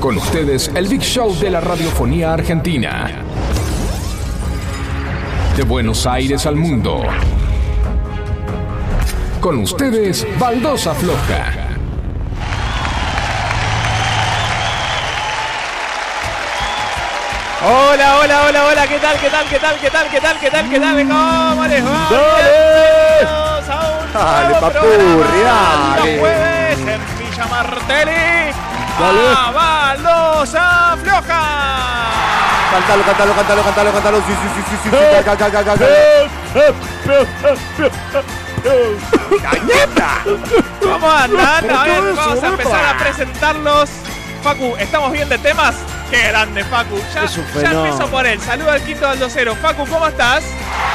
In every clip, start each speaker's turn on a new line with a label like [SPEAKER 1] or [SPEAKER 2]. [SPEAKER 1] con ustedes el Big Show de la radiofonía argentina. De Buenos Aires al mundo. Con ustedes, Baldosa Floja.
[SPEAKER 2] Hola, hola, hola, hola, ¿qué tal, qué tal, qué tal, qué tal, qué tal, qué tal, qué tal? ¿Cómo les va? Bienvenidos a un
[SPEAKER 3] Dale,
[SPEAKER 2] nuevo
[SPEAKER 3] papurri,
[SPEAKER 2] programa,
[SPEAKER 3] dale.
[SPEAKER 2] jueves en Villa Martelli.
[SPEAKER 3] Dale.
[SPEAKER 2] ¡A baldosa floja!
[SPEAKER 3] Cántalo, cántalo, cántalo, cántalo, cántalo. Sí, sí, sí, sí, sí. sí.
[SPEAKER 4] Eh.
[SPEAKER 3] Ca, ca, ca, ca, ca, ca.
[SPEAKER 2] ¿Cómo andan? A ver,
[SPEAKER 3] todo
[SPEAKER 2] vamos
[SPEAKER 3] eso,
[SPEAKER 2] a
[SPEAKER 3] loco?
[SPEAKER 2] empezar a presentarlos. Facu, ¿estamos bien de temas? ¡Qué grande, Facu! Ya,
[SPEAKER 3] Es un
[SPEAKER 2] ya
[SPEAKER 3] fenómeno.
[SPEAKER 2] empiezo por él. Saluda al quinto baldocero. Facu, ¿cómo estás?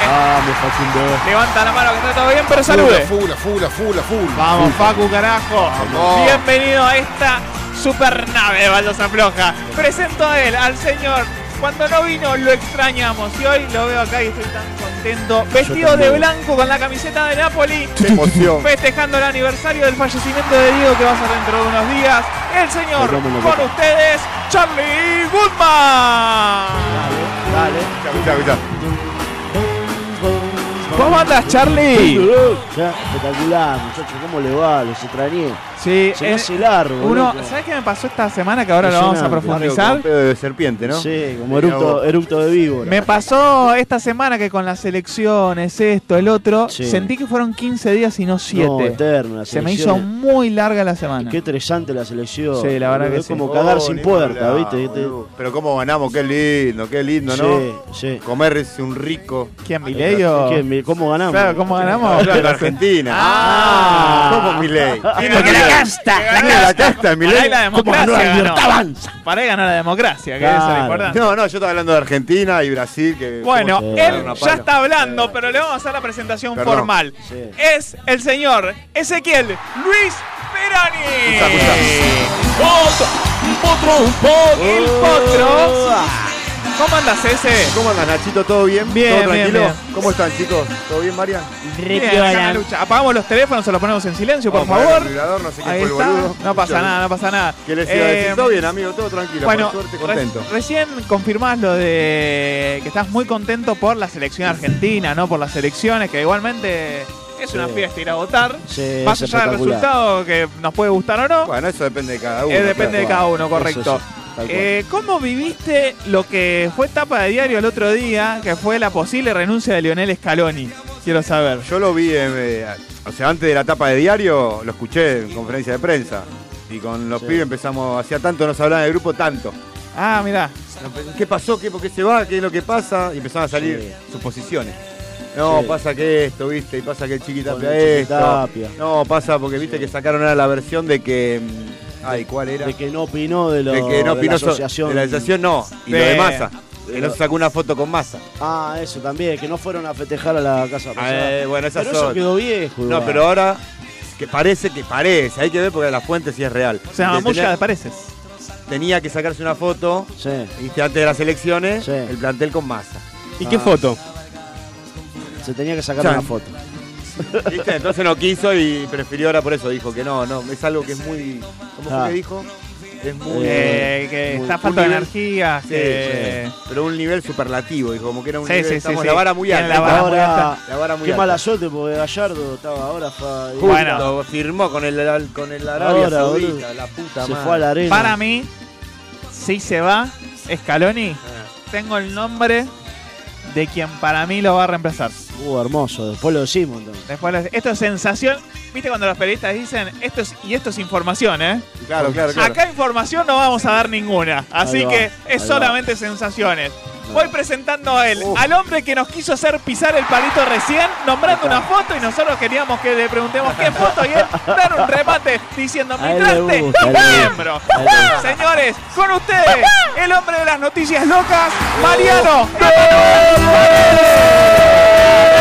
[SPEAKER 3] Ah, me Facundo.
[SPEAKER 2] Levanta la mano que está todo bien, pero salude.
[SPEAKER 5] Fula, fula, fula, fula.
[SPEAKER 2] Vamos, Facu, carajo.
[SPEAKER 3] Oh.
[SPEAKER 2] Bienvenido a esta supernave de Baldosa Floja. Presento a él, al señor. Cuando no vino lo extrañamos y hoy lo veo acá y estoy tan contento. Vestido de blanco con la camiseta de Napoli,
[SPEAKER 3] Qué emoción.
[SPEAKER 2] festejando el aniversario del fallecimiento de Diego que va a ser dentro de unos días. El señor
[SPEAKER 3] Pongámoslo
[SPEAKER 2] con
[SPEAKER 3] acá.
[SPEAKER 2] ustedes, Charlie Goodman.
[SPEAKER 3] Escuchá, escuchá, escuchá.
[SPEAKER 2] ¿Cómo andas, Charlie?
[SPEAKER 4] Ya, espectacular, muchachos, ¿cómo le va? Los extrañé.
[SPEAKER 2] Sí,
[SPEAKER 4] Se me
[SPEAKER 2] eh,
[SPEAKER 4] hace largo.
[SPEAKER 2] uno,
[SPEAKER 4] loco.
[SPEAKER 2] ¿sabes qué me pasó esta semana que ahora lo vamos a
[SPEAKER 4] Impresionante.
[SPEAKER 2] profundizar?
[SPEAKER 3] Con pedo de serpiente, ¿no?
[SPEAKER 4] Sí, como eructo, eructo de víbora.
[SPEAKER 2] Me pasó esta semana que con las elecciones, esto, el otro,
[SPEAKER 4] Sí.
[SPEAKER 2] sentí que fueron 15 días y no 7.
[SPEAKER 4] No, eterno, las
[SPEAKER 2] Se me hizo
[SPEAKER 4] elecciones.
[SPEAKER 2] muy larga la semana.
[SPEAKER 4] Qué interesante la selección.
[SPEAKER 2] Sí, la verdad
[SPEAKER 4] Boludo,
[SPEAKER 2] que
[SPEAKER 4] es
[SPEAKER 2] sí.
[SPEAKER 4] como
[SPEAKER 3] Oh,
[SPEAKER 4] cagar sin puerta, ¿viste? Este-
[SPEAKER 3] Pero cómo ganamos, qué lindo, qué lindo,
[SPEAKER 4] Sí,
[SPEAKER 3] ¿no?
[SPEAKER 4] sí.
[SPEAKER 3] Comerse un rico.
[SPEAKER 2] ¿Quién, Milei o-
[SPEAKER 4] ¿Qué? Mi- ¿Cómo ganamos?
[SPEAKER 2] Claro, ¿cómo ganamos?
[SPEAKER 3] Hablando de Argentina.
[SPEAKER 2] Ah.
[SPEAKER 3] ¿Cómo Milei?
[SPEAKER 2] Porque la casta, la
[SPEAKER 3] Tiene la casta,
[SPEAKER 2] Para ahí la
[SPEAKER 3] Milei.
[SPEAKER 2] democracia ganó. Para ahí ganó la democracia, que eso es lo
[SPEAKER 4] Claro.
[SPEAKER 2] importante.
[SPEAKER 3] No, no, yo estaba hablando de Argentina y Brasil. Que
[SPEAKER 2] Bueno,
[SPEAKER 3] ¿cómo se-
[SPEAKER 2] él
[SPEAKER 3] una pala?
[SPEAKER 2] ya está hablando, pero le vamos a hacer la presentación
[SPEAKER 3] Perdón.
[SPEAKER 2] formal.
[SPEAKER 4] Sí.
[SPEAKER 2] Es el señor Ezequiel Luis Perani.
[SPEAKER 3] Escuchá, escuchá.
[SPEAKER 2] Oh, El potro. ¿Cómo andas ese?
[SPEAKER 3] Oh. ¿Cómo andas, Nachito? ¿Todo bien?
[SPEAKER 2] Bien,
[SPEAKER 3] ¿Todo
[SPEAKER 2] bien,
[SPEAKER 3] tranquilo?
[SPEAKER 2] bien.
[SPEAKER 3] ¿Cómo están, chicos? ¿Todo bien, María?
[SPEAKER 2] Bien, acá en la lucha. Apagamos los teléfonos o los ponemos en silencio, por
[SPEAKER 3] Vamos a
[SPEAKER 2] favor.
[SPEAKER 3] poner el vibrador, no sé qué
[SPEAKER 2] Ahí
[SPEAKER 3] fue el
[SPEAKER 2] está.
[SPEAKER 3] boludo.
[SPEAKER 2] No pasa nada, no pasa nada.
[SPEAKER 3] ¿Qué les iba a decir?
[SPEAKER 2] Eh,
[SPEAKER 3] Todo bien, amigo, todo tranquilo.
[SPEAKER 2] Bueno,
[SPEAKER 3] por suerte,
[SPEAKER 2] re-
[SPEAKER 3] contento.
[SPEAKER 2] recién confirmás lo de que estás muy contento por la selección argentina, no por las elecciones, que igualmente es una
[SPEAKER 4] Sí.
[SPEAKER 2] fiesta ir a votar.
[SPEAKER 4] Sí,
[SPEAKER 2] Más
[SPEAKER 4] es
[SPEAKER 2] allá del
[SPEAKER 4] espectacular.
[SPEAKER 2] resultado que nos puede gustar o no,
[SPEAKER 3] Bueno, eso depende de cada
[SPEAKER 2] eh,
[SPEAKER 3] uno.
[SPEAKER 2] depende de cada uno, correcto.
[SPEAKER 4] Eso sí, tal cual.
[SPEAKER 2] Eh, ¿Cómo viviste lo que fue tapa de diario el otro día, que fue la posible renuncia de Lionel Scaloni? Quiero saber.
[SPEAKER 3] Yo lo vi, en, eh, o sea, antes de la tapa de diario, lo escuché en conferencia de prensa. Y con los
[SPEAKER 4] Sí.
[SPEAKER 3] pibes empezamos, hacía tanto nos hablaban del grupo, tanto.
[SPEAKER 2] Ah, mirá.
[SPEAKER 3] ¿Qué pasó? ¿Qué, ¿Por qué se va? ¿Qué es lo que pasa? Y empezaron a salir
[SPEAKER 4] Sí.
[SPEAKER 3] suposiciones. No,
[SPEAKER 4] Sí.
[SPEAKER 3] pasa que esto, viste, y pasa que el chiqui tapia
[SPEAKER 4] Con el Chiqui
[SPEAKER 3] esto.
[SPEAKER 4] Tapia.
[SPEAKER 3] No, pasa porque viste
[SPEAKER 4] Sí.
[SPEAKER 3] que sacaron ahora la versión de que. mm, Ay, ¿cuál era?
[SPEAKER 4] De que no opinó de, lo,
[SPEAKER 3] De que no
[SPEAKER 4] de la
[SPEAKER 3] opinó so-
[SPEAKER 4] asociación.
[SPEAKER 3] de la asociación, no. Y
[SPEAKER 2] De-
[SPEAKER 3] lo de masa.
[SPEAKER 4] de
[SPEAKER 3] Que no
[SPEAKER 4] lo-
[SPEAKER 3] se sacó una foto con masa.
[SPEAKER 4] Ah, eso también, que no fueron a festejar a la casa
[SPEAKER 3] Eh,
[SPEAKER 4] Rosada.
[SPEAKER 3] bueno, esas
[SPEAKER 4] Pero eso
[SPEAKER 3] son.
[SPEAKER 4] quedó viejo.
[SPEAKER 3] No,
[SPEAKER 4] igual.
[SPEAKER 3] pero ahora. Que parece que parece. Hay que ver porque la fuente sí es real.
[SPEAKER 2] O sea,
[SPEAKER 3] Que
[SPEAKER 2] mamulla de
[SPEAKER 3] tenía,
[SPEAKER 2] pareces.
[SPEAKER 3] tenía que sacarse una foto.
[SPEAKER 4] Sí.
[SPEAKER 3] Viste, antes de las elecciones.
[SPEAKER 4] Sí.
[SPEAKER 3] El plantel con masa.
[SPEAKER 2] ¿Y
[SPEAKER 3] Ah.
[SPEAKER 6] Ah.
[SPEAKER 2] qué foto?
[SPEAKER 4] Se tenía que sacar
[SPEAKER 3] Chan.
[SPEAKER 4] una foto.
[SPEAKER 3] ¿Viste? Entonces no quiso y prefirió ahora por eso. Dijo que no, no. Es algo que es muy. ¿Cómo
[SPEAKER 4] Ah.
[SPEAKER 3] fue que dijo? Es muy.
[SPEAKER 2] Eh, que
[SPEAKER 4] Muy-
[SPEAKER 2] está
[SPEAKER 4] un
[SPEAKER 2] falta de
[SPEAKER 3] nivel-
[SPEAKER 2] energía.
[SPEAKER 3] Sí,
[SPEAKER 2] que-
[SPEAKER 3] sí. Pero un nivel superlativo, dijo, como que era un
[SPEAKER 2] Sí,
[SPEAKER 3] nivel.
[SPEAKER 2] sí, sí,
[SPEAKER 3] estamos
[SPEAKER 2] sí.
[SPEAKER 3] la vara muy
[SPEAKER 2] Tiene
[SPEAKER 3] alta.
[SPEAKER 2] la vara muy
[SPEAKER 4] Ahora,
[SPEAKER 3] La vara muy
[SPEAKER 4] qué
[SPEAKER 3] alta.
[SPEAKER 4] mala suerte porque Gallardo estaba ahora. Fue,
[SPEAKER 3] Justo,
[SPEAKER 2] Bueno.
[SPEAKER 3] firmó con el, al- con el Arabia
[SPEAKER 4] Ahora,
[SPEAKER 3] Saudita,
[SPEAKER 4] boludo.
[SPEAKER 3] la puta
[SPEAKER 4] se
[SPEAKER 3] madre.
[SPEAKER 4] fue a la arena.
[SPEAKER 2] Para mí, si se va Scaloni, tengo el nombre de quien para mí lo va a reemplazar.
[SPEAKER 4] Uh, hermoso, después lo decimos entonces.
[SPEAKER 2] Después lo- esto es sensación. ¿Viste cuando los periodistas dicen esto es, y esto es información, eh?
[SPEAKER 3] Claro, claro, claro.
[SPEAKER 2] Acá información no vamos a dar ninguna. Así
[SPEAKER 4] Ahí va,
[SPEAKER 2] que es
[SPEAKER 4] ahí
[SPEAKER 2] solamente sensaciones. Voy presentando a él, al hombre que nos quiso hacer pisar el palito recién, nombrando una foto y nosotros queríamos que le preguntemos qué foto y él dar un remate diciendo
[SPEAKER 4] A él le
[SPEAKER 2] mientras
[SPEAKER 4] gusta, a él le
[SPEAKER 2] miembro.
[SPEAKER 4] A él le gusta.
[SPEAKER 2] Señores, con ustedes, el hombre de las noticias locas, Mariano.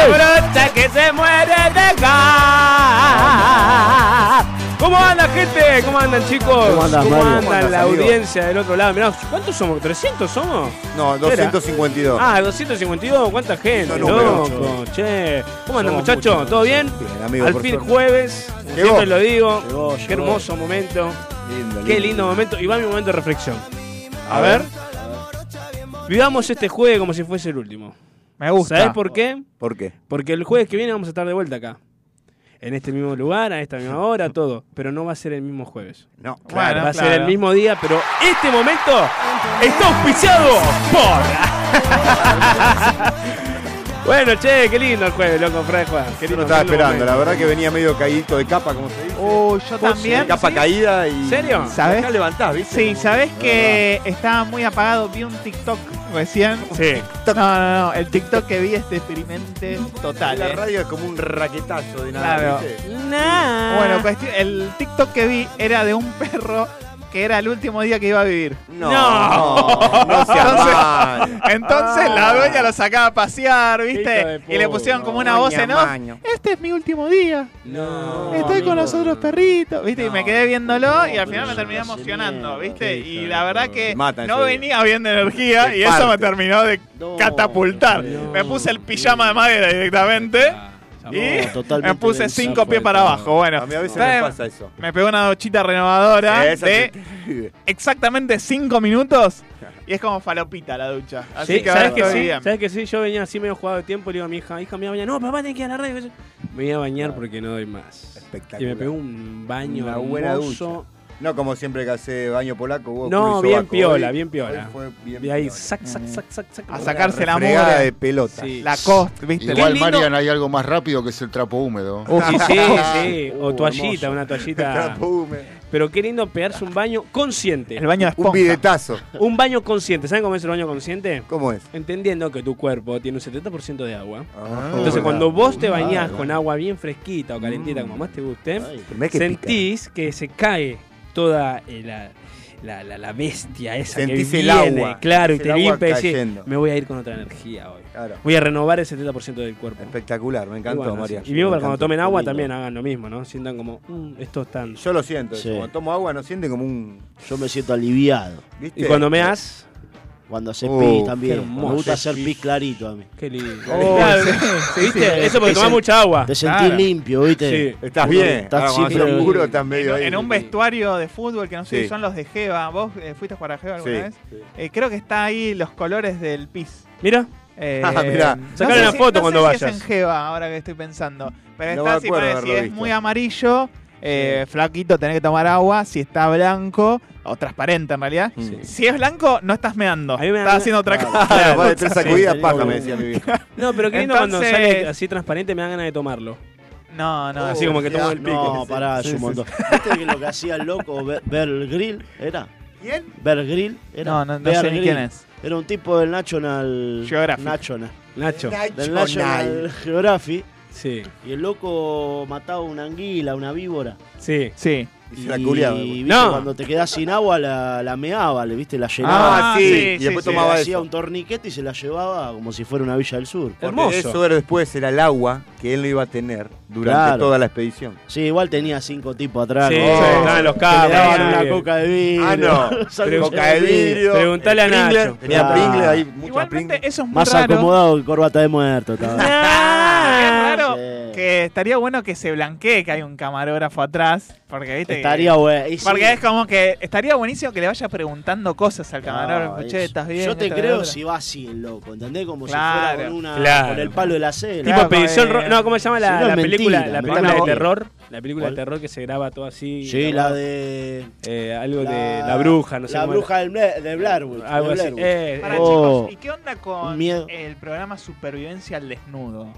[SPEAKER 2] Brota que se muere de gas.
[SPEAKER 7] ¿Cómo anda, gente? ¿Cómo andan, chicos?
[SPEAKER 4] ¿Cómo andas, Mario?
[SPEAKER 7] andan
[SPEAKER 3] ¿Cómo andas,
[SPEAKER 7] la
[SPEAKER 3] amigo?
[SPEAKER 7] audiencia del otro lado? Mirá, ¿cuántos somos? ¿300 somos?
[SPEAKER 3] No, 252.
[SPEAKER 7] Ah, 252, ¿cuánta gente?
[SPEAKER 3] Son números.
[SPEAKER 7] loco, che. ¿Cómo andan, muchachos? ¿Todo bien?
[SPEAKER 3] Bien, amigo,
[SPEAKER 7] Al
[SPEAKER 3] por
[SPEAKER 7] fin
[SPEAKER 3] suerte.
[SPEAKER 7] jueves,
[SPEAKER 3] Llegó.
[SPEAKER 7] siempre lo digo.
[SPEAKER 4] Llegó,
[SPEAKER 7] Qué
[SPEAKER 4] llegó.
[SPEAKER 7] hermoso momento.
[SPEAKER 3] Lindo,
[SPEAKER 8] Qué lindo momento. Y va mi momento de reflexión. A ver. Vivamos este jueves como si fuese el último.
[SPEAKER 2] Me gusta.
[SPEAKER 8] ¿Sabés por qué?
[SPEAKER 3] ¿Por qué?
[SPEAKER 8] Porque el jueves que viene vamos a estar de vuelta acá. En este mismo lugar, a esta misma hora, todo. Pero no va a ser el mismo jueves.
[SPEAKER 3] No,
[SPEAKER 2] Bueno.
[SPEAKER 3] claro.
[SPEAKER 8] va a
[SPEAKER 2] claro.
[SPEAKER 8] ser el mismo día, pero este momento está auspiciado por. bueno, che, qué lindo el jueves, loco, fuera de juego. Qué
[SPEAKER 3] Yo
[SPEAKER 8] lindo,
[SPEAKER 3] lo estaba
[SPEAKER 8] lindo
[SPEAKER 3] esperando,
[SPEAKER 8] momento.
[SPEAKER 3] la verdad que venía medio caídito de capa, como se dice.
[SPEAKER 2] Oh, yo
[SPEAKER 3] De
[SPEAKER 2] también.
[SPEAKER 3] eh, capa
[SPEAKER 2] sí.
[SPEAKER 3] caída y.
[SPEAKER 8] ¿En serio?
[SPEAKER 2] ¿Sabés?
[SPEAKER 3] Acá levantás, ¿viste?
[SPEAKER 2] Sí, sabes que estaba muy apagado. Vi un TikTok recién.
[SPEAKER 8] Sí.
[SPEAKER 2] No, no, no. El TikTok que vi este experimente total.
[SPEAKER 3] La
[SPEAKER 2] eh.
[SPEAKER 3] radio es como un raquetazo de nada,
[SPEAKER 2] Claro.
[SPEAKER 3] Ah, ¿viste?
[SPEAKER 2] Bueno, cuestión- el TikTok que vi era de un perro que era el último día que iba a vivir.
[SPEAKER 3] No,
[SPEAKER 8] No.
[SPEAKER 3] no, no seas Ah. mal.
[SPEAKER 2] Entonces la dueña lo sacaba a pasear,
[SPEAKER 8] Hijo de
[SPEAKER 2] ¿viste? Y le
[SPEAKER 8] puta.
[SPEAKER 2] pusieron como una voz en off. Este es mi último día.
[SPEAKER 8] No.
[SPEAKER 2] Estoy con los otros perritos, ¿viste? y me quedé viéndolo y
[SPEAKER 6] pero
[SPEAKER 2] al final me
[SPEAKER 6] eso
[SPEAKER 2] terminé
[SPEAKER 6] no hace
[SPEAKER 2] emocionando,
[SPEAKER 6] mierda.
[SPEAKER 2] ¿viste?
[SPEAKER 6] Qué
[SPEAKER 2] Y
[SPEAKER 6] hija
[SPEAKER 2] la
[SPEAKER 6] de
[SPEAKER 2] verdad
[SPEAKER 6] puta.
[SPEAKER 2] que
[SPEAKER 3] Te mata
[SPEAKER 2] no
[SPEAKER 3] ese
[SPEAKER 2] venía bien de energía
[SPEAKER 3] Te
[SPEAKER 2] y eso me
[SPEAKER 3] parte.
[SPEAKER 2] terminó de
[SPEAKER 6] No,
[SPEAKER 2] catapultar.
[SPEAKER 6] no.
[SPEAKER 2] Me puse el pijama de madera directamente
[SPEAKER 3] Ah,
[SPEAKER 2] y
[SPEAKER 6] No, totalmente
[SPEAKER 2] me puse
[SPEAKER 6] del
[SPEAKER 2] cinco
[SPEAKER 6] sapo
[SPEAKER 2] pies
[SPEAKER 6] del
[SPEAKER 2] para
[SPEAKER 6] todo.
[SPEAKER 2] abajo. Bueno,
[SPEAKER 3] A mí a veces
[SPEAKER 2] está
[SPEAKER 3] me
[SPEAKER 2] bien.
[SPEAKER 3] pasa eso.
[SPEAKER 2] me pegó una dochita renovadora
[SPEAKER 3] Esa
[SPEAKER 2] de
[SPEAKER 3] sí.
[SPEAKER 2] exactamente cinco minutos y es como falopita la ducha. Así
[SPEAKER 8] Sí,
[SPEAKER 2] que ahora
[SPEAKER 8] ¿sabes que
[SPEAKER 2] estoy
[SPEAKER 8] sí?
[SPEAKER 2] bien.
[SPEAKER 8] ¿Sabes que sí? Yo venía así medio jugado de tiempo y le digo a mi hija, hija mía, baña. No, papá, tenés que ir a la radio. Me voy a bañar porque no doy más.
[SPEAKER 3] Espectacular.
[SPEAKER 8] Y me pegó un baño
[SPEAKER 3] Una buena
[SPEAKER 8] hermoso.
[SPEAKER 3] No como siempre que hace baño polaco. hubo
[SPEAKER 8] No,
[SPEAKER 3] curso
[SPEAKER 8] bien
[SPEAKER 3] vaco.
[SPEAKER 8] piola,
[SPEAKER 3] Hoy-
[SPEAKER 8] bien piola.
[SPEAKER 3] hoy fue bien
[SPEAKER 8] Y ahí,
[SPEAKER 3] piola. Mm.
[SPEAKER 8] sac, sac,
[SPEAKER 6] Mm.
[SPEAKER 8] sac, sac, sac.
[SPEAKER 2] A sacarse la
[SPEAKER 3] Fregada
[SPEAKER 2] mugre.
[SPEAKER 3] de pelota.
[SPEAKER 8] Sí.
[SPEAKER 2] La cost, ¿viste?
[SPEAKER 8] Qué
[SPEAKER 5] Igual,
[SPEAKER 8] lindo.
[SPEAKER 5] Marian, hay algo más rápido que es el trapo húmedo.
[SPEAKER 8] Ah, Sí, sí, sí. O
[SPEAKER 6] Uh,
[SPEAKER 8] toallita,
[SPEAKER 6] hermoso.
[SPEAKER 8] una toallita.
[SPEAKER 3] Trapo húmedo.
[SPEAKER 8] Pero qué lindo pegarse un baño consciente.
[SPEAKER 2] El baño de esponja.
[SPEAKER 3] Un bidetazo.
[SPEAKER 8] Un baño consciente. ¿Saben cómo es el baño consciente?
[SPEAKER 3] ¿Cómo es?
[SPEAKER 8] Entendiendo que tu cuerpo tiene un 70% de agua.
[SPEAKER 3] Ah,
[SPEAKER 8] Entonces,
[SPEAKER 3] hola.
[SPEAKER 8] cuando vos te
[SPEAKER 6] Ah,
[SPEAKER 8] bañás
[SPEAKER 6] bueno.
[SPEAKER 8] con agua bien fresquita o
[SPEAKER 3] Mm.
[SPEAKER 8] calentita, como más te guste,
[SPEAKER 6] Ay,
[SPEAKER 3] Primera que pica.
[SPEAKER 8] sentís que se cae toda eh, la, la- la- la bestia esa
[SPEAKER 3] Sentís
[SPEAKER 8] que
[SPEAKER 3] el
[SPEAKER 8] viene,
[SPEAKER 3] agua,
[SPEAKER 8] claro, y
[SPEAKER 3] sentís
[SPEAKER 8] te
[SPEAKER 3] el agua
[SPEAKER 8] limpia y decís,
[SPEAKER 3] cayendo.
[SPEAKER 8] me voy a ir con otra energía hoy.
[SPEAKER 3] Claro.
[SPEAKER 8] Voy a renovar el 70% del cuerpo.
[SPEAKER 3] Espectacular, me
[SPEAKER 8] Y
[SPEAKER 3] encantó,
[SPEAKER 8] bueno,
[SPEAKER 3] María.
[SPEAKER 8] sí. Y mismo
[SPEAKER 3] Me
[SPEAKER 8] para cuando
[SPEAKER 3] encantó.
[SPEAKER 8] tomen agua
[SPEAKER 6] lindo.
[SPEAKER 8] también hagan lo mismo, ¿no? Sientan como, "Mm, esto es tan...
[SPEAKER 3] Yo lo siento,
[SPEAKER 6] Sí.
[SPEAKER 3] eso. cuando tomo agua no siente como un.
[SPEAKER 6] Yo me siento aliviado
[SPEAKER 3] ¿Viste?
[SPEAKER 8] Y cuando me das,
[SPEAKER 6] cuando haces
[SPEAKER 3] Uh,
[SPEAKER 6] pis
[SPEAKER 8] qué
[SPEAKER 6] también. Me
[SPEAKER 8] hermoso
[SPEAKER 6] gusta
[SPEAKER 8] es
[SPEAKER 6] hacer
[SPEAKER 8] pis.
[SPEAKER 6] pis clarito a mí.
[SPEAKER 8] qué lindo.
[SPEAKER 2] Oh,
[SPEAKER 8] Claro,
[SPEAKER 2] sí, sí,
[SPEAKER 8] ¿Viste?
[SPEAKER 2] sí.
[SPEAKER 8] Eso porque
[SPEAKER 6] Te
[SPEAKER 8] tomás
[SPEAKER 6] sen-
[SPEAKER 8] mucha agua.
[SPEAKER 6] Te sentís
[SPEAKER 2] Claro.
[SPEAKER 6] limpio, ¿viste?
[SPEAKER 8] Sí.
[SPEAKER 3] Estás bien.
[SPEAKER 6] Estás
[SPEAKER 3] Ahora, cuando
[SPEAKER 6] siempre
[SPEAKER 3] sos puro,
[SPEAKER 6] bien.
[SPEAKER 3] estás medio ahí.
[SPEAKER 2] En un vestuario de fútbol que no sé si
[SPEAKER 3] Sí.
[SPEAKER 2] son los de Jeva. ¿Vos eh, fuiste a jugar a Jeva alguna
[SPEAKER 3] Sí.
[SPEAKER 2] vez? Eh, creo que está ahí los colores del pis.
[SPEAKER 8] Mira,
[SPEAKER 2] Eh,
[SPEAKER 3] Ah, mirá.
[SPEAKER 2] no
[SPEAKER 8] Sacale
[SPEAKER 2] sé
[SPEAKER 8] una
[SPEAKER 2] si-
[SPEAKER 8] foto
[SPEAKER 2] no sé
[SPEAKER 8] cuando
[SPEAKER 2] si
[SPEAKER 8] vayas.
[SPEAKER 2] es en Jeva, ahora que estoy pensando. Pero
[SPEAKER 3] No
[SPEAKER 2] está
[SPEAKER 3] me
[SPEAKER 2] así,
[SPEAKER 3] acuerdo
[SPEAKER 2] ponele,
[SPEAKER 3] haberlo
[SPEAKER 2] si es
[SPEAKER 3] visto.
[SPEAKER 2] muy amarillo, eh, flaquito, tenés que tomar agua. Si está blanco, o transparente en realidad.
[SPEAKER 3] Sí.
[SPEAKER 2] Si es blanco, no estás meando.
[SPEAKER 8] A mí me
[SPEAKER 2] Estás
[SPEAKER 8] da-
[SPEAKER 2] haciendo otra
[SPEAKER 6] Claro.
[SPEAKER 2] cosa.
[SPEAKER 3] Claro, va de tres
[SPEAKER 6] Sí,
[SPEAKER 3] sacudidas,
[SPEAKER 6] salió
[SPEAKER 3] paja,
[SPEAKER 6] bien.
[SPEAKER 3] me decía mi vieja.
[SPEAKER 8] no, pero qué lindo cuando
[SPEAKER 2] Entonces-
[SPEAKER 8] sale así transparente me dan ganas de tomarlo.
[SPEAKER 2] No, no.
[SPEAKER 8] Oh, así como que tomo el pico.
[SPEAKER 6] ah, No, pará, es un montón. ¿Viste que lo que hacía el loco Ber- Bear Grill era?
[SPEAKER 3] ¿Quién?
[SPEAKER 6] Bear Grill era.
[SPEAKER 2] No, no, no
[SPEAKER 6] Bear
[SPEAKER 2] sé ni
[SPEAKER 6] Grill.
[SPEAKER 2] quién es.
[SPEAKER 6] Era un tipo del National
[SPEAKER 2] Geographic.
[SPEAKER 6] National.
[SPEAKER 8] Nacho,
[SPEAKER 6] Del National Geographic.
[SPEAKER 8] sí,
[SPEAKER 6] Y el loco mataba una anguila, una víbora.
[SPEAKER 8] sí.
[SPEAKER 2] Sí.
[SPEAKER 3] Y se la culiaba.
[SPEAKER 6] Y, viste,
[SPEAKER 8] No.
[SPEAKER 6] cuando te quedás sin agua la, la meaba, le viste, la llenaba.
[SPEAKER 3] Ah,
[SPEAKER 2] Ah,
[SPEAKER 3] sí.
[SPEAKER 2] sí,
[SPEAKER 3] y
[SPEAKER 2] sí,
[SPEAKER 3] después
[SPEAKER 2] sí.
[SPEAKER 3] tomaba
[SPEAKER 6] hacía
[SPEAKER 3] eso.
[SPEAKER 6] un torniquete y se la llevaba como si fuera una villa del sur.
[SPEAKER 3] Porque
[SPEAKER 8] Hermoso.
[SPEAKER 3] Eso era después, era el agua que él no iba a tener durante
[SPEAKER 6] Claro.
[SPEAKER 3] toda la expedición.
[SPEAKER 6] Sí, igual tenía cinco tipos atrás.
[SPEAKER 8] Sí,
[SPEAKER 6] ¿no?
[SPEAKER 8] sí, estaban los
[SPEAKER 6] Que le daban
[SPEAKER 8] cabros.
[SPEAKER 2] eh.
[SPEAKER 6] una coca de vidrio.
[SPEAKER 3] Ah, no.
[SPEAKER 6] Sándwich
[SPEAKER 3] Coca de vidrio.
[SPEAKER 8] Preguntale a
[SPEAKER 3] el Pringles,
[SPEAKER 8] Nacho.
[SPEAKER 3] Tenía
[SPEAKER 6] Claro.
[SPEAKER 3] Pringles ahí, muchas
[SPEAKER 2] Igualmente,
[SPEAKER 3] Pringles.
[SPEAKER 2] eso es muy
[SPEAKER 6] Más
[SPEAKER 2] raro.
[SPEAKER 6] acomodado que corbata de muerto. estaba.
[SPEAKER 2] Ah, es raro
[SPEAKER 6] Sí.
[SPEAKER 2] que estaría bueno que se blanquee que hay un camarógrafo atrás. Porque, ¿viste?
[SPEAKER 6] Estaría bueno. Y sí.
[SPEAKER 2] Porque es como que estaría buenísimo que le vaya preguntando cosas al camarógrafo.
[SPEAKER 6] No,
[SPEAKER 2] che,
[SPEAKER 6] es-
[SPEAKER 2] ¿estás bien?
[SPEAKER 6] Yo te
[SPEAKER 2] ¿Esto,
[SPEAKER 6] creo
[SPEAKER 2] lo otro?
[SPEAKER 6] si va así el loco, ¿entendés? Como si
[SPEAKER 2] Claro.
[SPEAKER 6] fuera con, una,
[SPEAKER 8] Claro.
[SPEAKER 6] con el palo de la cera.
[SPEAKER 8] Tipo
[SPEAKER 2] Claro,
[SPEAKER 8] Expedición
[SPEAKER 2] eh,
[SPEAKER 8] Ro- No, ¿cómo se llama
[SPEAKER 6] si
[SPEAKER 8] la,
[SPEAKER 6] no es
[SPEAKER 8] la película?
[SPEAKER 6] mentira,
[SPEAKER 8] La
[SPEAKER 6] me
[SPEAKER 8] película de
[SPEAKER 6] cago.
[SPEAKER 8] terror. La película
[SPEAKER 6] ¿Cuál?
[SPEAKER 8] de terror que se graba todo así.
[SPEAKER 6] Sí, la de.
[SPEAKER 8] Eh, algo de la bruja, no sé
[SPEAKER 6] La
[SPEAKER 8] cómo era.
[SPEAKER 6] bruja del Bla- de Blair Witch,
[SPEAKER 8] Algo
[SPEAKER 6] de
[SPEAKER 8] así.
[SPEAKER 6] Blair Witch.
[SPEAKER 8] Eh,
[SPEAKER 2] Pará,
[SPEAKER 8] eh,
[SPEAKER 6] Oh.
[SPEAKER 2] chicos, ¿y qué onda con
[SPEAKER 6] Miedo.
[SPEAKER 2] el programa Supervivencia al Desnudo?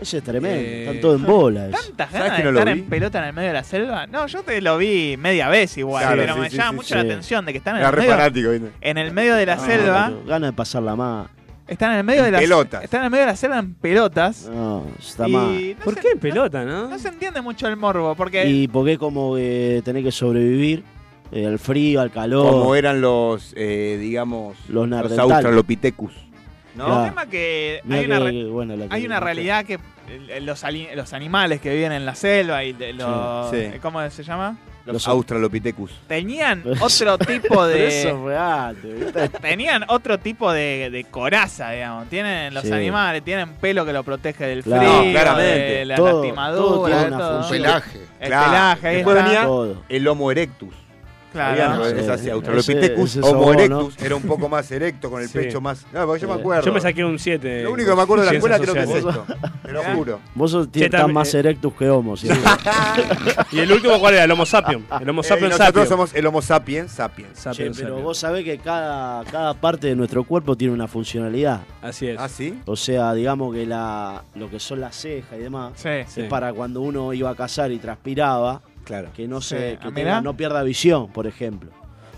[SPEAKER 6] Ese es tremendo,
[SPEAKER 8] Eh,
[SPEAKER 6] están todos en bola. eso.
[SPEAKER 2] ¿Tantas
[SPEAKER 3] ¿Sabés
[SPEAKER 2] ganas
[SPEAKER 3] que
[SPEAKER 2] de
[SPEAKER 3] no lo
[SPEAKER 2] estar
[SPEAKER 3] vi?
[SPEAKER 2] en pelota en el medio de la selva? No, yo te lo vi media vez igual,
[SPEAKER 3] Claro,
[SPEAKER 2] pero
[SPEAKER 3] sí,
[SPEAKER 2] me
[SPEAKER 3] sí,
[SPEAKER 2] llama
[SPEAKER 3] sí,
[SPEAKER 2] mucho
[SPEAKER 6] sí.
[SPEAKER 2] la atención de que están en
[SPEAKER 3] Era
[SPEAKER 2] el,
[SPEAKER 3] re
[SPEAKER 2] medio,
[SPEAKER 3] fanático, ¿viste?
[SPEAKER 2] en el medio de la
[SPEAKER 6] No,
[SPEAKER 2] selva.
[SPEAKER 6] Ah, pero Ganas de pasarla más.
[SPEAKER 2] Están en el medio de la
[SPEAKER 3] pelotas.
[SPEAKER 2] Están en el medio de la selva en pelotas.
[SPEAKER 6] No, está
[SPEAKER 2] y eh,
[SPEAKER 6] mal.
[SPEAKER 2] no
[SPEAKER 8] ¿Por
[SPEAKER 2] se-
[SPEAKER 8] qué en
[SPEAKER 2] no-
[SPEAKER 8] pelota,
[SPEAKER 2] No,
[SPEAKER 8] no?
[SPEAKER 2] se entiende mucho el morbo, porque
[SPEAKER 6] Y porque como que tenés que sobrevivir eh, al frío, al
[SPEAKER 3] Como
[SPEAKER 6] calor.
[SPEAKER 3] eran los, eh, digamos,
[SPEAKER 6] Los
[SPEAKER 3] los
[SPEAKER 6] neandertales.
[SPEAKER 3] australopithecus.
[SPEAKER 2] no,
[SPEAKER 6] Claro.
[SPEAKER 2] el tema que
[SPEAKER 6] Mirá
[SPEAKER 2] hay una,
[SPEAKER 6] que-
[SPEAKER 2] re-
[SPEAKER 6] que bueno la
[SPEAKER 2] hay
[SPEAKER 6] que-
[SPEAKER 2] una realidad que eh, los, ali- los animales que viven en la selva y de- los, eh,
[SPEAKER 3] Sí, sí.
[SPEAKER 2] ¿cómo se llama?
[SPEAKER 3] Los
[SPEAKER 6] Los-
[SPEAKER 3] australopithecus.
[SPEAKER 2] Tenían
[SPEAKER 6] Pero
[SPEAKER 2] otro tipo
[SPEAKER 6] Pero eso es
[SPEAKER 2] de
[SPEAKER 6] real, te- ¿viste?
[SPEAKER 2] tenían otro tipo de, de coraza, digamos. Tienen los
[SPEAKER 6] Sí.
[SPEAKER 2] animales, tienen pelo que lo protege del
[SPEAKER 6] Claro.
[SPEAKER 2] frío,
[SPEAKER 6] No,
[SPEAKER 3] claramente.
[SPEAKER 2] de la
[SPEAKER 6] Todo-
[SPEAKER 2] lastimadura,
[SPEAKER 6] todo tiene
[SPEAKER 2] de
[SPEAKER 6] una
[SPEAKER 2] todo.
[SPEAKER 6] función.
[SPEAKER 5] Pelaje.
[SPEAKER 2] El
[SPEAKER 3] Claro.
[SPEAKER 2] pelaje, ahí
[SPEAKER 3] Después
[SPEAKER 2] está.
[SPEAKER 3] venía-
[SPEAKER 6] Todo.
[SPEAKER 3] El Homo erectus.
[SPEAKER 2] Claro.
[SPEAKER 3] Había- es así, Australopithecus
[SPEAKER 6] Ese- ese
[SPEAKER 3] Homo
[SPEAKER 6] sabor, ¿no?
[SPEAKER 3] erectus era un poco más erecto, con el
[SPEAKER 8] Sí.
[SPEAKER 3] pecho más. No, porque yo me
[SPEAKER 6] Sí.
[SPEAKER 3] acuerdo.
[SPEAKER 8] Yo me saqué un 7.
[SPEAKER 3] Lo único que me acuerdo de la escuela
[SPEAKER 8] Ciencias
[SPEAKER 3] creo que es
[SPEAKER 8] Sociales.
[SPEAKER 3] esto. Te lo juro.
[SPEAKER 6] Vos sos-
[SPEAKER 8] Che,
[SPEAKER 6] estás
[SPEAKER 8] también,
[SPEAKER 6] más
[SPEAKER 8] eh.
[SPEAKER 6] erectus que homo, ¿sí?
[SPEAKER 8] ¿Y el último cuál era? El Homo sapiens. El Homo
[SPEAKER 3] Eh,
[SPEAKER 8] sapiens
[SPEAKER 3] nosotros
[SPEAKER 8] sapiens.
[SPEAKER 3] somos el Homo sapiens sapiens.
[SPEAKER 6] Che,
[SPEAKER 8] Sapiens
[SPEAKER 6] pero
[SPEAKER 8] sapiens.
[SPEAKER 6] vos sabés que cada, cada parte de nuestro cuerpo tiene una funcionalidad.
[SPEAKER 8] Así es.
[SPEAKER 3] ¿Ah, sí?
[SPEAKER 6] O sea, digamos que la, lo que son las cejas y demás
[SPEAKER 2] Sí.
[SPEAKER 8] Sí.
[SPEAKER 6] es para cuando uno iba a cazar y transpiraba,
[SPEAKER 3] Claro.
[SPEAKER 6] que no
[SPEAKER 2] Sí,
[SPEAKER 6] se,
[SPEAKER 2] ah,
[SPEAKER 6] que
[SPEAKER 2] mirá.
[SPEAKER 6] tenga- no pierda visión, por ejemplo.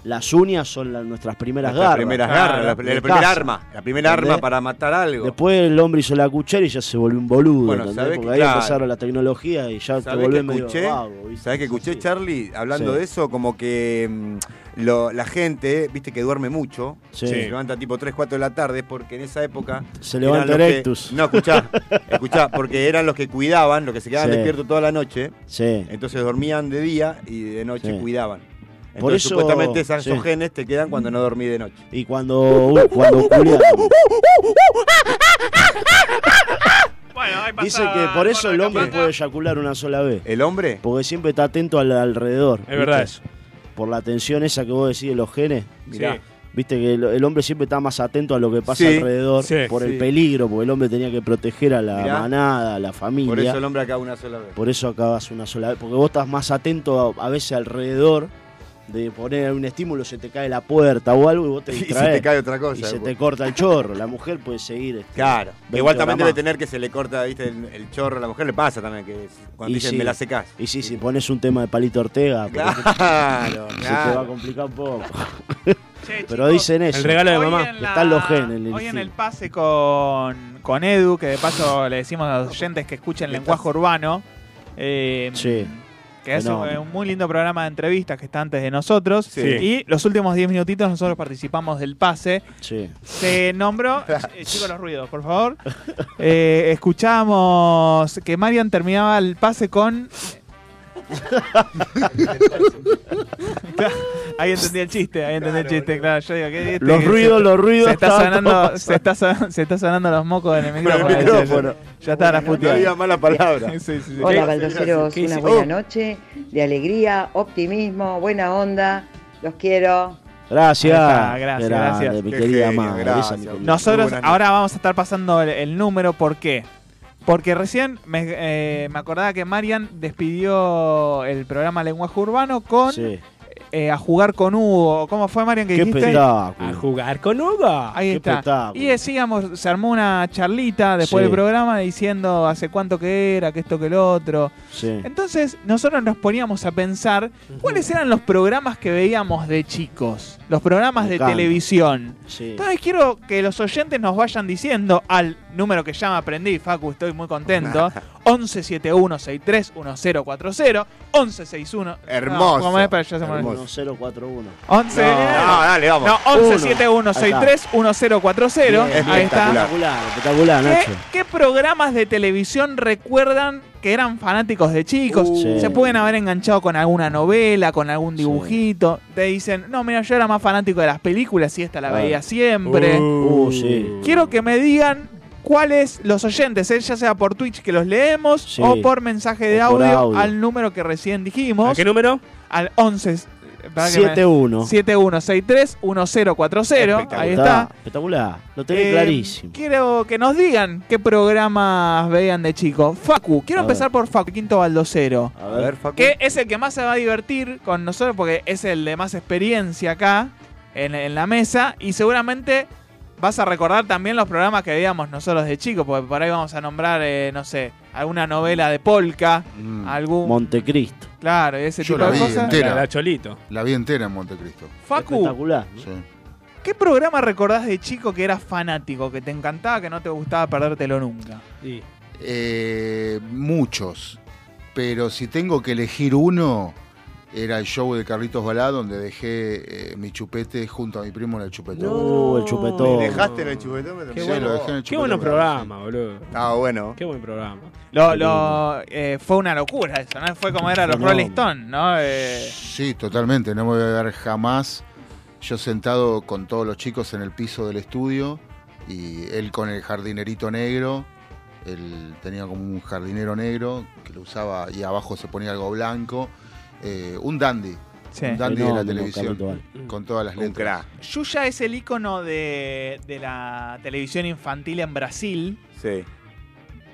[SPEAKER 6] Las uñas son la- nuestras primeras
[SPEAKER 3] Las
[SPEAKER 6] garras.
[SPEAKER 3] primeras
[SPEAKER 2] Claro,
[SPEAKER 3] garras, la, la
[SPEAKER 6] de
[SPEAKER 3] primera
[SPEAKER 6] caza.
[SPEAKER 3] arma. La primera arma
[SPEAKER 6] ¿Entendés?
[SPEAKER 3] para matar algo.
[SPEAKER 6] Después el hombre hizo la cuchara y ya se volvió un boludo,
[SPEAKER 3] Bueno,
[SPEAKER 6] ¿entendés?
[SPEAKER 3] sabés
[SPEAKER 6] Porque
[SPEAKER 3] que-
[SPEAKER 6] ahí
[SPEAKER 3] claro.
[SPEAKER 6] empezaron la tecnología y ya te
[SPEAKER 3] ¿Sabés que
[SPEAKER 6] volvés medio
[SPEAKER 3] escuché?
[SPEAKER 6] vago, ¿viste?
[SPEAKER 3] ¿Sabés que escuché,
[SPEAKER 6] Sí.
[SPEAKER 3] Charlie? Hablando
[SPEAKER 6] Sí.
[SPEAKER 3] de eso, como que mm, lo- la gente, viste que duerme mucho,
[SPEAKER 6] Sí.
[SPEAKER 3] se levanta tipo 3, 4 de la tarde, es porque en esa época.
[SPEAKER 6] Se
[SPEAKER 3] eran
[SPEAKER 6] levanta
[SPEAKER 3] los que-
[SPEAKER 6] erectus.
[SPEAKER 3] no, escuchá, escuchá, porque eran los que cuidaban, los que se quedaban
[SPEAKER 6] Sí.
[SPEAKER 3] despiertos toda la noche,
[SPEAKER 6] Sí.
[SPEAKER 3] entonces dormían de día y de noche
[SPEAKER 6] Sí.
[SPEAKER 3] cuidaban. Entonces,
[SPEAKER 6] Por eso-
[SPEAKER 3] supuestamente esas-
[SPEAKER 6] sí.
[SPEAKER 3] esos genes te quedan cuando no dormí de noche.
[SPEAKER 6] Y cuando, uh, cuando culian.
[SPEAKER 2] Bueno, ahí
[SPEAKER 6] Dice
[SPEAKER 2] pasaba
[SPEAKER 6] que por eso
[SPEAKER 2] Conrad
[SPEAKER 6] el hombre
[SPEAKER 2] Capata.
[SPEAKER 6] puede eyacular una sola vez.
[SPEAKER 3] ¿El hombre?
[SPEAKER 6] Porque siempre está atento al alrededor.
[SPEAKER 8] Es verdad
[SPEAKER 6] ¿viste?
[SPEAKER 8] eso.
[SPEAKER 6] Por la tensión esa que vos decís de los genes.
[SPEAKER 3] Mirá.
[SPEAKER 6] Viste que el, el hombre siempre está más atento a lo que pasa
[SPEAKER 3] Sí,
[SPEAKER 6] alrededor
[SPEAKER 8] sí,
[SPEAKER 6] por
[SPEAKER 3] sí.
[SPEAKER 6] el peligro, porque el hombre tenía que proteger a la
[SPEAKER 3] Mirá.
[SPEAKER 6] manada, a la familia.
[SPEAKER 3] Por eso el hombre acaba una sola vez.
[SPEAKER 6] Por eso acabas una sola vez. Porque vos estás más atento a, a veces alrededor de poner un estímulo, se te cae la puerta o algo y vos te
[SPEAKER 3] Y se
[SPEAKER 6] distraes.
[SPEAKER 3] te cae otra cosa.
[SPEAKER 6] Y se
[SPEAKER 3] después.
[SPEAKER 6] te corta el chorro. La mujer puede seguir. este,
[SPEAKER 3] Claro.
[SPEAKER 6] 20
[SPEAKER 3] Igual también debe
[SPEAKER 6] horas más.
[SPEAKER 3] tener que se le corta, viste, el, el chorro a la mujer le pasa también, que es- cuando
[SPEAKER 6] Y
[SPEAKER 3] dicen
[SPEAKER 6] sí.
[SPEAKER 3] me la secás.
[SPEAKER 6] Y sí, si pones un tema de Palito Ortega, porque
[SPEAKER 3] Claro,
[SPEAKER 6] se te va a
[SPEAKER 3] claro.
[SPEAKER 6] complicar un poco.
[SPEAKER 2] Che,
[SPEAKER 6] Pero
[SPEAKER 2] chicos,
[SPEAKER 6] dicen eso.
[SPEAKER 8] El regalo de
[SPEAKER 2] hoy
[SPEAKER 8] mamá.
[SPEAKER 2] en
[SPEAKER 6] Están los genes, el
[SPEAKER 2] Hoy en
[SPEAKER 6] instinto.
[SPEAKER 2] el pase con, con Edu, que de paso le decimos a los oyentes que escuchen lenguaje urbano. eh,
[SPEAKER 6] Sí.
[SPEAKER 2] Que es
[SPEAKER 6] Fenómeno.
[SPEAKER 2] un muy lindo programa de entrevistas que está antes de nosotros.
[SPEAKER 3] Sí.
[SPEAKER 2] Y los últimos 10 minutitos nosotros participamos del pase.
[SPEAKER 6] Sí.
[SPEAKER 2] Se nombró. eh, Chicos, los ruidos, por favor. Eh, escuchamos que Marian terminaba el pase con. Claro, ahí entendí el chiste, ahí entendí el chiste, claro. Yo digo, ¿qué este
[SPEAKER 6] Los
[SPEAKER 2] que
[SPEAKER 6] ruidos, los
[SPEAKER 2] Se,
[SPEAKER 6] ruidos.
[SPEAKER 2] se está
[SPEAKER 6] estaban
[SPEAKER 2] sonando,
[SPEAKER 6] todos-
[SPEAKER 2] se, está, son- se está sonando los mocos en el micrófono.
[SPEAKER 3] el micrófono.
[SPEAKER 2] Ya, ya está la
[SPEAKER 3] No había
[SPEAKER 2] puteada.
[SPEAKER 3] mala palabra.
[SPEAKER 2] Sí, sí, sí.
[SPEAKER 9] Hola, baldoseros.
[SPEAKER 3] ¿Qué
[SPEAKER 9] Una
[SPEAKER 3] hice?
[SPEAKER 9] buena
[SPEAKER 3] Oh.
[SPEAKER 9] noche de alegría, optimismo, buena onda. Los quiero.
[SPEAKER 6] Gracias.
[SPEAKER 2] Ahí está, gracias,
[SPEAKER 6] Grande,
[SPEAKER 2] gracias.
[SPEAKER 6] Mi
[SPEAKER 3] Qué
[SPEAKER 6] querida
[SPEAKER 3] genio,
[SPEAKER 6] madre.
[SPEAKER 3] gracias.
[SPEAKER 6] esa es mi querida.
[SPEAKER 2] Nosotros
[SPEAKER 3] Muy buenas
[SPEAKER 2] ahora vamos a estar pasando el, el número, ¿por qué? Porque recién me, eh, me acordaba que Marian despidió el programa Lenguaje Urbano con
[SPEAKER 6] Sí.
[SPEAKER 2] eh, A Jugar con Hugo. ¿Cómo fue, Marian, que
[SPEAKER 6] Qué
[SPEAKER 2] dijiste?
[SPEAKER 8] A
[SPEAKER 6] espectáculo.
[SPEAKER 8] jugar con Hugo.
[SPEAKER 2] Ahí
[SPEAKER 6] qué
[SPEAKER 2] está.
[SPEAKER 6] espectáculo.
[SPEAKER 2] Y decíamos, se armó una charlita después
[SPEAKER 6] Sí.
[SPEAKER 2] del programa diciendo hace cuánto que era, que esto, que el otro.
[SPEAKER 6] Sí.
[SPEAKER 2] Entonces nosotros nos poníamos a pensar cuáles eran los programas que veíamos de chicos, los programas
[SPEAKER 6] Me
[SPEAKER 2] de
[SPEAKER 6] encanta.
[SPEAKER 2] televisión.
[SPEAKER 6] Sí.
[SPEAKER 2] Entonces quiero que los oyentes nos vayan diciendo al número que ya me aprendí, Facu, estoy muy contento. 1171631040, 1161.
[SPEAKER 3] Hermoso,
[SPEAKER 2] No, ¿cómo es? Para ya se me olvidó.
[SPEAKER 3] hermoso.
[SPEAKER 6] 1041.
[SPEAKER 2] 11.
[SPEAKER 3] No,
[SPEAKER 2] eh, No,
[SPEAKER 3] dale, vamos.
[SPEAKER 2] 1171631040.
[SPEAKER 6] Bien,
[SPEAKER 2] Ahí está.
[SPEAKER 3] espectacular.
[SPEAKER 6] Espectacular, espectacular,
[SPEAKER 2] ¿Qué,
[SPEAKER 6] Nacho.
[SPEAKER 2] qué programas de televisión recuerdan que eran fanáticos de chicos?
[SPEAKER 6] Uh.
[SPEAKER 2] Se pueden haber enganchado con alguna novela, con algún
[SPEAKER 6] Sí.
[SPEAKER 2] dibujito. Te dicen, no, mira, yo era más fanático de las películas y esta la
[SPEAKER 6] Ah.
[SPEAKER 2] veía siempre.
[SPEAKER 6] Uh, sí.
[SPEAKER 2] Quiero que me digan cuáles los oyentes, eh, ya sea por Twitch que los leemos
[SPEAKER 6] Sí.
[SPEAKER 2] o por mensaje de
[SPEAKER 6] O por
[SPEAKER 2] audio,
[SPEAKER 6] audio.
[SPEAKER 2] al número que recién
[SPEAKER 8] ¿A
[SPEAKER 2] dijimos,
[SPEAKER 8] qué número?
[SPEAKER 2] al 11 para que me-
[SPEAKER 6] 71.
[SPEAKER 2] 7163 1040. Ahí está.
[SPEAKER 6] Espectacular. Lo tenés
[SPEAKER 2] Eh,
[SPEAKER 6] clarísimo.
[SPEAKER 2] Quiero que nos digan qué programas veían de chico. Facu, quiero
[SPEAKER 6] A
[SPEAKER 2] empezar por Facu, Quinto Baldocero.
[SPEAKER 6] A
[SPEAKER 3] A
[SPEAKER 6] ver.
[SPEAKER 3] ver, Facu.
[SPEAKER 2] Que es el que más se va a divertir con nosotros porque es el de más experiencia acá en, en la mesa y seguramente vas a recordar también los programas que veíamos nosotros de chicos, porque por ahí vamos a nombrar, eh, no sé, alguna novela de Polka,
[SPEAKER 5] Mm.
[SPEAKER 2] algún...
[SPEAKER 6] Montecristo.
[SPEAKER 2] claro, ese
[SPEAKER 5] Yo
[SPEAKER 2] tipo
[SPEAKER 5] la
[SPEAKER 2] de
[SPEAKER 5] vi
[SPEAKER 2] cosas.
[SPEAKER 5] entera.
[SPEAKER 8] La, la Cholito.
[SPEAKER 5] La vi entera en Montecristo.
[SPEAKER 2] Facu,
[SPEAKER 6] Espectacular.
[SPEAKER 5] Sí.
[SPEAKER 2] ¿qué programa recordás de chico que eras fanático, que te encantaba, que no te gustaba perdértelo nunca?
[SPEAKER 8] Sí.
[SPEAKER 5] Eh, muchos. Pero si tengo que elegir uno, era el show de Carlitos Balá, donde dejé eh, mi chupete junto a mi primo en el chupetón.
[SPEAKER 6] Uh, el chupetón.
[SPEAKER 3] ¿Dejaste en el chupetómetro?
[SPEAKER 8] Qué
[SPEAKER 5] Sí,
[SPEAKER 8] bueno.
[SPEAKER 5] lo dejé en el
[SPEAKER 8] Qué bueno
[SPEAKER 5] chupetón.
[SPEAKER 8] programa, boludo.
[SPEAKER 3] Ah, bueno.
[SPEAKER 8] Qué buen programa.
[SPEAKER 2] Lo, lo, eh, fue una locura eso, ¿no? Fue como era los
[SPEAKER 6] No.
[SPEAKER 2] Rolling Stones, ¿no? Eh,
[SPEAKER 5] Sí, totalmente. No me voy a ver jamás. Yo sentado con todos los chicos en el piso del estudio y él con el jardinerito negro. Él tenía como un jardinero negro que lo usaba y abajo se ponía algo blanco. Eh, un dandy.
[SPEAKER 2] Sí.
[SPEAKER 5] un dandy de la
[SPEAKER 4] Fenómeno,
[SPEAKER 5] televisión, Mm.
[SPEAKER 4] Carlito Val.
[SPEAKER 5] con todas las
[SPEAKER 3] Un
[SPEAKER 5] letras.
[SPEAKER 3] crack.
[SPEAKER 2] Yuya es el icono de, de la televisión infantil en Brasil.
[SPEAKER 3] Sí.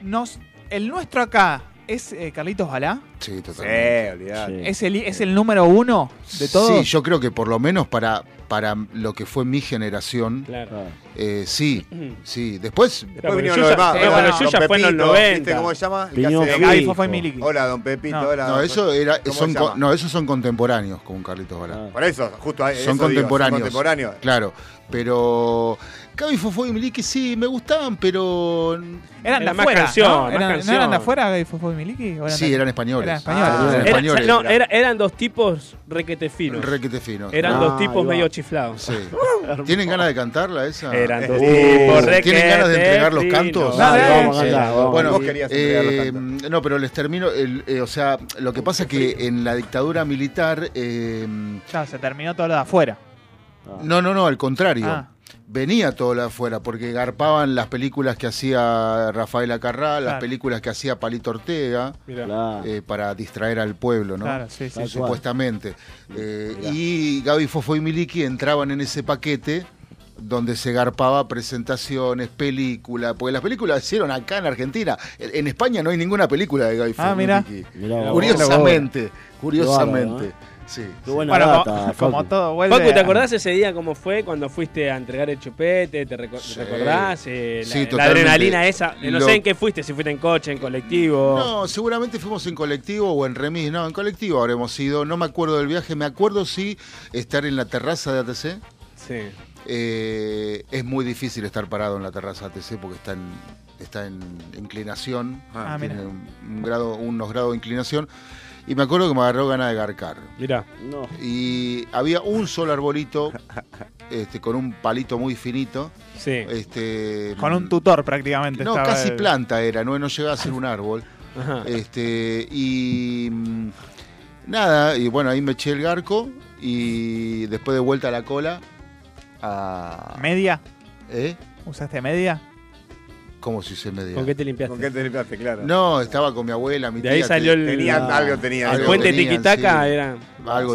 [SPEAKER 2] Nos, el nuestro acá es eh, Carlitos Balá.
[SPEAKER 5] Sí,
[SPEAKER 3] Sí,
[SPEAKER 5] totalmente.
[SPEAKER 3] olvidate.
[SPEAKER 4] Sí.
[SPEAKER 2] ¿Es el, i- es el número uno de todos.
[SPEAKER 5] Sí, yo creo que por lo menos para, para lo que fue mi generación,
[SPEAKER 7] Claro.
[SPEAKER 4] Ah,
[SPEAKER 5] eh, sí, sí. Después,
[SPEAKER 3] Después
[SPEAKER 7] Claro,
[SPEAKER 3] vinieron los
[SPEAKER 7] pero Yuya-
[SPEAKER 3] demás.
[SPEAKER 7] eh,
[SPEAKER 3] Hola,
[SPEAKER 7] bueno,
[SPEAKER 3] don
[SPEAKER 7] Yuya fue en los
[SPEAKER 3] Pepito,
[SPEAKER 7] 90.
[SPEAKER 3] ¿Viste cómo se llama? El que
[SPEAKER 4] Piñón
[SPEAKER 3] hace de
[SPEAKER 4] Fui.
[SPEAKER 2] Gaby
[SPEAKER 4] sí.
[SPEAKER 2] Fofo y Miliki.
[SPEAKER 3] Hola, don Pepito.
[SPEAKER 2] No.
[SPEAKER 3] Hola.
[SPEAKER 5] no,
[SPEAKER 3] don-
[SPEAKER 5] eso era,
[SPEAKER 3] ¿cómo
[SPEAKER 5] son,
[SPEAKER 3] se
[SPEAKER 5] con-
[SPEAKER 3] llama?
[SPEAKER 5] no, esos son contemporáneos con Carlitos Balá.
[SPEAKER 4] ah.
[SPEAKER 3] Por eso, justo ahí.
[SPEAKER 5] Son
[SPEAKER 3] eso digo,
[SPEAKER 5] contemporáneos.
[SPEAKER 3] Son contemporáneos.
[SPEAKER 5] Claro, pero Cabi Fofo y Miliki sí me gustaban, pero
[SPEAKER 2] Eran de
[SPEAKER 7] Era más
[SPEAKER 2] afuera.
[SPEAKER 7] canción,
[SPEAKER 2] ¿no?
[SPEAKER 7] más
[SPEAKER 2] Eran- ¿No
[SPEAKER 7] canción.
[SPEAKER 2] eran de afuera Gaby Fofo y Miliki? ¿O
[SPEAKER 5] sí
[SPEAKER 2] de-
[SPEAKER 5] eran españoles.
[SPEAKER 2] eran españoles.
[SPEAKER 3] Ah,
[SPEAKER 5] eran
[SPEAKER 7] Era-
[SPEAKER 5] españoles.
[SPEAKER 7] no, era- eran dos tipos requete finos.
[SPEAKER 5] Requete fino.
[SPEAKER 7] Eran
[SPEAKER 4] Ah,
[SPEAKER 7] dos tipos
[SPEAKER 4] ahí va.
[SPEAKER 7] medio chiflados.
[SPEAKER 5] Sí. ¿Tienen ganas de cantarla esa? Eh,
[SPEAKER 7] Eran dos
[SPEAKER 3] Sí.
[SPEAKER 7] tipos
[SPEAKER 5] ¿Tienen
[SPEAKER 7] requete
[SPEAKER 5] ganas de entregar los
[SPEAKER 7] finos.
[SPEAKER 5] cantos?
[SPEAKER 2] Dale,
[SPEAKER 7] Dale,
[SPEAKER 2] vamos
[SPEAKER 7] sí.
[SPEAKER 4] a cantar, vamos.
[SPEAKER 5] Bueno,
[SPEAKER 3] Vos querías entregarlos
[SPEAKER 5] eh, no, pero les termino. el- eh, o sea, lo que pasa es que en la dictadura militar. eh,
[SPEAKER 2] Ya, se terminó todo lo de afuera.
[SPEAKER 4] Ah.
[SPEAKER 5] no, no, no, al contrario.
[SPEAKER 2] Ah.
[SPEAKER 5] Venía todo lo de afuera, porque garpaban las películas que hacía Rafael Acarrá, las
[SPEAKER 2] Claro.
[SPEAKER 5] películas que hacía Palito Ortega,
[SPEAKER 7] Mirá.
[SPEAKER 4] Claro.
[SPEAKER 5] eh, para distraer al pueblo, ¿no?
[SPEAKER 2] Claro, sí, sí.
[SPEAKER 4] Tal cual.
[SPEAKER 5] supuestamente. Eh,
[SPEAKER 4] Mirá.
[SPEAKER 5] y Gaby Fofo y Miliki entraban en ese paquete donde se garpaba presentaciones, películas, porque las películas se hicieron acá en Argentina. En en España no hay ninguna película de Gaby Fofo y
[SPEAKER 2] Ah, mirá.
[SPEAKER 5] Miliki.
[SPEAKER 4] Mirá vos.
[SPEAKER 5] Curiosamente,
[SPEAKER 6] ¿eh?
[SPEAKER 5] curiosamente.
[SPEAKER 4] bárbaro,
[SPEAKER 5] Sí.
[SPEAKER 4] Qué buena
[SPEAKER 2] Bueno,
[SPEAKER 4] data,
[SPEAKER 2] como,
[SPEAKER 4] Facu.
[SPEAKER 2] como todo vuelve.
[SPEAKER 7] Facu, ¿te
[SPEAKER 2] a-
[SPEAKER 7] acordás ese día cómo fue cuando fuiste a entregar el chupete? ¿Te, reco-
[SPEAKER 5] Sí.
[SPEAKER 7] te recordás? Eh, la-
[SPEAKER 5] Sí,
[SPEAKER 7] la,
[SPEAKER 5] totalmente.
[SPEAKER 7] adrenalina esa. No
[SPEAKER 5] Lo-
[SPEAKER 7] sé en qué fuiste, si fuiste en coche, en colectivo.
[SPEAKER 5] No, seguramente fuimos en colectivo o en remis, no, en colectivo habremos ido, no me acuerdo del viaje, me acuerdo sí estar en la terraza de ATC.
[SPEAKER 7] Sí.
[SPEAKER 5] Eh, es muy difícil estar parado en la terraza ATC porque está en, está en inclinación,
[SPEAKER 2] Ah,
[SPEAKER 5] tiene
[SPEAKER 2] mira.
[SPEAKER 5] un, un grado, unos grados de inclinación. Y me acuerdo que me agarró ganas de garcar.
[SPEAKER 7] Mirá.
[SPEAKER 4] No.
[SPEAKER 5] Y había un solo arbolito este, con un palito muy finito.
[SPEAKER 7] Sí.
[SPEAKER 5] Este,
[SPEAKER 2] Con un tutor prácticamente.
[SPEAKER 5] No,
[SPEAKER 2] estaba
[SPEAKER 5] casi
[SPEAKER 2] el-
[SPEAKER 5] planta era, no, no llegaba a ser un árbol.
[SPEAKER 7] Ajá.
[SPEAKER 5] Este, y mm, nada, y bueno, ahí me eché el garco y después de vuelta a la cola. A,
[SPEAKER 2] ¿Media?
[SPEAKER 5] ¿eh?
[SPEAKER 2] ¿Usaste media?
[SPEAKER 5] Como si se me diera.
[SPEAKER 7] ¿Con qué te limpiaste?
[SPEAKER 3] ¿Con qué te limpiaste? Claro.
[SPEAKER 5] No, estaba con mi abuela, mi
[SPEAKER 7] De
[SPEAKER 5] tía.
[SPEAKER 7] ahí
[SPEAKER 5] que-
[SPEAKER 7] salió el,
[SPEAKER 3] Tenía,
[SPEAKER 7] la-
[SPEAKER 3] algo tenía.
[SPEAKER 5] al
[SPEAKER 7] el
[SPEAKER 3] algo
[SPEAKER 7] puente
[SPEAKER 5] tenían,
[SPEAKER 7] tiquitaca.
[SPEAKER 5] sí.
[SPEAKER 7] era,
[SPEAKER 5] Algo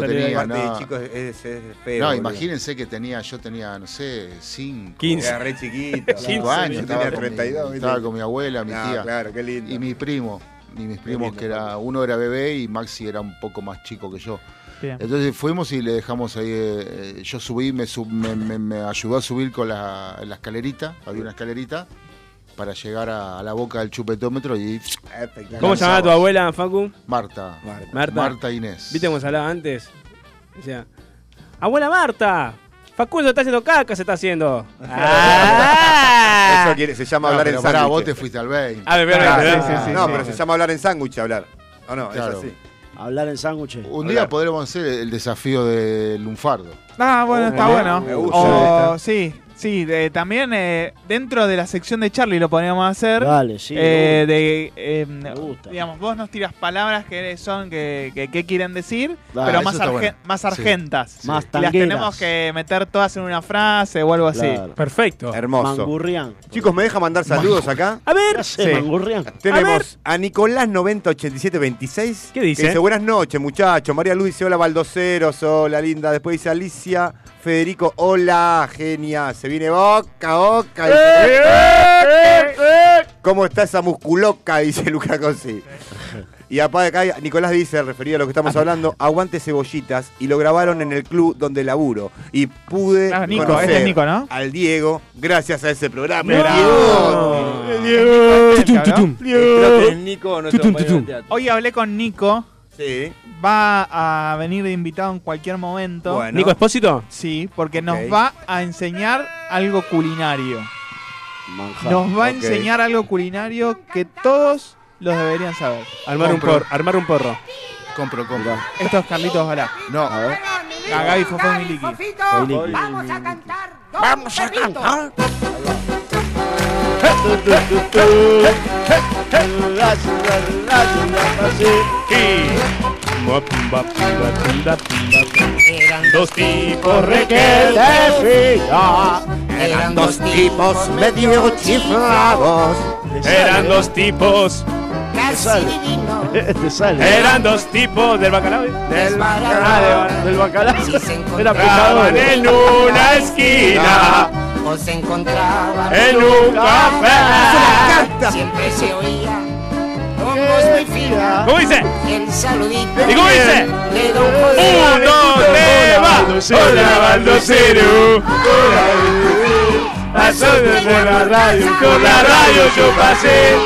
[SPEAKER 7] salió de-
[SPEAKER 5] tenía.
[SPEAKER 3] Aparte
[SPEAKER 5] no.
[SPEAKER 3] de chicos es, es feo.
[SPEAKER 5] No,
[SPEAKER 3] boludo.
[SPEAKER 5] imagínense que tenía, yo tenía, no sé, 5
[SPEAKER 7] 15.
[SPEAKER 3] Era re chiquito.
[SPEAKER 5] 5 años.
[SPEAKER 3] Yo tenía
[SPEAKER 5] con mi-
[SPEAKER 3] 32. ¿viste?
[SPEAKER 5] estaba con mi abuela, mi
[SPEAKER 3] No,
[SPEAKER 5] tía
[SPEAKER 3] claro, qué lindo.
[SPEAKER 5] y mi primo. Y mis primos,
[SPEAKER 3] lindo,
[SPEAKER 5] que era uno era bebé y Maxi era un poco más chico que yo.
[SPEAKER 2] Bien.
[SPEAKER 5] Entonces fuimos y le dejamos ahí. eh, eh, yo subí, me, sub- me, me- me ayudó a subir con la, la escalerita. Había una escalerita para llegar a, a la boca del chupetómetro y
[SPEAKER 3] Espectacular.
[SPEAKER 7] ¿Cómo llamaba tu abuela, Facu?
[SPEAKER 5] Marta.
[SPEAKER 3] Marta.
[SPEAKER 7] Marta.
[SPEAKER 5] Marta Inés.
[SPEAKER 7] ¿Viste cómo se hablaba antes? Decía, ¡Abuela Marta! Facundo está haciendo caca, se está haciendo.
[SPEAKER 3] Eso
[SPEAKER 7] ¡Ah!
[SPEAKER 3] quiere- se llama
[SPEAKER 5] No,
[SPEAKER 3] hablar
[SPEAKER 5] pero
[SPEAKER 3] en
[SPEAKER 5] pará,
[SPEAKER 3] sándwich.
[SPEAKER 5] vos te fuiste al 20.
[SPEAKER 7] Ah, me veo
[SPEAKER 3] Claro,
[SPEAKER 7] la-
[SPEAKER 3] sí, sí, sí, no, pero se llama hablar en sándwich hablar. ¿O no?
[SPEAKER 5] Claro.
[SPEAKER 3] Es así.
[SPEAKER 4] Hablar en sándwiches.
[SPEAKER 5] Un día podremos hacer el desafío del lunfardo.
[SPEAKER 2] Ah, bueno, está
[SPEAKER 7] me
[SPEAKER 2] bueno.
[SPEAKER 3] Oh, gusta.
[SPEAKER 2] O- sí, sí, de- también eh, dentro de la sección de Charlie lo podríamos hacer.
[SPEAKER 4] Dale, sí.
[SPEAKER 2] eh, de, eh,
[SPEAKER 4] gusta.
[SPEAKER 2] Digamos, vos nos tiras palabras que son que, que- que quieren decir,
[SPEAKER 4] Dale,
[SPEAKER 2] pero
[SPEAKER 5] eso
[SPEAKER 2] más,
[SPEAKER 5] está
[SPEAKER 2] arge-
[SPEAKER 5] bueno.
[SPEAKER 2] más
[SPEAKER 5] Sí.
[SPEAKER 2] argentas.
[SPEAKER 4] Más
[SPEAKER 2] Y las
[SPEAKER 4] tangueras.
[SPEAKER 2] tenemos que meter todas en una frase o algo así.
[SPEAKER 4] Claro.
[SPEAKER 7] Perfecto.
[SPEAKER 3] Hermoso.
[SPEAKER 4] Mangurrián.
[SPEAKER 3] Chicos, ¿me deja mandar saludos acá?
[SPEAKER 7] A ver,
[SPEAKER 4] ¿Qué hace
[SPEAKER 2] Sí.
[SPEAKER 4] Mangurrián?
[SPEAKER 3] Tenemos a, Nicolás 908726.
[SPEAKER 7] ¿Qué dice?
[SPEAKER 3] Que dice, buenas noches, muchachos. María Luz dice, hola, baldoceros, hola, linda. Después dice Alicia, Federico, hola, genia. Se viene boca,
[SPEAKER 2] eh,
[SPEAKER 3] boca. dice.
[SPEAKER 7] ¡Eh!
[SPEAKER 3] ¿Cómo está esa musculoca? Dice Lucas Consi. Y apá de acá, Nicolás dice, referido a lo que
[SPEAKER 2] Ah,
[SPEAKER 3] estamos hablando, aguante cebollitas. Y lo grabaron en el club donde laburo. Y pude
[SPEAKER 2] Ah, Nico,
[SPEAKER 3] conocer
[SPEAKER 2] este es Nico, ¿no?
[SPEAKER 3] al Diego gracias a ese programa.
[SPEAKER 7] No.
[SPEAKER 3] Diego.
[SPEAKER 2] Tutum, tutum.
[SPEAKER 10] Creo que el Nico, nuestro compañero de teatro.
[SPEAKER 2] Hoy hablé con Nico,
[SPEAKER 3] Sí.
[SPEAKER 2] va a venir de invitado en cualquier momento.
[SPEAKER 3] Bueno.
[SPEAKER 7] Nico Espósito.
[SPEAKER 2] Sí, porque nos
[SPEAKER 3] Ok.
[SPEAKER 2] va a enseñar algo culinario.
[SPEAKER 11] Ah,
[SPEAKER 4] Manjar.
[SPEAKER 2] Nos va a
[SPEAKER 3] Ok.
[SPEAKER 2] enseñar algo culinario que todos los deberían saber.
[SPEAKER 7] Armar un,
[SPEAKER 5] Compro.
[SPEAKER 7] porro, armar un porro.
[SPEAKER 5] Compro, compro.
[SPEAKER 2] Esto es Carlitos Balá.
[SPEAKER 5] No,
[SPEAKER 4] A ver.
[SPEAKER 2] A Gaby Fofó y Miliki.
[SPEAKER 4] Miliki.
[SPEAKER 11] Vamos a cantar. Vamos a cantar. Eran dos tipos requete Eran dos tipos
[SPEAKER 3] medio chiflados.
[SPEAKER 10] Eran dos tipos
[SPEAKER 11] que
[SPEAKER 6] sale.
[SPEAKER 7] Este
[SPEAKER 6] Te sale.
[SPEAKER 8] Eran dos tipos del bacalao. ¿eh?
[SPEAKER 3] Del
[SPEAKER 6] Ah, de- del bacalao. Era pescador.
[SPEAKER 8] Estaban en una esquina,
[SPEAKER 12] O se encontraban
[SPEAKER 8] en un café.
[SPEAKER 12] Siempre se oía con voz muy fina
[SPEAKER 8] ¿Cómo dice?
[SPEAKER 12] el saludito
[SPEAKER 8] ¿Y cómo dice?
[SPEAKER 12] de don José.
[SPEAKER 8] Uno, te va. Hola, Baldoceru. Hola, Baldoceru. de la radio. Con la radio yo pasé.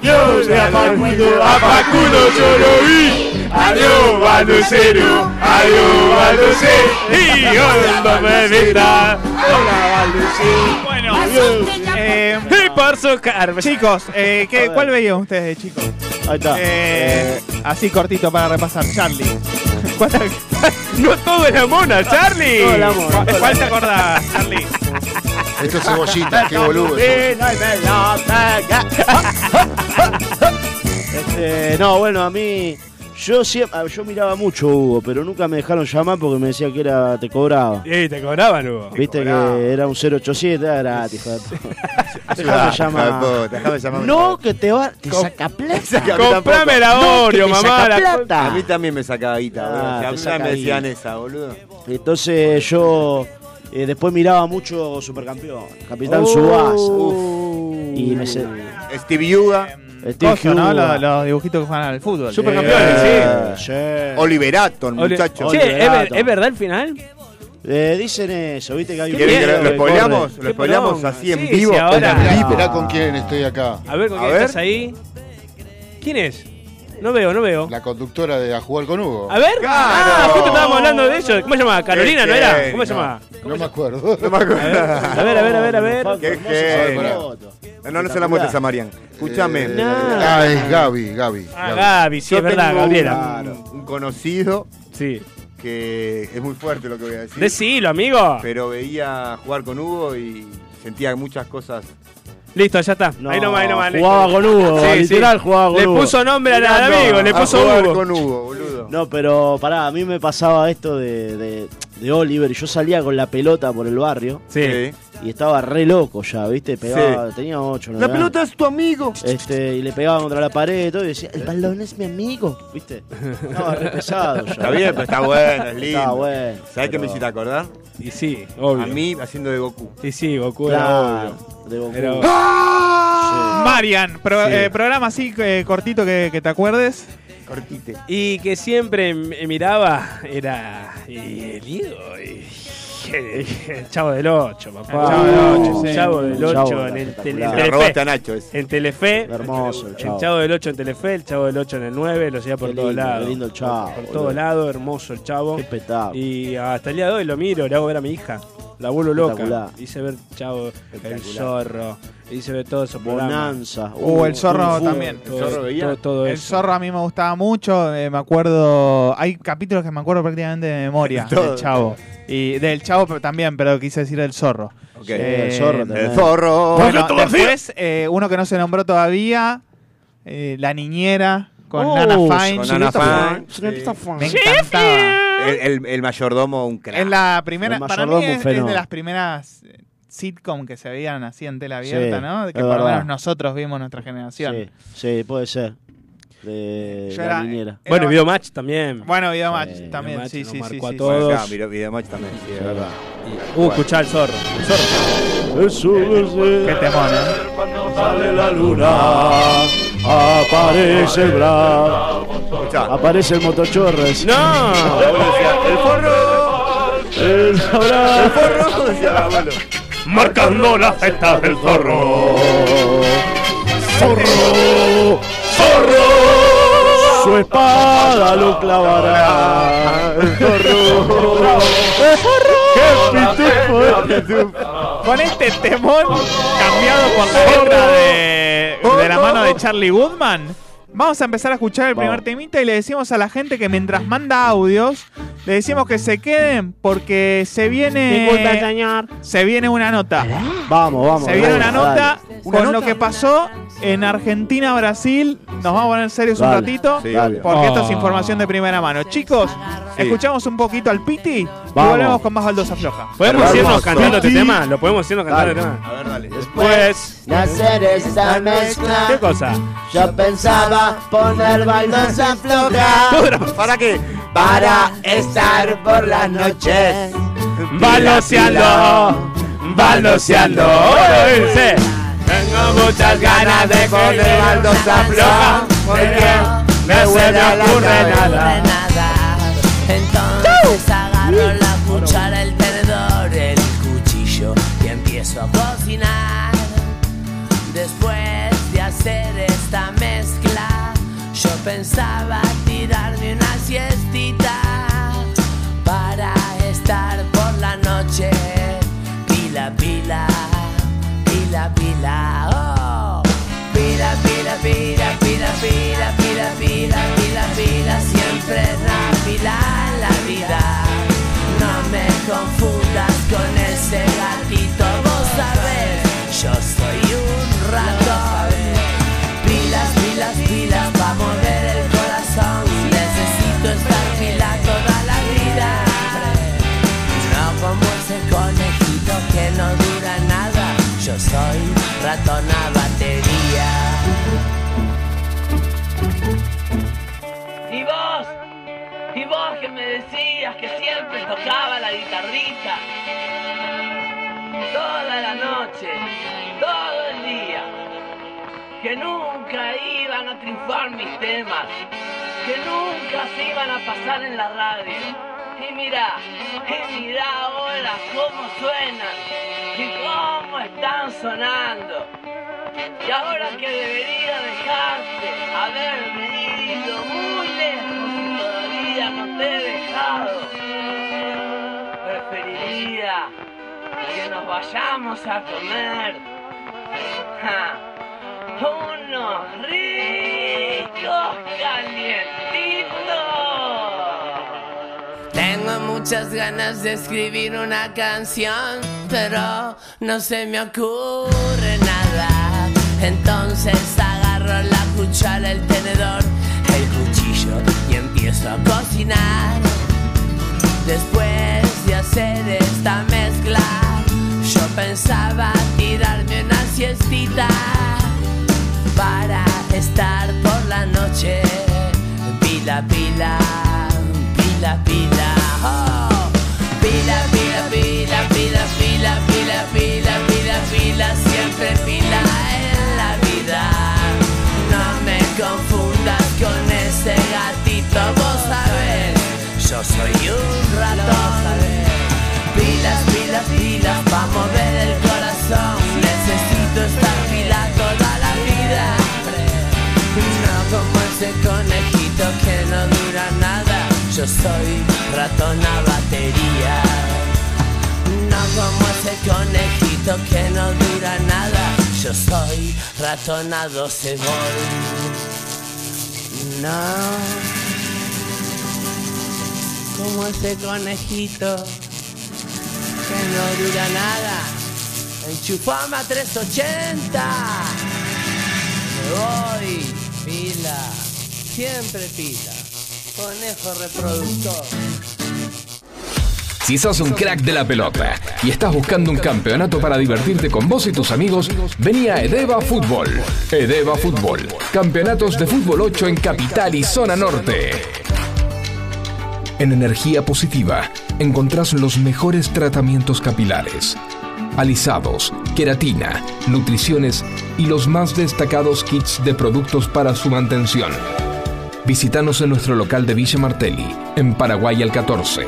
[SPEAKER 8] Yo le a Facundo, a Facundo yo lo vi. Adiós, Baldoceru. Adiós, Baldoceru. Y onda me vista.
[SPEAKER 2] Bueno, eh,
[SPEAKER 8] Y por su carmen.
[SPEAKER 2] chicos, eh, ¿qué- ¿cuál veían ustedes de chicos?
[SPEAKER 6] Ahí está.
[SPEAKER 2] Eh, así cortito para repasar, Charlie. ¿Cuál te,
[SPEAKER 8] No todo es la mona, Charlie.
[SPEAKER 2] cuál te acordás, Charlie?
[SPEAKER 5] Esto es cebollita, qué boludo.
[SPEAKER 6] Este, no, bueno, a mí. Yo siempre, yo miraba mucho Hugo, pero nunca me dejaron llamar porque me decía que era te cobraba.
[SPEAKER 8] Y te cobraban, Hugo.
[SPEAKER 6] Viste que era un 087, era gratis. hijo de puta. Dejame llamar.
[SPEAKER 3] Déjame llamar.
[SPEAKER 6] No, que te va. Te saca plata.
[SPEAKER 3] que a mí tampoco.
[SPEAKER 8] Comprame la Oreo,
[SPEAKER 6] te
[SPEAKER 8] mamá.
[SPEAKER 6] saca
[SPEAKER 8] la
[SPEAKER 6] plata.
[SPEAKER 3] A mí también me sacaba guita,
[SPEAKER 6] Ah,
[SPEAKER 3] boludo.
[SPEAKER 6] te
[SPEAKER 3] Si a mí
[SPEAKER 6] saca
[SPEAKER 3] me
[SPEAKER 6] guita.
[SPEAKER 3] decían esa, boludo.
[SPEAKER 6] Entonces yo eh, después miraba mucho Supercampeón, Capitán Subasa. Y me sé.
[SPEAKER 3] Steve Yuga,
[SPEAKER 6] Steve
[SPEAKER 2] Coso, ¿no?
[SPEAKER 6] Hugo.
[SPEAKER 2] Los, los dibujitos que juegan al fútbol.
[SPEAKER 8] Supercampeones,
[SPEAKER 6] Eh,
[SPEAKER 3] sí.
[SPEAKER 6] sí.
[SPEAKER 3] Oliveraton, muchachos.
[SPEAKER 8] Che,
[SPEAKER 6] Ole,
[SPEAKER 8] ¿es, ver-
[SPEAKER 6] gato.
[SPEAKER 8] es verdad el final?
[SPEAKER 6] Eh, dicen eso, viste que hay un.
[SPEAKER 3] ¿Quieren que
[SPEAKER 6] video
[SPEAKER 3] lo- lo
[SPEAKER 6] que
[SPEAKER 3] spoileamos?
[SPEAKER 6] corre.
[SPEAKER 3] ¿Lo
[SPEAKER 8] Qué
[SPEAKER 3] spoileamos
[SPEAKER 8] poronga.
[SPEAKER 3] así en
[SPEAKER 8] Sí,
[SPEAKER 3] vivo?
[SPEAKER 8] sí, ahora.
[SPEAKER 3] En vivo.
[SPEAKER 5] Mirá con quién estoy acá.
[SPEAKER 8] A ver, ¿con
[SPEAKER 3] A
[SPEAKER 8] quién
[SPEAKER 3] ver.
[SPEAKER 8] estás ahí? ¿Quién es? No veo, no veo.
[SPEAKER 5] La conductora de A Jugar con Hugo.
[SPEAKER 8] A ver.
[SPEAKER 3] Claro.
[SPEAKER 8] Ah, justo estábamos hablando de ellos. ¿Cómo se llamaba? Carolina, ¿no era?
[SPEAKER 3] genio.
[SPEAKER 8] ¿Cómo se llamaba?
[SPEAKER 5] No me acuerdo.
[SPEAKER 3] Este, No me acuerdo.
[SPEAKER 8] A ver, a ver, a ver, a ver.
[SPEAKER 6] Falco,
[SPEAKER 3] Qué
[SPEAKER 6] hermoso, esa
[SPEAKER 5] genio.
[SPEAKER 6] foto.
[SPEAKER 3] No, no se la muestres a Marian. Escúchame.
[SPEAKER 5] Eh,
[SPEAKER 8] No.
[SPEAKER 5] Ah, es Gaby, Gaby.
[SPEAKER 8] Ah,
[SPEAKER 5] Gaby.
[SPEAKER 8] Gaby, sí,
[SPEAKER 3] Yo
[SPEAKER 8] es verdad,
[SPEAKER 3] tengo
[SPEAKER 8] Gabriela.
[SPEAKER 3] un- Un conocido
[SPEAKER 8] Sí.
[SPEAKER 3] que es muy fuerte lo que voy a decir.
[SPEAKER 8] Decilo, amigo.
[SPEAKER 3] Pero veía jugar con Hugo y sentía muchas cosas.
[SPEAKER 8] Listo, ya está.
[SPEAKER 6] No,
[SPEAKER 8] ahí nomás, ahí nomás.
[SPEAKER 6] Jugaba con Hugo,
[SPEAKER 8] Sí, sí.
[SPEAKER 6] literal jugaba con
[SPEAKER 8] Le
[SPEAKER 6] Hugo.
[SPEAKER 8] puso nombre al al
[SPEAKER 3] Mirando
[SPEAKER 8] amigo, le
[SPEAKER 3] a
[SPEAKER 8] puso
[SPEAKER 3] jugar
[SPEAKER 8] Hugo.
[SPEAKER 3] con Hugo, boludo.
[SPEAKER 6] No, pero pará, a mí me pasaba esto de, de, de Oliver. Yo salía con la pelota por el barrio
[SPEAKER 8] Sí.
[SPEAKER 6] y estaba re loco ya, ¿viste? Pegaba, Tenía 8,
[SPEAKER 3] La pelota es tu amigo.
[SPEAKER 6] Este, y le pegaba contra la pared y todo, y decía, el balón es mi amigo, ¿viste? Estaba re pesado ya.
[SPEAKER 3] Está bien, pero está bueno, es lindo.
[SPEAKER 6] Está bueno.
[SPEAKER 3] ¿Sabés qué me
[SPEAKER 6] pero-
[SPEAKER 3] hiciste acordar?
[SPEAKER 8] Y sí,
[SPEAKER 3] A
[SPEAKER 8] obvio.
[SPEAKER 3] mí haciendo de Goku.
[SPEAKER 8] Y sí, Goku era
[SPEAKER 6] Claro,
[SPEAKER 8] obvio.
[SPEAKER 6] de Goku.
[SPEAKER 8] Era obvio.
[SPEAKER 2] Marian, pro-
[SPEAKER 6] Sí.
[SPEAKER 2] eh, programa así eh, cortito que, que te acuerdes.
[SPEAKER 3] Cortite.
[SPEAKER 8] Y que siempre m- miraba era y el Ido y el Chavo del Ocho, papá.
[SPEAKER 2] El Chavo del Ocho, sí.
[SPEAKER 8] El Chavo del
[SPEAKER 6] Chavo
[SPEAKER 8] Ocho
[SPEAKER 6] era
[SPEAKER 8] en el tele-
[SPEAKER 6] espectacular.
[SPEAKER 8] en
[SPEAKER 3] Se la robaste
[SPEAKER 8] Telefe.
[SPEAKER 3] a Nacho ese.
[SPEAKER 8] En Telefe.
[SPEAKER 6] Hermoso, el
[SPEAKER 8] El
[SPEAKER 6] Chavo.
[SPEAKER 8] Chavo del Ocho en Telefe, el Chavo del Ocho en el 9, lo hacía por
[SPEAKER 6] Qué
[SPEAKER 8] todos
[SPEAKER 6] lindo,
[SPEAKER 8] lados.
[SPEAKER 6] qué lindo el Chavo,
[SPEAKER 8] Por
[SPEAKER 6] boludo.
[SPEAKER 8] todos lados, hermoso el Chavo.
[SPEAKER 6] Qué espectáculo.
[SPEAKER 8] Y hasta el día de hoy lo miro, le hago ver a mi hija. La vuelvo loca.
[SPEAKER 6] Espectacular.
[SPEAKER 8] Hice ver Chavo, el
[SPEAKER 6] Espectacular.
[SPEAKER 8] Zorro. Hice ver todo eso.
[SPEAKER 6] Bonanza.
[SPEAKER 2] Uh, el zorro también.
[SPEAKER 8] uh, Todo,
[SPEAKER 3] Zorro veía?
[SPEAKER 8] todo- todo
[SPEAKER 2] El
[SPEAKER 8] eso.
[SPEAKER 2] zorro a mí me gustaba mucho, eh, me acuerdo, hay capítulos que me acuerdo prácticamente de memoria
[SPEAKER 3] Todo.
[SPEAKER 2] del chavo. Y del chavo pero también, pero quise decir el zorro.
[SPEAKER 3] Ok.
[SPEAKER 2] Eh,
[SPEAKER 6] el zorro
[SPEAKER 3] El
[SPEAKER 6] también.
[SPEAKER 3] zorro.
[SPEAKER 2] Bueno, después, eh, uno que no se nombró todavía, eh, La Niñera, con
[SPEAKER 8] Uh,
[SPEAKER 6] Oh,
[SPEAKER 2] Nana Fine.
[SPEAKER 3] Uh, con Nana Fine.
[SPEAKER 6] Señorita
[SPEAKER 3] Sí.
[SPEAKER 6] Fon.
[SPEAKER 2] Me encantaba.
[SPEAKER 3] El, el- el mayordomo, un crack.
[SPEAKER 2] Es la primera,
[SPEAKER 6] El
[SPEAKER 2] para mí
[SPEAKER 6] mayordomo
[SPEAKER 2] es,
[SPEAKER 6] fenómeno.
[SPEAKER 2] es de las primeras eh, sitcom que se veían así en tela
[SPEAKER 6] Sí,
[SPEAKER 2] abierta, ¿no? Que
[SPEAKER 6] es
[SPEAKER 2] por lo
[SPEAKER 6] verdad.
[SPEAKER 2] menos nosotros vimos nuestra generación.
[SPEAKER 6] Sí, sí, puede ser. De
[SPEAKER 2] Yo
[SPEAKER 6] la
[SPEAKER 2] era-
[SPEAKER 6] niñera.
[SPEAKER 2] era-
[SPEAKER 8] Bueno, y Videomatch también.
[SPEAKER 2] Bueno, Videomatch
[SPEAKER 6] Sí,
[SPEAKER 2] también,
[SPEAKER 8] Videomatch
[SPEAKER 2] sí,
[SPEAKER 8] nos
[SPEAKER 2] sí, sí.
[SPEAKER 8] marcó a
[SPEAKER 2] sí,
[SPEAKER 8] todos.
[SPEAKER 3] Bueno, acá, mira, Videomatch también, sí, es verdad.
[SPEAKER 8] Uh, escuchá el zorro. El zorro.
[SPEAKER 6] Eso
[SPEAKER 2] sí. Qué temón, ¿eh?
[SPEAKER 6] sale la luna. Aparece el bra.
[SPEAKER 3] Escuchá.
[SPEAKER 6] Aparece el motochorres.
[SPEAKER 8] ¡No!
[SPEAKER 3] El forro.
[SPEAKER 6] El
[SPEAKER 3] El forro. decía el abuelo.
[SPEAKER 8] Ah, Marcando la festa del zorro.
[SPEAKER 6] zorro. Su espada lo clavará. El zorro. ¡Qué pitufo! eh.
[SPEAKER 2] Con este temón cambiado por la letra de, de la mano de Charlie Goodman. Vamos a empezar a escuchar el primer
[SPEAKER 6] Vamos.
[SPEAKER 2] temita y le decimos a la gente que mientras manda audios, Le decimos que se queden porque se viene.
[SPEAKER 4] señor.
[SPEAKER 2] Se viene una nota.
[SPEAKER 4] ¿Eh? Vamos, vamos.
[SPEAKER 2] Se viene
[SPEAKER 4] dale,
[SPEAKER 2] una
[SPEAKER 4] dale.
[SPEAKER 2] nota con lo que pasó en Argentina-Brasil. Nos vamos a poner serios un
[SPEAKER 4] Dale.
[SPEAKER 2] ratito.
[SPEAKER 3] Sí,
[SPEAKER 4] Dale.
[SPEAKER 3] obvio.
[SPEAKER 2] Porque esto es
[SPEAKER 7] Oh.
[SPEAKER 2] información de primera mano. Chicos,
[SPEAKER 3] Sí.
[SPEAKER 2] escuchamos un poquito al Piti y
[SPEAKER 4] Vamos.
[SPEAKER 2] volvemos con más baldosa floja.
[SPEAKER 7] ¿Podemos irnos
[SPEAKER 3] Hermoso.
[SPEAKER 7] cantando este tema? ¿Lo podemos irnos cantando este tema?
[SPEAKER 3] A ver, dale.
[SPEAKER 7] Pues,
[SPEAKER 11] Nacer esta mezcla.
[SPEAKER 7] ¿qué cosa?
[SPEAKER 11] Yo pensaba poner baldosa floja
[SPEAKER 3] ¿Para qué?
[SPEAKER 11] para estar por las noches.
[SPEAKER 7] Baloseando, baloseando. ¡Oye! Sí. Tengo muchas ganas de poner baldosa floja porque no se me ocurre nada.
[SPEAKER 13] Entonces agarro
[SPEAKER 12] Mm.
[SPEAKER 13] la cuchara, el tenedor, el cuchillo y empiezo a cocinar. Después de hacer esta mezcla, yo pensaba tirarme una siestita para estar por la noche. Pila, pila, pila, pila, oh. Pila, pila, pila, pila, pila, pila, pila, pila, pila, siempre rápida la vida. No me confundas con ese gatito, vos sabés, yo soy un ratón. Pilas, pilas, pilas, va a mover el corazón. Necesito estar pila toda la vida. No como ese conejito que no dura nada, yo soy ratón a batería. Y vos, y vos que me decías que siempre tocaba la guitarrita. Toda la noche, todo el día. Que nunca iban a triunfar mis temas. Que nunca se iban a pasar en la radio. Y mirá, y mirá ahora cómo suenan. Y cómo están sonando. Y ahora que debería dejarte, haberme ido muy lejos y todavía no te he dejado, preferiría que nos vayamos a comer ja, unos ricos calientitos. Tengo muchas ganas de escribir una canción, pero no se me ocurre nada. Entonces agarro la cuchara, el tenedor, el cuchillo y empiezo a cocinar. Después de hacer esta mezcla, yo pensaba tirarme una siestita para estar por la noche. Pila, pila, pila, pila. oh. Pila, pila, pila, pila, pila, pila, pila, pila, pila, siempre pila en la vida. No me confundas con ese gatito, vos sabés, yo soy un ratón. Pilas, pilas, pilas, va a mover el corazón. Necesito estar pila toda la vida. No como ese conejito que no dura nada. Yo soy ratón a batería. No como ese conejito que no dura nada. Yo soy ratón a 12 volt. No. Como ese conejito que no dura nada. Enchufama 380. Me voy, pila, siempre pila. Conejo reproductor.
[SPEAKER 1] Si sos un crack de la pelota y estás buscando un campeonato para divertirte con vos y tus amigos, vení a Edeva Fútbol. Edeva Fútbol. Campeonatos de fútbol 8 en Capital y Zona Norte. En Energía Positiva encontrás los mejores tratamientos capilares. Alisados, queratina, nutriciones y los más destacados kits de productos para su mantención. Visítanos en nuestro local de Villa Martelli, en Paraguay al 14.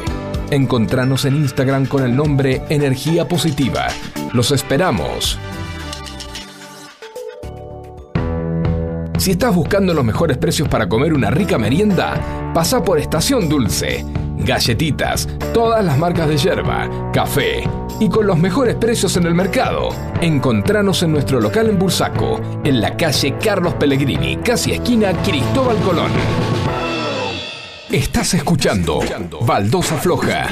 [SPEAKER 1] Encontranos en Instagram con el nombre Energía Positiva. Los esperamos. Si estás buscando los mejores precios para comer una rica merienda, pasa por Estación Dulce. Galletitas, todas las marcas de yerba, café y con los mejores precios en el mercado. Encontranos en nuestro local en Bursaco, en la calle Carlos Pellegrini, casi esquina Cristóbal Colón. Estás escuchando Baldosa Floja.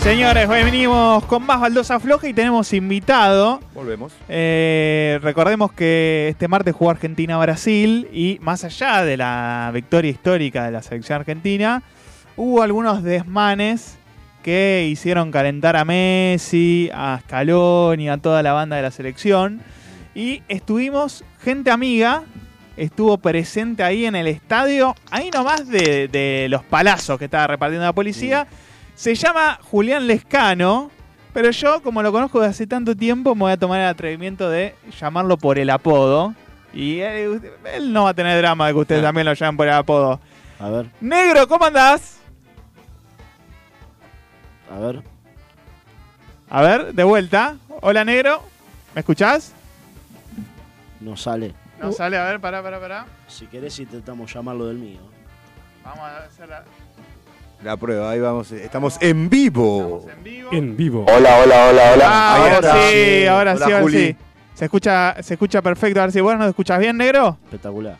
[SPEAKER 2] Señores, hoy venimos con más baldosa floja y tenemos invitado.
[SPEAKER 3] Volvemos.
[SPEAKER 2] Eh, recordemos que este martes jugó Argentina-Brasil y más allá de la victoria histórica de la selección argentina, hubo algunos desmanes que hicieron calentar a Messi, a Scaloni, a toda la banda de la selección. Y estuvimos, gente amiga, estuvo presente ahí en el estadio, ahí nomás de, de los palazos que estaba repartiendo la policía. Se llama Julián Lescano, pero yo, como lo conozco desde hace tanto tiempo, me voy a tomar el atrevimiento de llamarlo por el apodo. Y él, él no va a tener drama de que ustedes también lo llamen por el apodo.
[SPEAKER 4] A ver,
[SPEAKER 2] Negro, ¿cómo andás?
[SPEAKER 4] a ver.
[SPEAKER 2] A ver, de vuelta. Hola, negro. ¿Me escuchás?
[SPEAKER 4] No sale.
[SPEAKER 2] No sale, a ver, pará, pará, pará.
[SPEAKER 4] Si querés intentamos llamarlo del mío.
[SPEAKER 2] Vamos a hacer la-
[SPEAKER 3] La prueba, ahí vamos. Estamos en vivo.
[SPEAKER 8] En vivo.
[SPEAKER 3] Hola, hola, hola, hola.
[SPEAKER 2] Ah,
[SPEAKER 3] Ahí
[SPEAKER 2] ahora
[SPEAKER 3] está.
[SPEAKER 2] sí, ahora
[SPEAKER 3] Hola,
[SPEAKER 2] sí, ahora
[SPEAKER 3] Juli.
[SPEAKER 2] sí. Se escucha, se escucha perfecto. A ver si vos nos escuchás bien, negro.
[SPEAKER 4] Espectacular.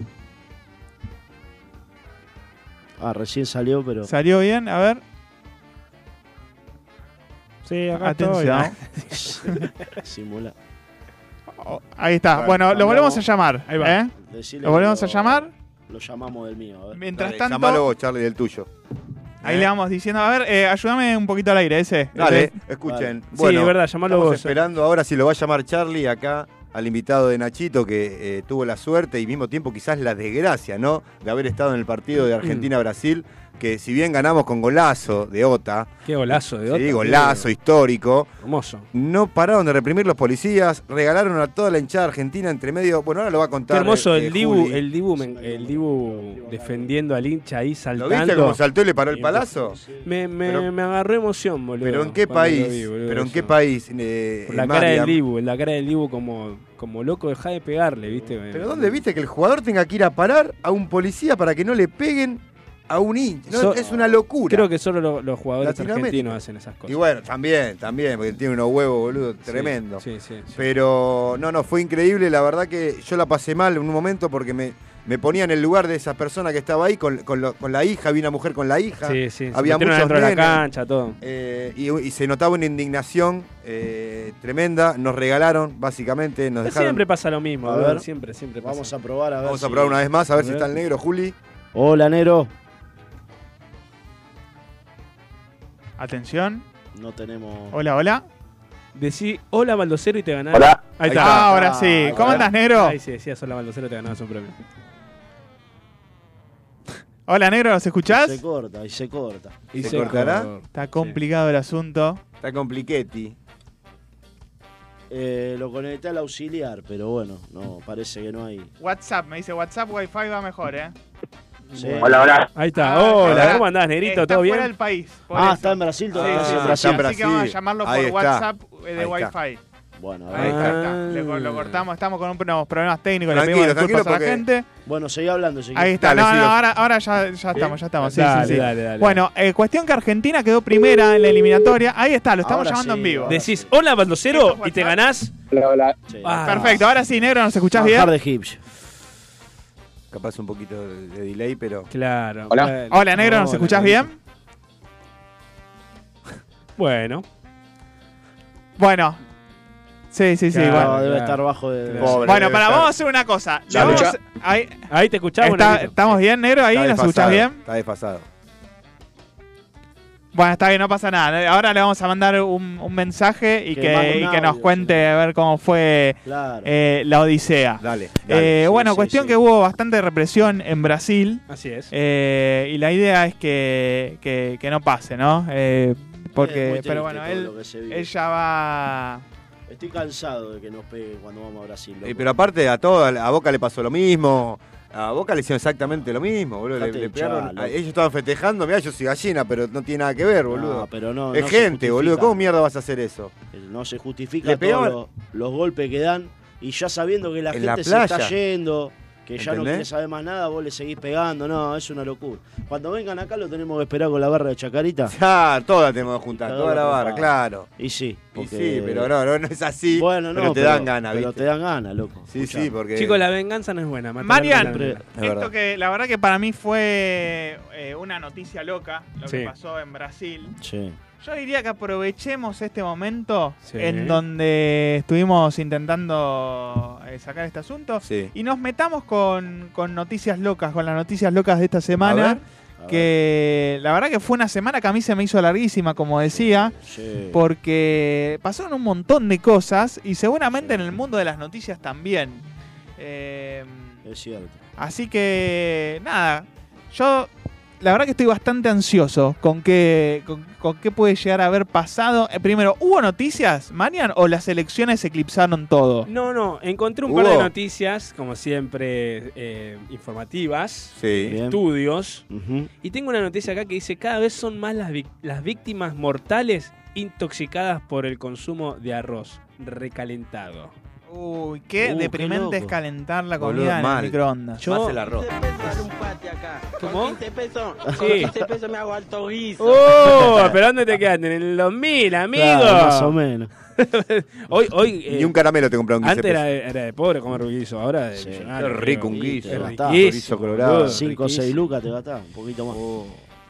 [SPEAKER 4] Ah, recién salió, pero...
[SPEAKER 2] ¿Salió bien? A ver.
[SPEAKER 8] Sí, acá
[SPEAKER 2] Atención.
[SPEAKER 4] Simula.
[SPEAKER 2] Oh, Ahí está. Bueno, lo volvemos a llamar.
[SPEAKER 4] Ahí va.
[SPEAKER 2] ¿eh?
[SPEAKER 4] Decile
[SPEAKER 2] Lo volvemos
[SPEAKER 4] que
[SPEAKER 2] a llamar.
[SPEAKER 4] Lo llamamos del mío. A ver.
[SPEAKER 2] Mientras
[SPEAKER 3] Dale,
[SPEAKER 2] tanto,
[SPEAKER 3] Llámalo vos, Charlie, el tuyo.
[SPEAKER 2] ahí le vamos diciendo, a ver, eh, ayúdame un poquito al aire ese.
[SPEAKER 3] Eh. Dale,
[SPEAKER 2] Ese.
[SPEAKER 3] escuchen.
[SPEAKER 8] Sí,
[SPEAKER 3] Bueno,
[SPEAKER 8] es verdad, llamalo
[SPEAKER 3] estamos
[SPEAKER 8] vos.
[SPEAKER 3] esperando ahora si lo va a llamar Charlie acá al invitado de Nachito que eh, tuvo la suerte y mismo tiempo quizás la desgracia, ¿no? De haber estado en el partido de Argentina-Brasil, que si bien ganamos con golazo de Ota,
[SPEAKER 8] Qué golazo de Ota.
[SPEAKER 3] sí, golazo histórico,
[SPEAKER 8] Hermoso.
[SPEAKER 3] no pararon de reprimir los policías, regalaron a toda la hinchada argentina entre medio, bueno, ahora lo va a
[SPEAKER 8] Qué
[SPEAKER 3] contar.
[SPEAKER 8] hermoso
[SPEAKER 3] eh,
[SPEAKER 8] el Dibu,
[SPEAKER 3] Juli.
[SPEAKER 8] el Dibu, me- el Dibu defendiendo al hincha ahí
[SPEAKER 3] ¿Lo
[SPEAKER 8] saltando.
[SPEAKER 3] viste cómo saltó y le paró el palazo?
[SPEAKER 8] Me, me,
[SPEAKER 3] Pero-
[SPEAKER 8] me agarró emoción, boludo.
[SPEAKER 3] Pero en qué
[SPEAKER 8] cuando lo vi,
[SPEAKER 3] país,
[SPEAKER 8] boludo,
[SPEAKER 3] pero en
[SPEAKER 8] eso.
[SPEAKER 3] qué país, eh,
[SPEAKER 8] Por la cara
[SPEAKER 3] Mariam?
[SPEAKER 8] del Dibu, la cara del Dibu como, como loco, deja de pegarle, ¿viste?
[SPEAKER 3] Pero ¿dónde viste que el jugador tenga que ir a parar a un policía para que no le peguen a un hincha? No,
[SPEAKER 8] So-
[SPEAKER 3] es una locura.
[SPEAKER 8] Creo que solo lo- los jugadores
[SPEAKER 3] Latinoamérica.
[SPEAKER 8] argentinos hacen esas cosas.
[SPEAKER 3] Y bueno, también, también, porque tiene unos huevos, boludo,
[SPEAKER 8] Sí,
[SPEAKER 3] tremendo.
[SPEAKER 8] Sí, sí. sí.
[SPEAKER 3] Pero no, no, fue increíble. La verdad que yo la pasé mal en un momento porque me, me ponía en el lugar de esa persona que estaba ahí con, con lo- con la hija. Había una mujer con la hija.
[SPEAKER 8] Sí, sí, se
[SPEAKER 3] había
[SPEAKER 8] metieron
[SPEAKER 3] muchos
[SPEAKER 8] adentro de la
[SPEAKER 3] nenes.
[SPEAKER 8] cancha, todo.
[SPEAKER 3] Eh, y, y se notaba una indignación eh, tremenda. Nos regalaron, básicamente, nos dejaron.
[SPEAKER 8] Siempre pasa lo mismo,
[SPEAKER 4] A
[SPEAKER 8] boludo,
[SPEAKER 4] ver.
[SPEAKER 8] siempre, siempre pasa.
[SPEAKER 4] Vamos a probar a ver
[SPEAKER 3] Vamos a
[SPEAKER 4] si-
[SPEAKER 3] probar una vez más, a
[SPEAKER 4] A
[SPEAKER 3] ver si
[SPEAKER 4] ver.
[SPEAKER 3] está el negro, Juli.
[SPEAKER 4] Hola, Nero.
[SPEAKER 2] Atención.
[SPEAKER 4] No tenemos...
[SPEAKER 2] Hola, hola.
[SPEAKER 8] Decí hola Baldocero y te ganás.
[SPEAKER 3] Hola. Ahí
[SPEAKER 8] Ahí está.
[SPEAKER 3] está.
[SPEAKER 2] Ah, ahora sí. ¿Cómo andás, negro?
[SPEAKER 8] Ahí sí decías hola Baldocero y te ganabas un premio.
[SPEAKER 2] Hola, negro, ¿nos escuchás?
[SPEAKER 4] Se corta, y se corta.
[SPEAKER 8] Y
[SPEAKER 3] ¿Se cortará?
[SPEAKER 2] Está complicado el asunto.
[SPEAKER 3] Está compliquetti.
[SPEAKER 4] Eh, lo conecté al auxiliar, pero bueno, no, parece que no hay.
[SPEAKER 2] WhatsApp, me dice WhatsApp, Wi-Fi va mejor, ¿eh?
[SPEAKER 4] Sí.
[SPEAKER 7] Hola, hola.
[SPEAKER 8] Ahí está. Hola, ¿cómo andás, negrito?
[SPEAKER 2] Está
[SPEAKER 8] ¿Todo
[SPEAKER 2] fuera
[SPEAKER 8] bien?
[SPEAKER 2] del país. por
[SPEAKER 4] Ah,
[SPEAKER 2] eso.
[SPEAKER 4] está en Brasil
[SPEAKER 2] Sí,
[SPEAKER 4] todavía.
[SPEAKER 2] sí,
[SPEAKER 4] está en
[SPEAKER 2] sí,
[SPEAKER 4] Brasil.
[SPEAKER 3] en
[SPEAKER 2] Así que vamos a
[SPEAKER 3] Brasil.
[SPEAKER 2] llamarlo por
[SPEAKER 3] Ahí está.
[SPEAKER 2] WhatsApp eh, de
[SPEAKER 3] Ahí está.
[SPEAKER 2] Wi-Fi.
[SPEAKER 4] Bueno, a ver.
[SPEAKER 2] Ahí
[SPEAKER 3] está.
[SPEAKER 2] está. Le co- lo cortamos, estamos con un- unos problemas técnicos,
[SPEAKER 3] Tranquilo,
[SPEAKER 2] Ah. le pedimos disculpas
[SPEAKER 3] tranquilo,
[SPEAKER 2] a la gente.
[SPEAKER 4] bueno, seguí hablando. seguí.
[SPEAKER 2] Ahí está,
[SPEAKER 3] Dale,
[SPEAKER 2] no, no,
[SPEAKER 3] sigo.
[SPEAKER 2] ahora, ahora ya, ya estamos, ya estamos. Sí, sí,
[SPEAKER 8] Dale,
[SPEAKER 2] sí.
[SPEAKER 8] dale, dale.
[SPEAKER 2] Bueno, eh, cuestión que Argentina quedó primera en la eliminatoria. Ahí está, lo estamos
[SPEAKER 4] Ahora
[SPEAKER 2] llamando
[SPEAKER 4] sí,
[SPEAKER 2] en vivo.
[SPEAKER 4] ahora
[SPEAKER 8] Decís hola Baldocero
[SPEAKER 2] ¿Esto
[SPEAKER 8] y te
[SPEAKER 2] WhatsApp?
[SPEAKER 8] ganás.
[SPEAKER 4] Sí.
[SPEAKER 8] Ah,
[SPEAKER 2] Perfecto, ahora sí, negro, ¿nos escuchás bien?
[SPEAKER 4] Manjar de egipcio.
[SPEAKER 3] Capaz un poquito de delay, pero.
[SPEAKER 8] Claro.
[SPEAKER 7] Hola.
[SPEAKER 8] bueno.
[SPEAKER 2] Hola, negro, ¿nos
[SPEAKER 8] Hola,
[SPEAKER 2] escuchás
[SPEAKER 8] negrito.
[SPEAKER 2] bien?
[SPEAKER 8] Bueno.
[SPEAKER 2] Bueno. Sí, sí, sí,
[SPEAKER 8] Claro.
[SPEAKER 2] bueno.
[SPEAKER 4] No, debe
[SPEAKER 8] claro.
[SPEAKER 4] estar bajo de.
[SPEAKER 8] Pobre.
[SPEAKER 2] Bueno, para,
[SPEAKER 3] estar.
[SPEAKER 2] vamos a hacer una cosa. Le
[SPEAKER 7] Dale.
[SPEAKER 2] vamos a- ahí-
[SPEAKER 8] Ahí te escuchamos.
[SPEAKER 2] está-
[SPEAKER 8] negrito.
[SPEAKER 2] ¿Estamos bien, negro? Ahí,
[SPEAKER 3] Está
[SPEAKER 2] ¿nos escuchás
[SPEAKER 3] desfasado,
[SPEAKER 2] bien?
[SPEAKER 3] Está desfasado.
[SPEAKER 2] Bueno, está bien, no pasa nada. Ahora le vamos a mandar un, un mensaje y
[SPEAKER 4] Que
[SPEAKER 2] que,
[SPEAKER 4] mande un
[SPEAKER 2] y que nos
[SPEAKER 4] audio,
[SPEAKER 2] cuente
[SPEAKER 4] sí.
[SPEAKER 2] a ver cómo fue
[SPEAKER 4] Claro.
[SPEAKER 2] eh, la odisea.
[SPEAKER 3] Dale.
[SPEAKER 2] Eh,
[SPEAKER 3] dale.
[SPEAKER 4] sí,
[SPEAKER 2] bueno,
[SPEAKER 4] sí,
[SPEAKER 2] cuestión
[SPEAKER 4] sí.
[SPEAKER 2] que hubo bastante represión en Brasil
[SPEAKER 8] Así es.
[SPEAKER 2] eh, y la idea es que, que, que no pase, ¿no? Eh,
[SPEAKER 4] Es muy
[SPEAKER 2] porque,
[SPEAKER 4] triste
[SPEAKER 2] pero bueno,
[SPEAKER 4] todo
[SPEAKER 2] él,
[SPEAKER 4] lo que se vive.
[SPEAKER 2] ella va...
[SPEAKER 4] Estoy cansado de que nos peguen cuando vamos a Brasil.
[SPEAKER 3] Eh,
[SPEAKER 4] loco.
[SPEAKER 3] pero aparte a todo, a Boca le pasó lo mismo. A Boca le hicieron exactamente lo mismo, boludo. Le,
[SPEAKER 4] Dejate
[SPEAKER 3] le
[SPEAKER 4] de
[SPEAKER 3] pegaron-
[SPEAKER 4] hinchar,
[SPEAKER 3] a-
[SPEAKER 4] loco.
[SPEAKER 3] ellos estaban festejando, mirá, yo soy gallina, pero no tiene nada que ver, boludo.
[SPEAKER 4] No, pero no,
[SPEAKER 3] es
[SPEAKER 4] no se
[SPEAKER 3] gente, boludo.
[SPEAKER 4] justifica. Eh,
[SPEAKER 3] ¿Cómo mierda vas a hacer eso?
[SPEAKER 4] No se justifica
[SPEAKER 3] Le
[SPEAKER 4] todos
[SPEAKER 3] pegaban-
[SPEAKER 4] los, los golpes que dan. Y ya sabiendo que la
[SPEAKER 3] En
[SPEAKER 4] gente
[SPEAKER 3] la
[SPEAKER 4] se está
[SPEAKER 3] playa.
[SPEAKER 4] yendo, que ya no
[SPEAKER 3] ¿Entendés?
[SPEAKER 4] quiere saber más nada, vos le seguís pegando, no, es una locura. Cuando vengan acá lo tenemos que esperar con la barra de Chacarita.
[SPEAKER 3] Ya, todas tenemos que juntar,
[SPEAKER 4] Toda
[SPEAKER 3] toda la
[SPEAKER 4] la
[SPEAKER 3] barra,
[SPEAKER 4] juntada.
[SPEAKER 3] claro.
[SPEAKER 4] Y sí, porque-
[SPEAKER 3] sí, pero no, no, no es así.
[SPEAKER 4] Bueno, no,
[SPEAKER 3] pero te
[SPEAKER 4] pero-
[SPEAKER 3] dan ganas,
[SPEAKER 4] pero
[SPEAKER 3] ¿viste?
[SPEAKER 4] te dan ganas, loco.
[SPEAKER 3] Sí,
[SPEAKER 4] Escuchá.
[SPEAKER 3] sí, porque.
[SPEAKER 8] Chicos, la venganza no es buena. matar
[SPEAKER 2] Marian,
[SPEAKER 8] con la venganza.
[SPEAKER 3] Es verdad.
[SPEAKER 2] eh, esto que la verdad que para mí fue eh, una noticia loca, lo que
[SPEAKER 8] Sí.
[SPEAKER 2] pasó en Brasil.
[SPEAKER 4] Sí.
[SPEAKER 2] Yo diría que aprovechemos este momento
[SPEAKER 8] Sí.
[SPEAKER 2] en donde estuvimos intentando eh, sacar este asunto
[SPEAKER 3] Sí.
[SPEAKER 2] y nos metamos con, con noticias locas, con las noticias locas de esta
[SPEAKER 3] A
[SPEAKER 2] semana.
[SPEAKER 3] ver.
[SPEAKER 2] Que la verdad que fue una semana que a mí se me hizo larguísima, como decía,
[SPEAKER 4] Sí.
[SPEAKER 2] porque pasaron un montón de cosas y seguramente en el mundo de las noticias también. Eh,
[SPEAKER 4] Es cierto.
[SPEAKER 2] Así que, nada, yo la verdad que estoy bastante ansioso con qué, con, con qué puede llegar a haber pasado. Eh, primero, ¿hubo noticias, Marian, o las elecciones eclipsaron todo?
[SPEAKER 8] No, no, encontré un
[SPEAKER 2] Hugo.
[SPEAKER 8] par de noticias, como siempre, eh, informativas,
[SPEAKER 3] Sí.
[SPEAKER 4] Bien.
[SPEAKER 8] estudios,
[SPEAKER 4] Ujú.
[SPEAKER 8] y tengo una noticia acá que dice, cada vez son más las, vic- las víctimas mortales intoxicadas por el consumo de arroz recalentado.
[SPEAKER 2] Uy, qué
[SPEAKER 4] Uh, qué
[SPEAKER 2] deprimente es
[SPEAKER 4] loco.
[SPEAKER 2] calentar la
[SPEAKER 3] Boludo,
[SPEAKER 2] comida en el
[SPEAKER 3] mal.
[SPEAKER 2] microondas.
[SPEAKER 8] Yo-
[SPEAKER 3] Más el arroz.
[SPEAKER 8] ¿Cómo?
[SPEAKER 11] 15 pesos,
[SPEAKER 8] Sí.
[SPEAKER 11] con 15 pesos me hago alto guiso.
[SPEAKER 7] Uh,
[SPEAKER 8] ¡Oh! ¿Pero dónde te quedaste? En el 2000, amigo.
[SPEAKER 4] Claro, más o menos.
[SPEAKER 8] Hoy, hoy eh,
[SPEAKER 3] Ni un caramelo te compraron 15
[SPEAKER 8] antes era
[SPEAKER 3] pesos.
[SPEAKER 8] de, era de pobre comer guiso, ahora de
[SPEAKER 4] Sí.
[SPEAKER 8] millonario,
[SPEAKER 3] Qué rico un
[SPEAKER 8] creo.
[SPEAKER 3] guiso.
[SPEAKER 8] Es
[SPEAKER 4] Bastante,
[SPEAKER 8] riquísimo,
[SPEAKER 3] guiso colorado.
[SPEAKER 8] boludo,
[SPEAKER 4] 5 o 6
[SPEAKER 8] riquísimo.
[SPEAKER 4] lucas te gastás, un poquito más.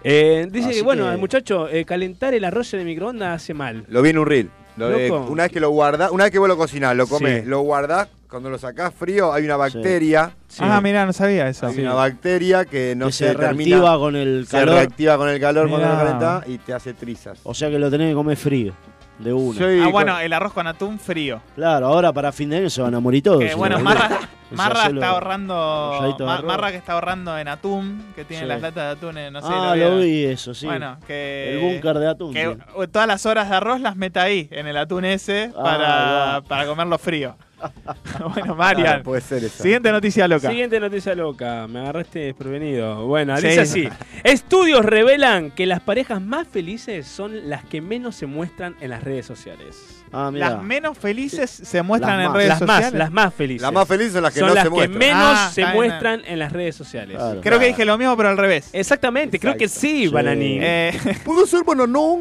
[SPEAKER 8] Eh, dice
[SPEAKER 4] Así
[SPEAKER 8] que, bueno,
[SPEAKER 4] que-
[SPEAKER 8] el muchacho, eh, calentar el arroz en el microondas hace mal.
[SPEAKER 3] Lo vi en un reel. Lo de-
[SPEAKER 8] Loco.
[SPEAKER 3] una vez que lo guardás, una vez que vos lo cocinás, lo comes,
[SPEAKER 8] Sí.
[SPEAKER 3] lo guardás, cuando lo sacás frío hay una bacteria,
[SPEAKER 2] Ah, mirá, no sabía eso.
[SPEAKER 3] hay una bacteria que no
[SPEAKER 4] que
[SPEAKER 3] se,
[SPEAKER 4] se
[SPEAKER 3] termina,
[SPEAKER 4] reactiva con el
[SPEAKER 3] se
[SPEAKER 4] calor.
[SPEAKER 3] reactiva con el calor cuando lo
[SPEAKER 2] Mirá.
[SPEAKER 3] calentás y te hace trizas.
[SPEAKER 4] O sea que lo tenés que comer frío, de una.
[SPEAKER 3] Soy
[SPEAKER 2] Ah,
[SPEAKER 3] con-
[SPEAKER 2] bueno, el arroz con atún frío.
[SPEAKER 4] Claro, ahora para fin de año se van a morir todos.
[SPEAKER 2] Que
[SPEAKER 4] si
[SPEAKER 2] bueno,
[SPEAKER 4] no,
[SPEAKER 2] Marra,
[SPEAKER 4] Eso
[SPEAKER 2] Marra
[SPEAKER 4] hacelo-
[SPEAKER 2] está ahorrando.
[SPEAKER 4] rolladito de
[SPEAKER 2] Ma-
[SPEAKER 4] arroz.
[SPEAKER 2] Marra que está ahorrando en atún, que tiene
[SPEAKER 4] Sí.
[SPEAKER 2] las latas de atún, en- no sé.
[SPEAKER 4] ah, lo
[SPEAKER 2] vieron.
[SPEAKER 4] vi eso, sí.
[SPEAKER 2] Bueno, que.
[SPEAKER 4] el búnker de atún.
[SPEAKER 2] Que
[SPEAKER 4] sí.
[SPEAKER 2] eh, todas las horas de arroz las meta ahí, en el atún ese,
[SPEAKER 4] Ah,
[SPEAKER 2] para,
[SPEAKER 4] va.
[SPEAKER 2] para comerlo frío. bueno,
[SPEAKER 3] Claro,
[SPEAKER 2] Marian.
[SPEAKER 3] puede ser esa.
[SPEAKER 2] siguiente noticia loca.
[SPEAKER 8] Siguiente noticia loca, me agarraste desprevenido. Bueno,
[SPEAKER 2] Sí.
[SPEAKER 8] dice así. Estudios revelan que las parejas más felices son las que menos se muestran en las redes sociales.
[SPEAKER 4] Ah, mirá.
[SPEAKER 2] Las menos felices se muestran
[SPEAKER 4] Las
[SPEAKER 2] en
[SPEAKER 4] más.
[SPEAKER 2] redes
[SPEAKER 8] Las
[SPEAKER 2] sociales.
[SPEAKER 8] más, las más felices.
[SPEAKER 3] Las más felices son las que
[SPEAKER 8] son
[SPEAKER 3] no
[SPEAKER 8] las
[SPEAKER 3] se
[SPEAKER 8] que
[SPEAKER 3] muestran.
[SPEAKER 8] menos
[SPEAKER 2] Ah,
[SPEAKER 8] se
[SPEAKER 2] está bien.
[SPEAKER 8] muestran en las redes sociales.
[SPEAKER 4] Claro.
[SPEAKER 2] Creo que dije lo mismo, pero al revés.
[SPEAKER 8] Exactamente, creo que sí,
[SPEAKER 4] Sí.
[SPEAKER 8] Banani.
[SPEAKER 2] Eh,
[SPEAKER 3] ¿Pudo ser bueno no?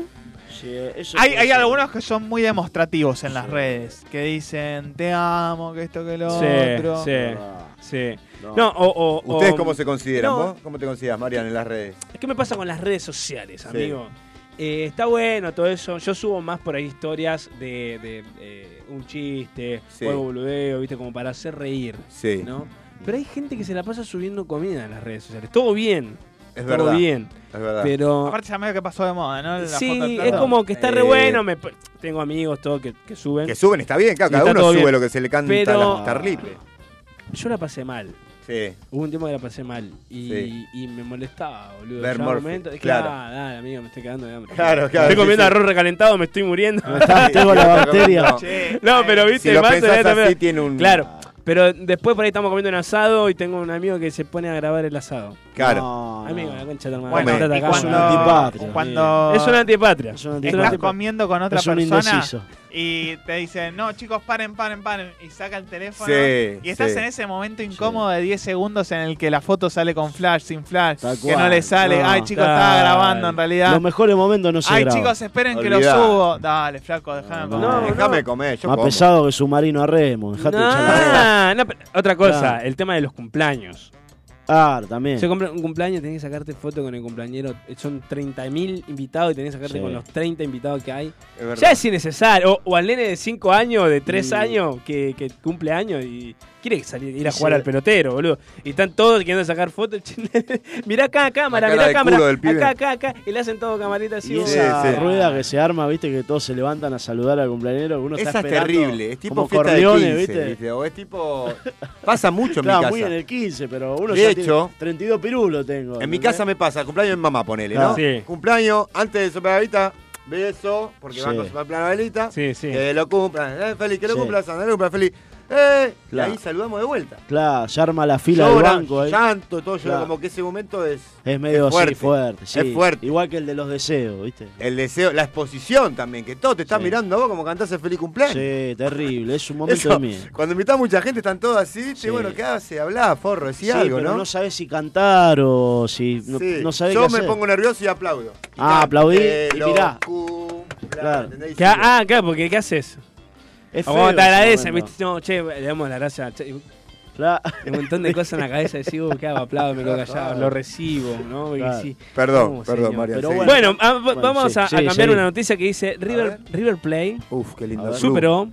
[SPEAKER 4] Sí, eso-
[SPEAKER 2] hay, hay
[SPEAKER 4] eso-
[SPEAKER 2] algunos que son muy demostrativos en las redes, que dicen te amo, que esto, que lo
[SPEAKER 8] Sí,
[SPEAKER 2] otro.
[SPEAKER 8] sí,
[SPEAKER 4] Ah,
[SPEAKER 8] sí.
[SPEAKER 4] no.
[SPEAKER 8] No, o, o- o-
[SPEAKER 3] ¿Ustedes cómo se consideran?
[SPEAKER 8] no.
[SPEAKER 3] ¿Vos? ¿Cómo te consideras, Marian, en las redes?
[SPEAKER 8] ¿Qué me pasa con las redes sociales, amigo? Eh, está bueno todo eso. Yo subo más por ahí historias de, de, eh, un chiste,
[SPEAKER 3] Sí.
[SPEAKER 8] o algo boludeo, ¿viste? Como para hacer reír,
[SPEAKER 3] Sí,
[SPEAKER 8] ¿no? Pero hay gente que se la pasa subiendo comida en las redes sociales. Todo bien,
[SPEAKER 3] es
[SPEAKER 8] todo
[SPEAKER 3] verdad.
[SPEAKER 8] bien.
[SPEAKER 3] Es verdad.
[SPEAKER 8] Pero.
[SPEAKER 2] Aparte ya medio que pasó de moda, ¿no? La foto del
[SPEAKER 8] sí, es
[SPEAKER 2] plato.
[SPEAKER 8] como que está re
[SPEAKER 3] Eh,
[SPEAKER 8] bueno. me- tengo amigos, todo que, que suben.
[SPEAKER 3] Que suben, está bien, claro,
[SPEAKER 8] Y
[SPEAKER 3] cada
[SPEAKER 8] está
[SPEAKER 3] uno
[SPEAKER 8] todo
[SPEAKER 3] sube
[SPEAKER 8] bien.
[SPEAKER 3] lo que se le canta a
[SPEAKER 8] Pero-
[SPEAKER 3] las carlipe.
[SPEAKER 8] Yo la pasé mal.
[SPEAKER 3] Sí.
[SPEAKER 8] Hubo un tiempo que la pasé mal y,
[SPEAKER 3] Sí.
[SPEAKER 8] y me molestaba, boludo.
[SPEAKER 3] Ver
[SPEAKER 8] Ya un
[SPEAKER 3] Murphy,
[SPEAKER 8] momento, es que,
[SPEAKER 3] claro.
[SPEAKER 8] ah, dale, amigo, me estoy quedando de hambre.
[SPEAKER 3] Claro, claro.
[SPEAKER 8] estoy
[SPEAKER 3] sí,
[SPEAKER 8] comiendo
[SPEAKER 3] sí.
[SPEAKER 8] arroz recalentado, me estoy muriendo.
[SPEAKER 4] No está, tengo la bacteria.
[SPEAKER 3] No.
[SPEAKER 2] Che,
[SPEAKER 8] No, pero viste,
[SPEAKER 3] Si lo
[SPEAKER 8] más
[SPEAKER 3] pensás
[SPEAKER 8] allá de-
[SPEAKER 3] así, tiene un...
[SPEAKER 8] Claro, pero después por ahí estamos comiendo un asado y tengo un amigo que se pone a grabar el asado.
[SPEAKER 3] Claro.
[SPEAKER 4] No, no.
[SPEAKER 8] Amigo, la concha de tu hermana,
[SPEAKER 2] Bueno,
[SPEAKER 8] estás
[SPEAKER 2] y
[SPEAKER 8] acá,
[SPEAKER 4] Es
[SPEAKER 2] cuando,
[SPEAKER 4] un antipatria.
[SPEAKER 2] cuando
[SPEAKER 8] Es una antipatria.
[SPEAKER 4] Es un
[SPEAKER 8] Es
[SPEAKER 2] estás
[SPEAKER 4] antipático.
[SPEAKER 2] comiendo con otra
[SPEAKER 4] Es un
[SPEAKER 2] persona
[SPEAKER 4] indeciso.
[SPEAKER 2] y te dicen, no, chicos, paren, paren, paren, y saca el teléfono.
[SPEAKER 3] Sí,
[SPEAKER 2] y estás
[SPEAKER 3] sí.
[SPEAKER 2] en ese momento incómodo de 10 segundos en el que la foto sale con flash, sin flash,
[SPEAKER 4] Tal
[SPEAKER 2] que no
[SPEAKER 4] cual.
[SPEAKER 2] le sale.
[SPEAKER 4] No,
[SPEAKER 2] Ay, chicos,
[SPEAKER 8] tal.
[SPEAKER 2] estaba grabando en realidad.
[SPEAKER 4] Los mejores momentos no se
[SPEAKER 2] Ay,
[SPEAKER 4] graban.
[SPEAKER 2] chicos, esperen que
[SPEAKER 3] Olvidá.
[SPEAKER 2] lo subo. Dale, flaco, déjame
[SPEAKER 4] No,
[SPEAKER 2] comer.
[SPEAKER 3] Déjame
[SPEAKER 2] Eh,
[SPEAKER 3] comer, yo
[SPEAKER 4] Más
[SPEAKER 3] como.
[SPEAKER 4] pesado que submarino a remo. Dejate de echar la boca.
[SPEAKER 8] Nah, Ah, no, pero otra cosa,
[SPEAKER 4] Claro.
[SPEAKER 8] el tema de los cumpleaños.
[SPEAKER 4] Ah, también.
[SPEAKER 8] Se compra un cumpleaños, tenés que sacarte foto con el cumpleañero. Eh, Son 30.000 invitados y tenés que sacarte
[SPEAKER 4] Sí.
[SPEAKER 8] con los 30 invitados que hay.
[SPEAKER 3] Es verdad. Mm.
[SPEAKER 8] Ya es innecesario. O, o al nene de 5 años, de 3 años, que, que cumple años y quiere salir, ir a
[SPEAKER 4] Sí,
[SPEAKER 8] jugar
[SPEAKER 4] sí.
[SPEAKER 8] al pelotero, boludo. Y están todos queriendo sacar fotos. mirá acá, cámara,
[SPEAKER 3] La cara de culo
[SPEAKER 8] mirá cámara.
[SPEAKER 3] del pibe.
[SPEAKER 8] Acá, acá, acá. Y le hacen todo camarita así.
[SPEAKER 4] Y
[SPEAKER 8] vos-
[SPEAKER 4] esa
[SPEAKER 3] Sí, sí.
[SPEAKER 4] rueda que se arma, viste, que todos se levantan a saludar al cumpleañero. Uno
[SPEAKER 3] Esa
[SPEAKER 4] está
[SPEAKER 3] es
[SPEAKER 4] esperando
[SPEAKER 3] terrible, es tipo
[SPEAKER 4] como
[SPEAKER 3] fiesta de
[SPEAKER 4] Corleone,
[SPEAKER 3] 15,
[SPEAKER 4] ¿viste?
[SPEAKER 3] ¿viste? O es tipo... Pasa mucho en mi
[SPEAKER 4] Claro,
[SPEAKER 3] casa.
[SPEAKER 4] muy en el 15, pero uno
[SPEAKER 3] De
[SPEAKER 4] ya
[SPEAKER 3] hecho,
[SPEAKER 4] tiene 32 pirú lo tengo.
[SPEAKER 3] En mi casa me pasa, cumpleaños de mi mamá, ponele,
[SPEAKER 6] Ah,
[SPEAKER 3] ¿no?
[SPEAKER 8] Sí.
[SPEAKER 3] Cumpleaños, antes de sopladita, beso, porque
[SPEAKER 4] Sí.
[SPEAKER 3] van con soplar la velita.
[SPEAKER 8] Sí, sí.
[SPEAKER 3] Que lo cumplan, eh, feliz, que lo
[SPEAKER 4] Sí.
[SPEAKER 3] cumplas, Andrés, cumplas feliz. ¡eh!
[SPEAKER 4] Claro.
[SPEAKER 3] Y ahí saludamos de vuelta.
[SPEAKER 4] Claro, se arma la fila del
[SPEAKER 3] Lloran,
[SPEAKER 4] banco ¿eh? ahí.
[SPEAKER 3] llanto, todo llora,
[SPEAKER 4] Claro.
[SPEAKER 3] como que ese momento es.
[SPEAKER 4] Es medio
[SPEAKER 3] es fuerte.
[SPEAKER 4] así fuerte. sí.
[SPEAKER 3] Es fuerte.
[SPEAKER 4] Igual que el de los deseos, ¿viste?
[SPEAKER 3] El deseo, la exposición también, que todos te están mirando a vos como cantás el feliz cumpleaños.
[SPEAKER 4] Sí, terrible. Es un momento
[SPEAKER 3] Eso,
[SPEAKER 4] de miedo.
[SPEAKER 3] Cuando invitás a mucha gente están todos así, che, bueno, ¿qué hace? Hablá, forro, decía
[SPEAKER 4] Sí,
[SPEAKER 3] algo,
[SPEAKER 4] pero
[SPEAKER 3] ¿no?
[SPEAKER 4] no sabes si cantar o si. No,
[SPEAKER 3] Sí.
[SPEAKER 4] no sabés
[SPEAKER 3] Yo
[SPEAKER 4] qué
[SPEAKER 3] me
[SPEAKER 4] hacer.
[SPEAKER 3] pongo nervioso y aplaudo. Y
[SPEAKER 4] Ah,
[SPEAKER 3] canto,
[SPEAKER 4] aplaudí
[SPEAKER 3] "Te
[SPEAKER 4] y
[SPEAKER 3] lo
[SPEAKER 4] mirá.
[SPEAKER 3] cumpla",
[SPEAKER 4] Claro.
[SPEAKER 3] ¿entendés?
[SPEAKER 8] ¿Qué ha- ah, claro, porque ¿qué haces?
[SPEAKER 4] Es
[SPEAKER 8] O como
[SPEAKER 4] feo ese
[SPEAKER 8] te agradecen,
[SPEAKER 4] momento.
[SPEAKER 8] ¿viste? No, che, le damos la gracia. che,
[SPEAKER 4] Claro.
[SPEAKER 8] un montón de cosas en la cabeza. Decís, uh, qué hago, aplaudo, me quedo callado, lo recibo, ¿no? Porque
[SPEAKER 4] Claro.
[SPEAKER 8] sí.
[SPEAKER 3] Perdón,
[SPEAKER 8] No,
[SPEAKER 3] perdón,
[SPEAKER 8] señor.
[SPEAKER 3] María.
[SPEAKER 4] Pero
[SPEAKER 3] seguí.
[SPEAKER 4] bueno.
[SPEAKER 8] Bueno, ah, va-
[SPEAKER 4] Bueno,
[SPEAKER 8] vamos
[SPEAKER 4] sí,
[SPEAKER 8] a, a
[SPEAKER 4] sí,
[SPEAKER 8] cambiar
[SPEAKER 4] seguí.
[SPEAKER 8] una noticia que dice River, River Play
[SPEAKER 3] Uf, qué lindo. club.
[SPEAKER 8] superó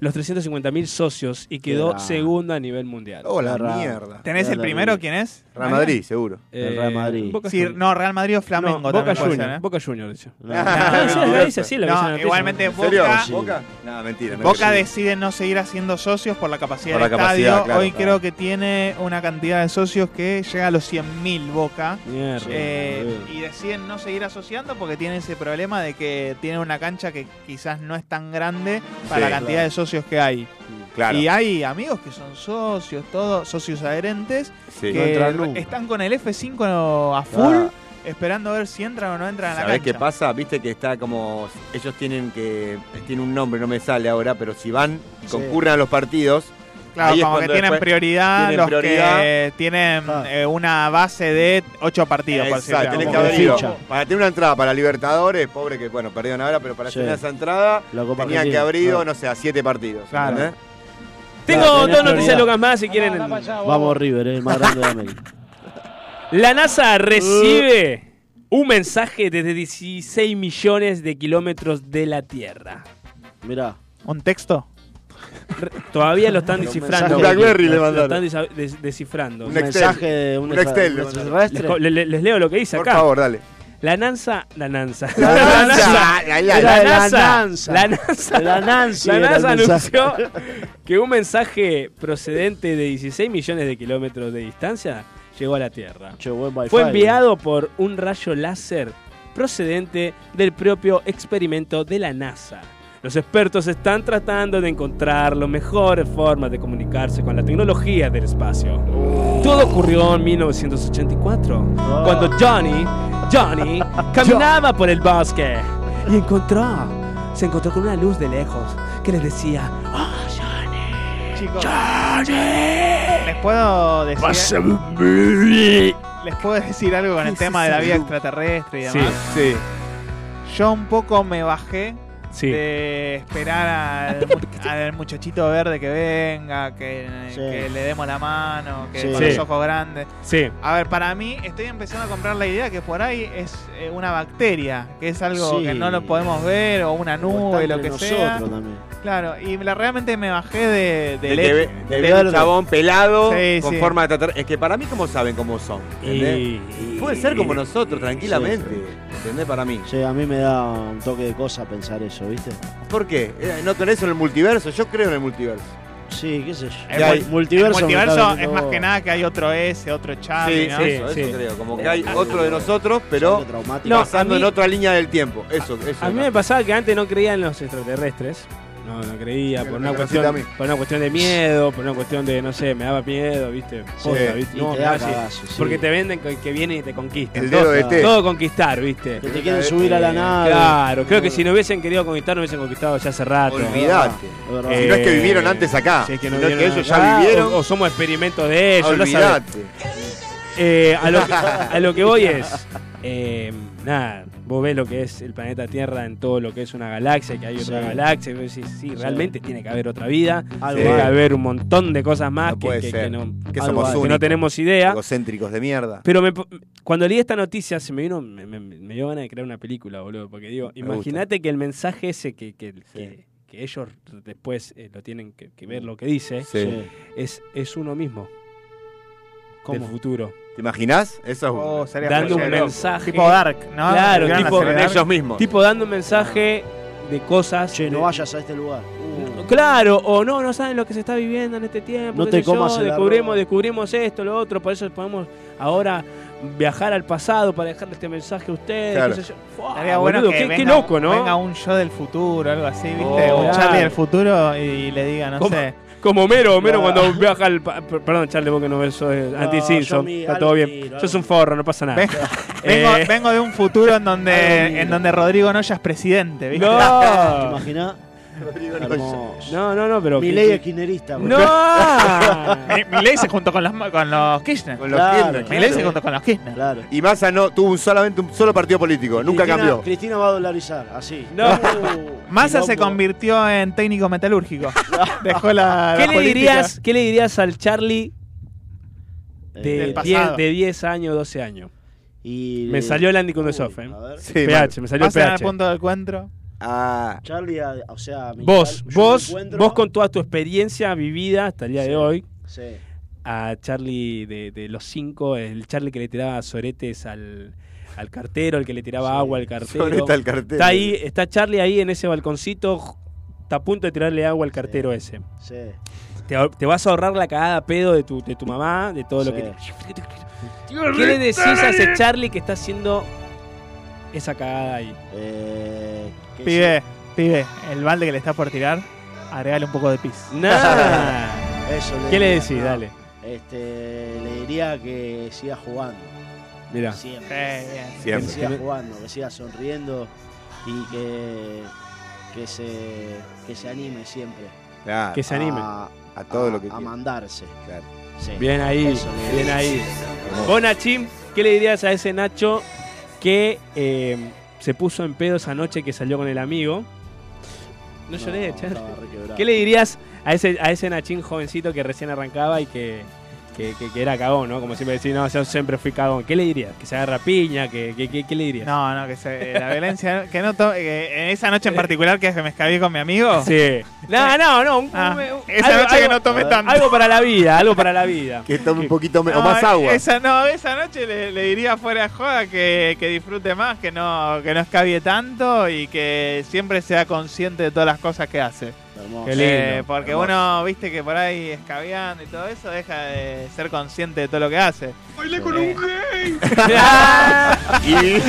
[SPEAKER 8] los 350.000 socios y quedó
[SPEAKER 4] Era-
[SPEAKER 8] segundo a nivel mundial.
[SPEAKER 3] Oh, la
[SPEAKER 4] Era-
[SPEAKER 3] mierda.
[SPEAKER 2] ¿Tenés
[SPEAKER 4] Era
[SPEAKER 2] el
[SPEAKER 4] la
[SPEAKER 2] primero?
[SPEAKER 4] vida.
[SPEAKER 2] ¿Quién es?
[SPEAKER 3] Real Madrid, seguro.
[SPEAKER 4] El Real Madrid.
[SPEAKER 8] Eh, Boca
[SPEAKER 2] Sí,
[SPEAKER 8] Juniors.
[SPEAKER 2] no, Real Madrid o Flamengo.
[SPEAKER 8] No, Boca
[SPEAKER 2] también puede
[SPEAKER 8] Juniors.
[SPEAKER 2] ser, ¿eh?
[SPEAKER 8] Boca Juniors. dice.
[SPEAKER 4] No.
[SPEAKER 8] Ah, esa-
[SPEAKER 3] mentiroso.
[SPEAKER 8] esa sí es la
[SPEAKER 2] No,
[SPEAKER 8] que se me pisa,
[SPEAKER 2] igualmente
[SPEAKER 8] ¿no?
[SPEAKER 3] ¿En serio?
[SPEAKER 2] Boca-
[SPEAKER 3] ¿Boca? No, mentira. no
[SPEAKER 2] Boca
[SPEAKER 3] creo.
[SPEAKER 2] decide no seguir haciendo socios por la capacidad
[SPEAKER 3] Por
[SPEAKER 2] del
[SPEAKER 3] la capacidad,
[SPEAKER 2] estadio.
[SPEAKER 3] claro,
[SPEAKER 2] Hoy
[SPEAKER 3] claro.
[SPEAKER 2] creo que tiene una cantidad de socios que llega a los 100.000 Boca.
[SPEAKER 8] Mierda.
[SPEAKER 2] Eh, y deciden no seguir asociando porque tienen ese problema de que tienen una cancha que quizás no es tan grande para
[SPEAKER 3] Sí,
[SPEAKER 2] la cantidad
[SPEAKER 4] claro.
[SPEAKER 2] de socios que hay.
[SPEAKER 3] Claro.
[SPEAKER 2] Y hay amigos que son socios, todos socios adherentes,
[SPEAKER 3] Sí.
[SPEAKER 4] No
[SPEAKER 2] que
[SPEAKER 4] entran nunca.
[SPEAKER 2] están con el F5 a full,
[SPEAKER 4] Claro.
[SPEAKER 2] esperando a ver si entran o no entran a la
[SPEAKER 3] Ah. ¿Sabés
[SPEAKER 2] cancha.
[SPEAKER 3] qué pasa? Viste que está como. Ellos tienen que. Tiene un nombre, no me sale ahora, pero si van y
[SPEAKER 4] Sí.
[SPEAKER 3] concurren a los partidos.
[SPEAKER 2] Claro,
[SPEAKER 3] ahí es
[SPEAKER 2] como que
[SPEAKER 3] cuando
[SPEAKER 2] tienen
[SPEAKER 3] después-
[SPEAKER 2] prioridad
[SPEAKER 3] tienen
[SPEAKER 2] los que
[SPEAKER 3] prioridad.
[SPEAKER 2] tienen
[SPEAKER 4] Ah.
[SPEAKER 2] eh, una base de ocho partidos, por
[SPEAKER 3] Exacto,
[SPEAKER 2] decirlo.
[SPEAKER 3] tenés que
[SPEAKER 4] como
[SPEAKER 3] haber
[SPEAKER 4] de
[SPEAKER 3] ido.
[SPEAKER 4] ficha.
[SPEAKER 3] Para tener una entrada para Libertadores, pobre que, bueno, perdieron ahora, pero para
[SPEAKER 4] Sí.
[SPEAKER 3] tener esa entrada,
[SPEAKER 4] La Copa
[SPEAKER 3] tenían que
[SPEAKER 4] Argentina.
[SPEAKER 3] haber ido,
[SPEAKER 4] Ah.
[SPEAKER 3] no sé, a siete partidos.
[SPEAKER 2] Claro.
[SPEAKER 3] ¿entendés?
[SPEAKER 8] Tengo
[SPEAKER 4] Claro, tenés
[SPEAKER 8] dos noticias
[SPEAKER 4] prioridad.
[SPEAKER 8] locas más si quieren.
[SPEAKER 4] Vamos, River, es el más grande de América.
[SPEAKER 8] La
[SPEAKER 4] Uh.
[SPEAKER 8] NASA recibe un mensaje desde 16 millones de kilómetros de la Tierra.
[SPEAKER 4] Mirá.
[SPEAKER 2] ¿Un texto?
[SPEAKER 8] Re- Todavía lo están descifrando.
[SPEAKER 4] mensajes.
[SPEAKER 3] Blackberry le
[SPEAKER 8] Lo
[SPEAKER 3] mandaron.
[SPEAKER 8] están desa- des- descifrando.
[SPEAKER 3] Un
[SPEAKER 4] Un
[SPEAKER 3] Excel.
[SPEAKER 4] mensaje de un,
[SPEAKER 3] Un Excel le mandaron.
[SPEAKER 8] Les,
[SPEAKER 4] extraterrestre.
[SPEAKER 8] co- le- le- les leo lo que dice
[SPEAKER 3] Por
[SPEAKER 8] acá.
[SPEAKER 3] favor, dale.
[SPEAKER 8] La NASA. La NASA.
[SPEAKER 4] La NASA.
[SPEAKER 3] La- la-
[SPEAKER 4] Era
[SPEAKER 3] la-
[SPEAKER 4] de la
[SPEAKER 8] NASA.
[SPEAKER 4] NASA.
[SPEAKER 8] La NASA.
[SPEAKER 4] La Nancy
[SPEAKER 8] La
[SPEAKER 4] era
[SPEAKER 8] NASA
[SPEAKER 4] el mensaje.
[SPEAKER 8] anunció que un mensaje procedente de 16 millones de kilómetros de distancia llegó a la Tierra.
[SPEAKER 4] Che, buen wifi.
[SPEAKER 8] Fue enviado por un rayo láser procedente del propio experimento de la NASA. Los expertos están tratando de encontrar las mejores formas de comunicarse con la tecnología del espacio. Todo ocurrió en 1984, cuando Johnny, Johnny, caminaba por el bosque y encontró, se encontró con una luz de lejos que les decía, ¡Oh,
[SPEAKER 2] Chicos,
[SPEAKER 8] Johnny!
[SPEAKER 2] ¿les puedo decir, les puedo decir algo con el
[SPEAKER 8] ¿Qué es
[SPEAKER 2] tema de la
[SPEAKER 8] esa
[SPEAKER 2] vida
[SPEAKER 8] luz?
[SPEAKER 2] extraterrestre y
[SPEAKER 8] Sí,
[SPEAKER 2] demás?
[SPEAKER 3] Sí.
[SPEAKER 2] Yo un poco me bajé
[SPEAKER 8] sí.
[SPEAKER 2] de esperar al, mu- al muchachito verde que venga, que,
[SPEAKER 4] Sí.
[SPEAKER 2] que le demos la mano, que
[SPEAKER 4] Sí.
[SPEAKER 2] con los
[SPEAKER 8] Sí.
[SPEAKER 2] ojos grandes.
[SPEAKER 8] sí.
[SPEAKER 2] A ver, para mí estoy empezando a comprar la idea que por ahí es eh, una bacteria, que es algo
[SPEAKER 4] Sí.
[SPEAKER 2] que no lo podemos ver, o una nube, lo que
[SPEAKER 4] nosotros
[SPEAKER 2] sea.
[SPEAKER 4] también.
[SPEAKER 2] Claro, y la, realmente me bajé de,
[SPEAKER 3] De,
[SPEAKER 2] del
[SPEAKER 3] que ve-
[SPEAKER 2] hecho.
[SPEAKER 3] de ver un chabón pelado
[SPEAKER 2] Sí,
[SPEAKER 3] con
[SPEAKER 2] sí.
[SPEAKER 3] forma de tratar. Es que para mí, ¿cómo saben cómo son? ¿entendés?
[SPEAKER 8] Y-
[SPEAKER 3] Puede ser como nosotros, tranquilamente. ¿Entendés? Para mí.
[SPEAKER 4] Che, a mí me da un toque de cosa pensar eso, ¿viste?
[SPEAKER 3] ¿Por qué? Eh, ¿No crees en el multiverso? Yo creo en el multiverso.
[SPEAKER 4] Sí, qué sé yo.
[SPEAKER 2] El Ya, mul-
[SPEAKER 4] multiverso. me
[SPEAKER 2] el El
[SPEAKER 4] está
[SPEAKER 2] multiverso es
[SPEAKER 4] vendiendo
[SPEAKER 2] más
[SPEAKER 4] vos.
[SPEAKER 2] que nada que hay otro S, otro Charlie,
[SPEAKER 3] sí,
[SPEAKER 2] ¿no?
[SPEAKER 8] sí.
[SPEAKER 3] eso, eso creo. Como que hay otro de nosotros, pero
[SPEAKER 4] Bastante traumático.
[SPEAKER 8] No,
[SPEAKER 3] pasando
[SPEAKER 8] a mí-
[SPEAKER 3] en otra línea del tiempo. Eso, eso.
[SPEAKER 8] A mí me pasaba que antes no creía en los extraterrestres. No, no creía
[SPEAKER 3] Que
[SPEAKER 8] por
[SPEAKER 3] me
[SPEAKER 8] una,
[SPEAKER 3] transita
[SPEAKER 8] cuestión,
[SPEAKER 3] a mí.
[SPEAKER 8] por una cuestión de miedo, por una cuestión de, no sé, me daba miedo, ¿viste?
[SPEAKER 4] Sí,
[SPEAKER 8] Posta, ¿viste?
[SPEAKER 4] y
[SPEAKER 8] No,
[SPEAKER 4] te
[SPEAKER 8] me
[SPEAKER 4] da
[SPEAKER 8] da así.
[SPEAKER 4] cagazo, sí.
[SPEAKER 8] Porque te venden con- que viene y te conquista.
[SPEAKER 3] El dedo de
[SPEAKER 4] Todo-
[SPEAKER 3] té.
[SPEAKER 8] Todo conquistar, ¿viste?
[SPEAKER 4] Que te quieren subir a la nave.
[SPEAKER 8] Claro, creo que si no hubiesen querido conquistar, no hubiesen conquistado ya hace rato. Eh,
[SPEAKER 3] Olvidate.
[SPEAKER 4] Es verdad.
[SPEAKER 3] Si no es que vivieron antes acá,
[SPEAKER 8] si es
[SPEAKER 3] sino que
[SPEAKER 8] vivieron
[SPEAKER 3] ellos ya vivieron.
[SPEAKER 8] O, o somos experimentos de ellos, no sabemos.
[SPEAKER 3] Olvidate.
[SPEAKER 8] Eh, a, lo que, a lo que voy es. eh, nada, vos ves lo que es el planeta Tierra en todo lo que es una galaxia, que hay otra
[SPEAKER 4] Sí.
[SPEAKER 8] galaxia. y vos decís, sí, realmente tiene que haber otra vida.
[SPEAKER 4] Algo
[SPEAKER 8] Tiene que
[SPEAKER 4] hay.
[SPEAKER 8] haber un montón de cosas más
[SPEAKER 3] No
[SPEAKER 8] que,
[SPEAKER 3] puede
[SPEAKER 8] que-
[SPEAKER 3] ser.
[SPEAKER 8] que no,
[SPEAKER 3] Que
[SPEAKER 4] Algo
[SPEAKER 3] somos
[SPEAKER 4] hay.
[SPEAKER 8] que no
[SPEAKER 3] únicos.
[SPEAKER 8] tenemos idea.
[SPEAKER 3] Egocéntricos de mierda.
[SPEAKER 8] Pero me po- cuando leí esta noticia se me vino, me, me- me dio ganas de crear una película, boludo. Porque digo,
[SPEAKER 3] gusta.
[SPEAKER 8] imagínate que el mensaje ese que, que, que- que ellos después eh, lo tienen que, que ver lo que dice,
[SPEAKER 4] Sí.
[SPEAKER 8] es, es uno mismo.
[SPEAKER 4] ¿Cómo?
[SPEAKER 8] Del futuro.
[SPEAKER 3] ¿Te imaginás? Eso es
[SPEAKER 2] Oh, sería
[SPEAKER 8] Dando un
[SPEAKER 2] joya, loco.
[SPEAKER 8] mensaje.
[SPEAKER 2] Tipo Dark, ¿no?
[SPEAKER 8] Claro,
[SPEAKER 2] ¿Vieron la
[SPEAKER 8] tipo-
[SPEAKER 2] serie
[SPEAKER 3] con
[SPEAKER 2] Dark?
[SPEAKER 3] ellos mismos.
[SPEAKER 8] Tipo dando un mensaje de cosas.
[SPEAKER 4] Che, no
[SPEAKER 8] de-
[SPEAKER 4] vayas a este lugar. Uh.
[SPEAKER 8] Claro, o no, no saben lo que se está viviendo en este tiempo.
[SPEAKER 4] No
[SPEAKER 8] qué
[SPEAKER 4] te
[SPEAKER 8] sé yo,
[SPEAKER 4] comas el
[SPEAKER 8] descubrimos,
[SPEAKER 4] arroz.
[SPEAKER 8] descubrimos esto, lo otro, por eso podemos ahora viajar al pasado para dejarle este mensaje a ustedes.
[SPEAKER 3] Claro.
[SPEAKER 8] qué sé yo. Fua,
[SPEAKER 2] Estaría bueno
[SPEAKER 8] boludo,
[SPEAKER 2] que
[SPEAKER 8] qué, qué
[SPEAKER 2] venga,
[SPEAKER 8] loco, ¿no?
[SPEAKER 2] venga un yo del futuro, algo así, ¿viste?
[SPEAKER 8] Oh,
[SPEAKER 2] un
[SPEAKER 8] claro.
[SPEAKER 2] Charlie del futuro y le diga, no
[SPEAKER 8] ¿Cómo?
[SPEAKER 2] sé,
[SPEAKER 8] Como Homero, Homero cuando viaja al. pa- per- Perdón, Charlie, vos que no ves, sos
[SPEAKER 2] yo
[SPEAKER 8] anti-Simpson.
[SPEAKER 2] mi-
[SPEAKER 8] Está
[SPEAKER 2] algo
[SPEAKER 8] todo bien.
[SPEAKER 2] miro,
[SPEAKER 8] Sos un forro, no pasa nada.
[SPEAKER 2] Vengo,
[SPEAKER 8] Eh,
[SPEAKER 2] vengo de un futuro en donde, en donde Rodrigo Noya es presidente, ¿viste?
[SPEAKER 8] No.
[SPEAKER 4] ¿Te imaginás?
[SPEAKER 8] No, no, no, pero.
[SPEAKER 4] Mi ley es kirchnerista. boludo.
[SPEAKER 2] Mi- Milei se juntó con los, ma- con los Kirchner.
[SPEAKER 3] Con los Claro, Kirchner, claro.
[SPEAKER 2] Milei se juntó con los Kirchner.
[SPEAKER 3] Y Massa no tuvo un- solamente un solo partido político, nunca
[SPEAKER 4] Cristina-
[SPEAKER 3] cambió.
[SPEAKER 4] Cristina va a dolarizar, así.
[SPEAKER 8] No.
[SPEAKER 2] Massa se convirtió en técnico metalúrgico. Dejó la.
[SPEAKER 8] ¿Qué
[SPEAKER 2] la
[SPEAKER 8] le,
[SPEAKER 2] política.
[SPEAKER 8] dirías, ¿Qué le dirías al Charlie
[SPEAKER 2] Del
[SPEAKER 8] de, 10,
[SPEAKER 2] pasado.
[SPEAKER 8] de 10 años, 12 años?
[SPEAKER 4] Y
[SPEAKER 8] Me salió el Andy Kundesov, ¿eh?
[SPEAKER 4] Sí,
[SPEAKER 8] PH, me salió el
[SPEAKER 2] Pasan
[SPEAKER 8] PH.
[SPEAKER 2] al punto de encuentro.
[SPEAKER 3] Ah.
[SPEAKER 4] Charlie, a- o sea, mi-
[SPEAKER 8] Vos,
[SPEAKER 4] yo me
[SPEAKER 8] vos,
[SPEAKER 4] encuentro-
[SPEAKER 8] vos con toda tu experiencia vivida hasta el día de hoy,
[SPEAKER 4] Sí.
[SPEAKER 8] a Charlie de, de los cinco, el Charlie que le tiraba soretes al, al cartero, el que le tiraba agua al cartero.
[SPEAKER 3] Sorete al cartero.
[SPEAKER 8] Está ahí, está Charlie ahí en ese balconcito, j- está a punto de tirarle agua al cartero ese.
[SPEAKER 4] Sí.
[SPEAKER 8] Te, ahor- te vas a ahorrar la cagada a pedo de tu, de tu mamá, de todo lo
[SPEAKER 4] Sí.
[SPEAKER 8] que... te- ¿Qué le decís a ese Charlie que está haciendo esa cagada ahí?
[SPEAKER 4] que
[SPEAKER 2] Pibe, pibe, el balde que le estás por tirar, agregale un poco de pis.
[SPEAKER 8] Nah.
[SPEAKER 4] Eso
[SPEAKER 8] ¿Qué le
[SPEAKER 4] diría,
[SPEAKER 8] decís?
[SPEAKER 4] no.
[SPEAKER 8] Dale.
[SPEAKER 4] Este, le diría que siga jugando.
[SPEAKER 8] Mirá.
[SPEAKER 4] Siempre.
[SPEAKER 2] Sí, bien.
[SPEAKER 4] Que
[SPEAKER 8] Siempre.
[SPEAKER 4] siga jugando, que siga sonriendo y que, que, se, que se anime siempre.
[SPEAKER 3] Claro.
[SPEAKER 8] Que se anime.
[SPEAKER 4] A,
[SPEAKER 3] A todo lo que
[SPEAKER 4] a
[SPEAKER 3] quiera.
[SPEAKER 4] mandarse. Sí.
[SPEAKER 8] Bien ahí,
[SPEAKER 4] Eso le
[SPEAKER 8] bien
[SPEAKER 4] diría.
[SPEAKER 8] ahí. Vos, Nachim, ¿qué le dirías a ese Nacho que eh, se puso en pedo esa noche que salió con el amigo? No lloré, Charlie.
[SPEAKER 4] estaba re quebrado.
[SPEAKER 8] ¿Qué le dirías a ese, a ese Nachín jovencito que recién arrancaba y que, que, que- que era cagón, ¿no? Como siempre decís, no, yo siempre fui cagón. ¿Qué le dirías? ¿Que se agarra piña? ¿Qué, qué, qué- qué le dirías?
[SPEAKER 2] No, no, que se, la violencia. Que no to- que en esa noche en particular que me escabí con mi amigo.
[SPEAKER 8] Sí. No, no, no. un-
[SPEAKER 2] Ah,
[SPEAKER 8] un-
[SPEAKER 2] esa noche que no tomé tanto.
[SPEAKER 8] Algo Ah. para la vida, algo para la vida.
[SPEAKER 3] Que tome un poquito me-
[SPEAKER 2] No,
[SPEAKER 3] o más agua.
[SPEAKER 2] Ah, Esa, no, esa noche le, le diría fuera de joda que, que disfrute más, que no, que no escabie tanto y que siempre sea consciente de todas las cosas que hace.
[SPEAKER 4] Hermoso.
[SPEAKER 8] Qué lindo,
[SPEAKER 2] Eh, porque
[SPEAKER 8] hermoso.
[SPEAKER 2] uno, viste que por ahí escabeando y todo eso, deja de ser consciente de todo lo que hace.
[SPEAKER 7] Bailé
[SPEAKER 2] con un
[SPEAKER 7] gay.
[SPEAKER 3] Y vivís,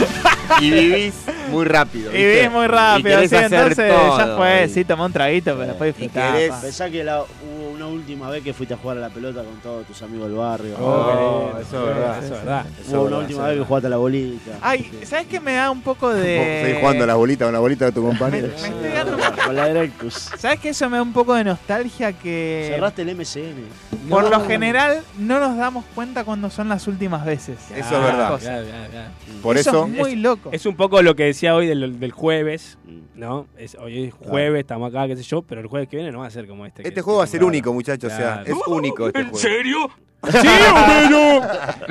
[SPEAKER 3] y vivís muy rápido.
[SPEAKER 2] Y
[SPEAKER 3] ¿viste?
[SPEAKER 2] vivís muy
[SPEAKER 3] Y
[SPEAKER 2] rápido,
[SPEAKER 3] querés
[SPEAKER 2] sí,
[SPEAKER 3] hacer
[SPEAKER 2] entonces
[SPEAKER 3] todo,
[SPEAKER 2] ya fue,
[SPEAKER 3] y-
[SPEAKER 2] sí, tomó un traguito, pero después
[SPEAKER 3] Eh, Y
[SPEAKER 2] disfrutá.
[SPEAKER 3] querés-
[SPEAKER 2] pa.
[SPEAKER 4] Pensá que la- hubo una última vez que fuiste a jugar a la pelota con todos tus amigos del barrio. Ah,
[SPEAKER 3] Oh,
[SPEAKER 8] qué lindo.
[SPEAKER 3] eso es verdad.
[SPEAKER 8] Eso es verdad.
[SPEAKER 4] Hubo una última vez que jugaste a la bolita.
[SPEAKER 2] Ay, ¿sabes qué me da un poco
[SPEAKER 3] Vos
[SPEAKER 2] de.
[SPEAKER 3] seguís jugando a las bolitas con la bolita de tu compañero.
[SPEAKER 2] Eh, Me estoy dando-
[SPEAKER 4] Con la Dreyfus.
[SPEAKER 2] ¿Sabes que eso me da un poco de nostalgia que.
[SPEAKER 4] Cerraste el MCN.
[SPEAKER 2] Por
[SPEAKER 4] No.
[SPEAKER 2] lo general no nos damos cuenta cuando son las últimas veces.
[SPEAKER 3] Eso es verdad.
[SPEAKER 2] Cosa.
[SPEAKER 3] Por
[SPEAKER 2] Eso
[SPEAKER 3] eso,
[SPEAKER 2] es muy loco.
[SPEAKER 8] Es un poco lo que decía hoy del, del jueves,
[SPEAKER 3] Mm.
[SPEAKER 8] ¿no? Es- hoy es jueves, estamos acá, qué sé yo, pero el jueves que viene no va a ser como este. que-
[SPEAKER 3] este juego va a ser
[SPEAKER 8] claro.
[SPEAKER 3] único, muchachos. O sea,
[SPEAKER 8] Claro.
[SPEAKER 3] es único este juego.
[SPEAKER 7] serio?
[SPEAKER 8] ¡Sí, Homero!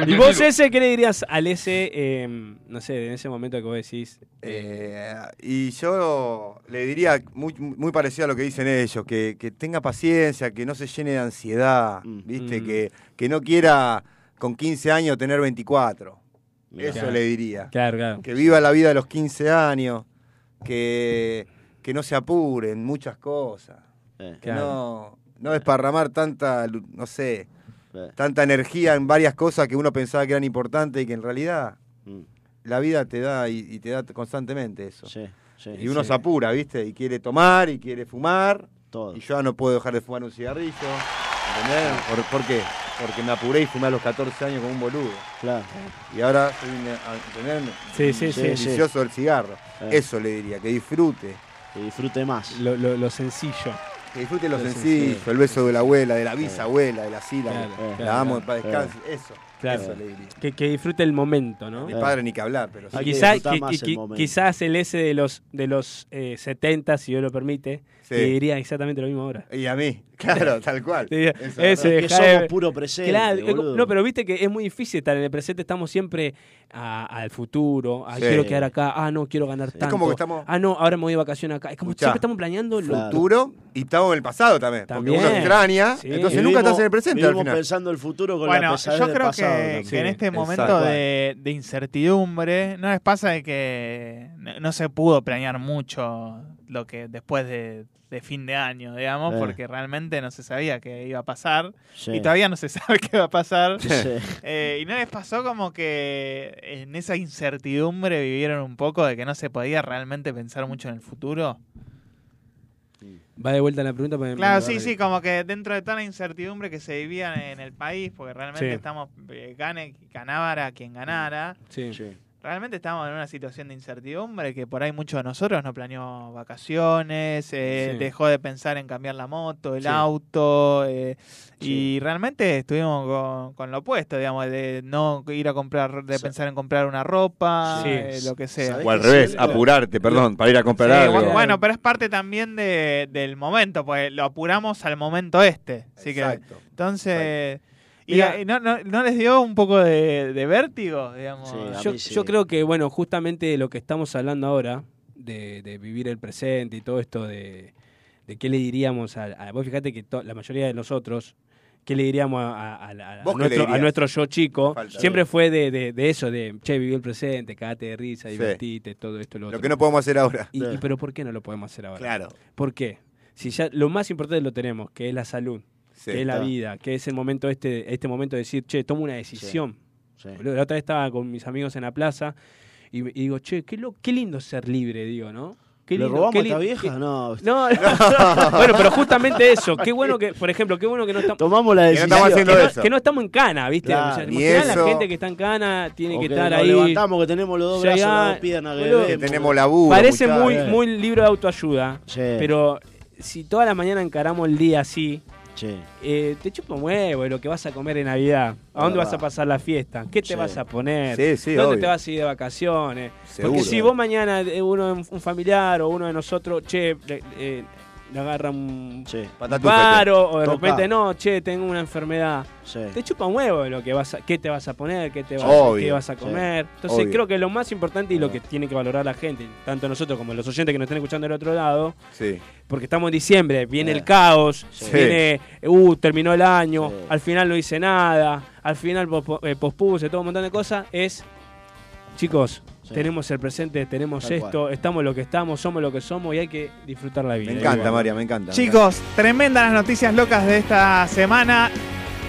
[SPEAKER 8] ¿Y vos ese qué le dirías al ese, eh, no sé, en ese momento que vos decís?
[SPEAKER 3] Eh, y yo le diría muy, muy parecido a lo que dicen ellos, que, que tenga paciencia, que no se llene de ansiedad, ¿viste?
[SPEAKER 8] Mm.
[SPEAKER 3] Que, que no quiera con 15 años tener 24.
[SPEAKER 4] Mirá.
[SPEAKER 3] Eso le diría.
[SPEAKER 8] Claro, claro.
[SPEAKER 3] Que viva la vida de los 15 años, que, que no se apure en muchas cosas,
[SPEAKER 4] Eh,
[SPEAKER 3] que
[SPEAKER 8] Claro.
[SPEAKER 3] no, no desparramar tanta, lu- no sé,
[SPEAKER 4] eh,
[SPEAKER 3] tanta energía en varias cosas que uno pensaba que eran importantes y que en realidad
[SPEAKER 4] mm,
[SPEAKER 3] la vida te da y, y te da constantemente eso.
[SPEAKER 4] Sí, sí.
[SPEAKER 3] Y uno
[SPEAKER 8] sí.
[SPEAKER 3] se apura, ¿viste? Y quiere tomar y quiere fumar.
[SPEAKER 4] Todo.
[SPEAKER 3] Y yo ya no puedo dejar de fumar un cigarrillo. ¿Entendés? ¿Por, por qué? Porque me apuré y fumé a los 14 años como un boludo.
[SPEAKER 4] Claro.
[SPEAKER 3] Y ahora soy un, ¿entendés?
[SPEAKER 8] Sí, sí,
[SPEAKER 4] Sí,
[SPEAKER 8] sí.
[SPEAKER 4] sí.
[SPEAKER 3] vicioso del cigarro.
[SPEAKER 4] Eh.
[SPEAKER 3] Eso le diría, que disfrute.
[SPEAKER 4] Que disfrute más.
[SPEAKER 8] Lo, lo- lo sencillo.
[SPEAKER 3] Que disfrute lo
[SPEAKER 8] Lo
[SPEAKER 3] sencillo,
[SPEAKER 8] sencillo.
[SPEAKER 3] el beso de la abuela, de la bisabuela, de la sila.
[SPEAKER 8] Claro,
[SPEAKER 3] que
[SPEAKER 8] claro,
[SPEAKER 3] la amo,
[SPEAKER 8] claro,
[SPEAKER 3] para descanse. Eso,
[SPEAKER 8] Claro.
[SPEAKER 3] eso le diría.
[SPEAKER 8] Que, que disfrute el momento, ¿no?
[SPEAKER 3] Mi padre ni que hablar, pero sí.
[SPEAKER 4] Hay que
[SPEAKER 8] Quizá-
[SPEAKER 4] disfrutar
[SPEAKER 8] qui-
[SPEAKER 4] más
[SPEAKER 8] qui-
[SPEAKER 4] el momento.
[SPEAKER 8] quizás el ese de los, de los eh, 70, si Dios lo permite,
[SPEAKER 3] Sí.
[SPEAKER 8] le diría exactamente lo mismo ahora.
[SPEAKER 3] Y a mí, claro, tal cual.
[SPEAKER 8] Te diría,
[SPEAKER 3] Eso,
[SPEAKER 8] ese
[SPEAKER 4] Que
[SPEAKER 8] deja de-
[SPEAKER 4] somos puro presente.
[SPEAKER 8] Claro, eh,
[SPEAKER 4] boludo.
[SPEAKER 8] no, pero viste que es muy difícil estar en el presente, estamos siempre a- al futuro, a
[SPEAKER 3] Sí.
[SPEAKER 8] quiero quedar acá, ah, no, quiero ganar tanto.
[SPEAKER 3] como que estamos-
[SPEAKER 8] Ah, no, ahora me voy de vacaciones acá. Es como
[SPEAKER 3] Escuchá.
[SPEAKER 8] siempre estamos planeando lo
[SPEAKER 4] Claro.
[SPEAKER 3] futuro y estamos en el pasado también.
[SPEAKER 8] También.
[SPEAKER 3] Porque uno extraña, eh,
[SPEAKER 8] Sí.
[SPEAKER 3] entonces
[SPEAKER 4] Y vivimos-
[SPEAKER 3] nunca estás en el presente al
[SPEAKER 4] vivimos
[SPEAKER 3] final.
[SPEAKER 4] pensando el futuro con la
[SPEAKER 2] Bueno,
[SPEAKER 4] pesadez
[SPEAKER 2] yo
[SPEAKER 4] del
[SPEAKER 2] creo
[SPEAKER 4] pasado
[SPEAKER 2] que,
[SPEAKER 4] también.
[SPEAKER 2] que en este
[SPEAKER 3] exacto.
[SPEAKER 2] momento de, de incertidumbre, ¿no les pasa de que no, no se pudo planear mucho lo que después de, de fin de año, digamos,
[SPEAKER 4] Eh.
[SPEAKER 2] porque realmente no se sabía qué iba a pasar
[SPEAKER 4] Sí.
[SPEAKER 2] y todavía no se sabe qué va a pasar?
[SPEAKER 4] Sí.
[SPEAKER 2] Eh, ¿Y no les pasó como que en esa incertidumbre vivieron un poco de que no se podía realmente pensar mucho en el futuro?
[SPEAKER 8] Va de vuelta la pregunta para
[SPEAKER 2] Claro, sí, sí, como que dentro de toda la incertidumbre que se vivía en el país, porque realmente
[SPEAKER 8] Sí.
[SPEAKER 2] estamos, eh, gane, ganara quien ganara,
[SPEAKER 8] Sí.
[SPEAKER 2] realmente estamos en una situación de incertidumbre que por ahí muchos de nosotros no planeó vacaciones, eh,
[SPEAKER 8] Sí.
[SPEAKER 2] dejó de pensar en cambiar la moto, el
[SPEAKER 8] Sí.
[SPEAKER 2] auto, eh, y realmente estuvimos con, con lo opuesto, digamos, de no ir a comprar, de pensar en comprar una ropa,
[SPEAKER 3] Sí.
[SPEAKER 2] eh, lo que sea.
[SPEAKER 3] O al revés, apurarte, perdón, para ir a comprar
[SPEAKER 2] Sí,
[SPEAKER 3] algo.
[SPEAKER 2] bu- Bueno, pero es parte también de- del momento, pues lo apuramos al momento este. Así que,
[SPEAKER 3] Exacto.
[SPEAKER 2] entonces, y
[SPEAKER 8] Mira-
[SPEAKER 2] eh, no, no- ¿no les dio un poco de, de vértigo, digamos?
[SPEAKER 8] yo, yo creo que, bueno, justamente lo que estamos hablando ahora, de, de vivir el presente y todo esto de, de qué le diríamos a, a- Vos fijate que to- la mayoría de nosotros, ¿qué le diríamos a, a- a- a- a
[SPEAKER 10] ¿Vos qué le
[SPEAKER 8] nuestro, a
[SPEAKER 10] dirías?
[SPEAKER 8] nuestro yo chico?
[SPEAKER 10] Falta
[SPEAKER 8] siempre fue de, de- de eso, de, che, viví el presente, cagate de risa, divertite, todo esto, lo
[SPEAKER 3] Lo
[SPEAKER 8] otro.
[SPEAKER 3] que no podemos hacer ahora.
[SPEAKER 8] Y- y pero ¿por qué no lo podemos hacer ahora?
[SPEAKER 3] Claro.
[SPEAKER 8] ¿Por qué? Si ya lo más importante lo tenemos, que es la salud,
[SPEAKER 3] Sí,
[SPEAKER 8] que es la
[SPEAKER 3] está.
[SPEAKER 8] vida, que es el momento este, este momento de decir, che, tomo una decisión.
[SPEAKER 4] Sí.
[SPEAKER 8] Boludo, La otra vez estaba con mis amigos en la plaza y, y digo, che, qué, lo- qué lindo ser libre, digo, ¿no? Qué
[SPEAKER 4] ¿Le
[SPEAKER 8] lindo,
[SPEAKER 4] robamos
[SPEAKER 8] qué
[SPEAKER 4] a esta
[SPEAKER 8] lin-
[SPEAKER 4] vieja?
[SPEAKER 8] qué-
[SPEAKER 4] No.
[SPEAKER 8] No, no. bueno, pero justamente eso. Qué bueno que, por ejemplo, qué bueno que no estamos.
[SPEAKER 4] Tomamos la
[SPEAKER 8] que no estamos
[SPEAKER 4] decisión.
[SPEAKER 8] haciendo que no-
[SPEAKER 4] eso.
[SPEAKER 8] que no estamos en cana, ¿viste?
[SPEAKER 4] Claro,
[SPEAKER 8] O sea,
[SPEAKER 4] ni
[SPEAKER 8] imaginá
[SPEAKER 4] eso.
[SPEAKER 8] la gente que está en cana tiene
[SPEAKER 4] O
[SPEAKER 8] que
[SPEAKER 4] que
[SPEAKER 8] estar
[SPEAKER 4] nos
[SPEAKER 8] ahí.
[SPEAKER 4] levantamos, que tenemos los dos
[SPEAKER 8] Ya,
[SPEAKER 4] brazos, las dos piernas, que
[SPEAKER 8] boludo,
[SPEAKER 4] bebemos. Que tenemos
[SPEAKER 3] laburo,
[SPEAKER 8] Parece
[SPEAKER 4] muchachos.
[SPEAKER 8] muy,
[SPEAKER 4] Sí.
[SPEAKER 8] muy libro de autoayuda,
[SPEAKER 4] Sí.
[SPEAKER 8] pero si todas las mañanas encaramos el día así,
[SPEAKER 4] Sí.
[SPEAKER 8] eh, te chupa un huevo lo que vas a comer en Navidad. ¿A dónde
[SPEAKER 4] verdad.
[SPEAKER 8] vas a pasar la fiesta? ¿Qué te
[SPEAKER 4] Sí.
[SPEAKER 8] vas a poner?
[SPEAKER 4] Sí, sí,
[SPEAKER 8] ¿Dónde
[SPEAKER 4] obvio.
[SPEAKER 8] te vas a ir de vacaciones?
[SPEAKER 4] Seguro.
[SPEAKER 8] Porque si vos mañana, eh, uno un familiar o uno de nosotros, che, le, eh, le agarra un paro o de
[SPEAKER 4] Toca.
[SPEAKER 8] repente no, che, tengo una enfermedad.
[SPEAKER 4] Sí.
[SPEAKER 8] Te chupa un huevo lo que vas a, qué te vas a poner, qué te vas,
[SPEAKER 4] Obvio.
[SPEAKER 8] qué vas a
[SPEAKER 4] Sí.
[SPEAKER 8] comer. Entonces
[SPEAKER 4] Obvio.
[SPEAKER 8] creo que lo más importante y lo que tiene que valorar la gente, tanto nosotros como los oyentes que nos estén escuchando del otro lado,
[SPEAKER 3] Sí.
[SPEAKER 8] porque estamos en diciembre, viene
[SPEAKER 3] Sí.
[SPEAKER 8] el caos,
[SPEAKER 3] Sí.
[SPEAKER 8] viene, uh, terminó el año, al final no hice nada, al final pospo- eh, pospuse todo un montón de cosas, es, chicos,
[SPEAKER 4] Sí.
[SPEAKER 8] tenemos el presente, tenemos
[SPEAKER 4] Tal
[SPEAKER 8] esto, estamos lo que estamos, somos lo que somos y hay que disfrutar la vida.
[SPEAKER 3] Me encanta,
[SPEAKER 8] Igual.
[SPEAKER 3] María, me encanta.
[SPEAKER 2] Chicos, tremendas las noticias locas de esta semana.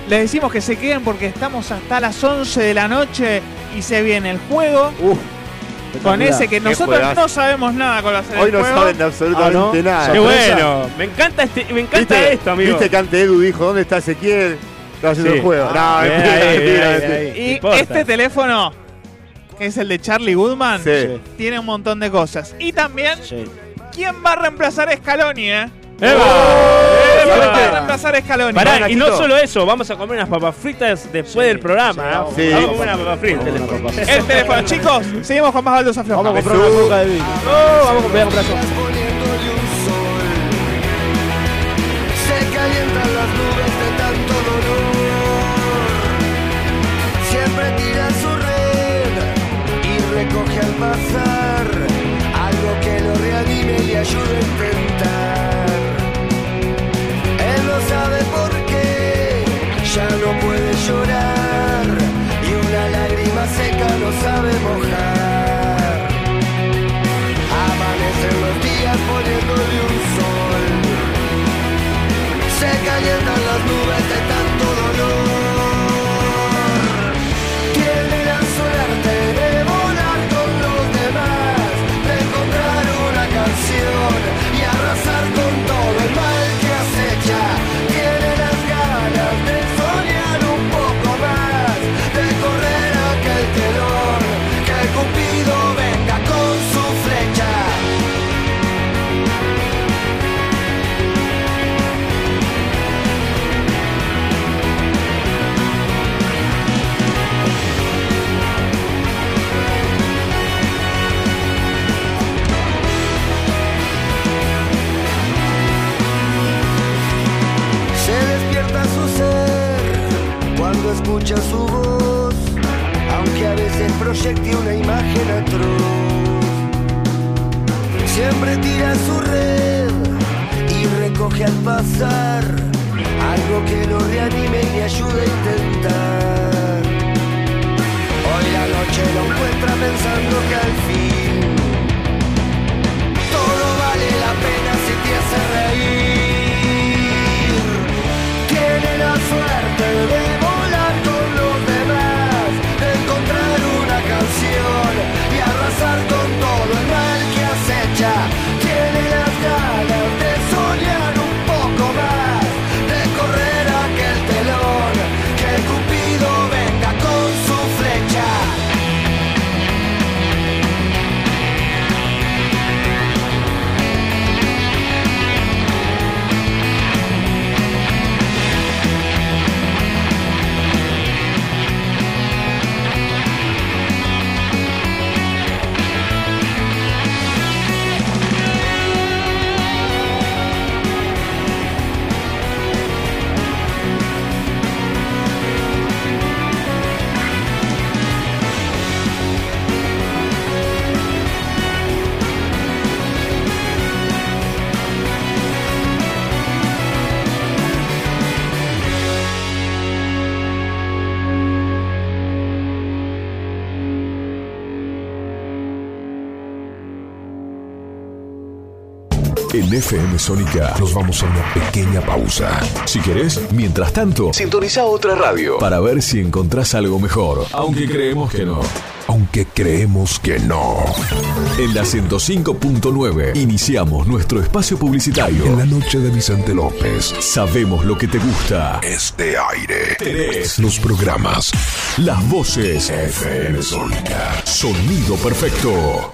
[SPEAKER 2] Les decimos que se queden porque estamos hasta las 11 de la noche y se viene el juego. con ese que
[SPEAKER 3] Qué
[SPEAKER 2] nosotros
[SPEAKER 3] juegazo.
[SPEAKER 2] no sabemos nada con los
[SPEAKER 3] Hoy no saben de absolutamente
[SPEAKER 2] Ah,
[SPEAKER 3] nada.
[SPEAKER 8] Qué bueno, me encanta, este, me encanta
[SPEAKER 3] ¿Viste?
[SPEAKER 8] esto, amigo.
[SPEAKER 3] ¿Viste que antes Edu dijo, ¿dónde está Ezequiel? Estaba haciendo
[SPEAKER 8] Sí.
[SPEAKER 3] el juego. No,
[SPEAKER 8] Ah, bien,
[SPEAKER 3] mentira,
[SPEAKER 8] ahí,
[SPEAKER 3] mentira,
[SPEAKER 8] bien,
[SPEAKER 3] mentira.
[SPEAKER 8] ahí.
[SPEAKER 2] Y
[SPEAKER 8] Posta.
[SPEAKER 2] este teléfono, que es el de Charlie Goodman,
[SPEAKER 3] Sí.
[SPEAKER 2] tiene un montón de cosas. Y también,
[SPEAKER 4] Sí.
[SPEAKER 2] ¿quién va a reemplazar a Scaloni, eh? ¡Oh! ¿Quién va a
[SPEAKER 8] ¡Eva!
[SPEAKER 2] reemplazar a Scaloni?
[SPEAKER 8] Pará, y no solo eso, vamos a comer unas papas fritas después del programa.
[SPEAKER 2] sí,
[SPEAKER 8] ¿eh?
[SPEAKER 2] vamos.
[SPEAKER 8] Vamos a comer unas papas fritas. Este-
[SPEAKER 2] El teléfono, chicos, seguimos con más baldos aflojos. Vamos a comprar una coca de vino.
[SPEAKER 8] Oh,
[SPEAKER 2] vamos a comprar una
[SPEAKER 11] Se calientan las nubes de tanto dolor. Siempre tira su red y recoge al pasar algo que lo reanime y ayude a intentar. Él no sabe por qué, ya no puede llorar y una lágrima seca no sabe mojar. Amanecen los días poniéndole un sol. Se calientan las nubes de tanto dolor. Tiene la suerte de volar con los demás, de encontrar una canción y arrasar con todo el mal que acecha. Tiene las ganas de soñar un poco más, de correr aquel telón, que Cupido venga con su flecha. Se despierta su ser cuando escucha su voz, aunque a veces proyecte una imagen atroz. Siempre tira su red y recoge al pasar algo que lo reanime y le ayude a intentar. Hoy la noche lo encuentra pensando que al fin todo vale la pena si te hace reír. Tiene la suerte de volar con los demás, de encontrar una canción y arrasar con todo el mal que acecha. Tiene las ganas de soñar.
[SPEAKER 14] En FM Sónica nos vamos a una pequeña pausa. Si querés, mientras tanto, sintoniza otra radio para ver si encontrás algo mejor. Aunque creemos que no. Aunque creemos que no. En la 105.9 iniciamos nuestro espacio publicitario. En la noche de Vicente López. Sabemos lo que te gusta. Este aire. Tenés los programas. Las voces. FM Sónica. Sonido perfecto.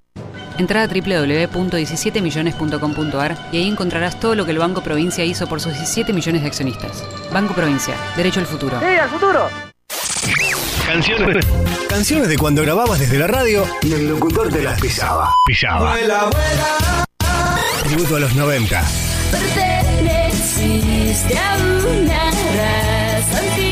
[SPEAKER 15] Entra a www.17millones.com.ar y ahí encontrarás todo lo que el Banco Provincia hizo por sus 17 millones de accionistas. Banco Provincia, derecho al futuro.
[SPEAKER 12] ¡Sí, al futuro!
[SPEAKER 16] Canciones. Canciones de cuando grababas desde la radio y el locutor te las pisaba.
[SPEAKER 12] Pisaba. Vuela,
[SPEAKER 16] Tributo a los 90.
[SPEAKER 17] Perteneciste a una raza antigua.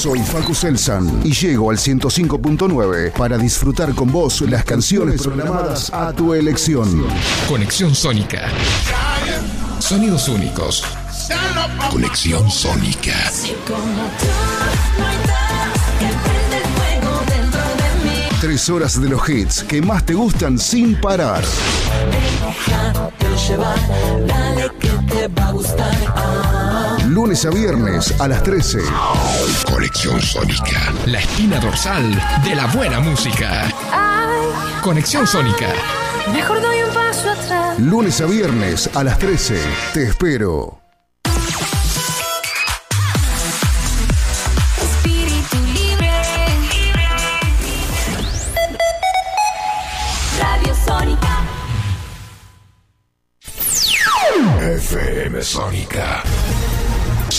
[SPEAKER 18] Soy Facu Selsan y llego al 105.9 para disfrutar con vos las canciones programadas a tu elección.
[SPEAKER 1] Conexión Sónica. Sonidos únicos. Conexión Sónica.
[SPEAKER 18] Tres horas de los hits que más te gustan sin parar. Lunes a viernes a las 13.
[SPEAKER 1] Conexión Sónica. La espina dorsal de la buena música. Conexión Sónica.
[SPEAKER 17] Mejor doy un paso atrás.
[SPEAKER 18] Lunes a viernes a las 13. Te espero.
[SPEAKER 17] Espíritu libre. Radio Sónica.
[SPEAKER 14] FM Sónica.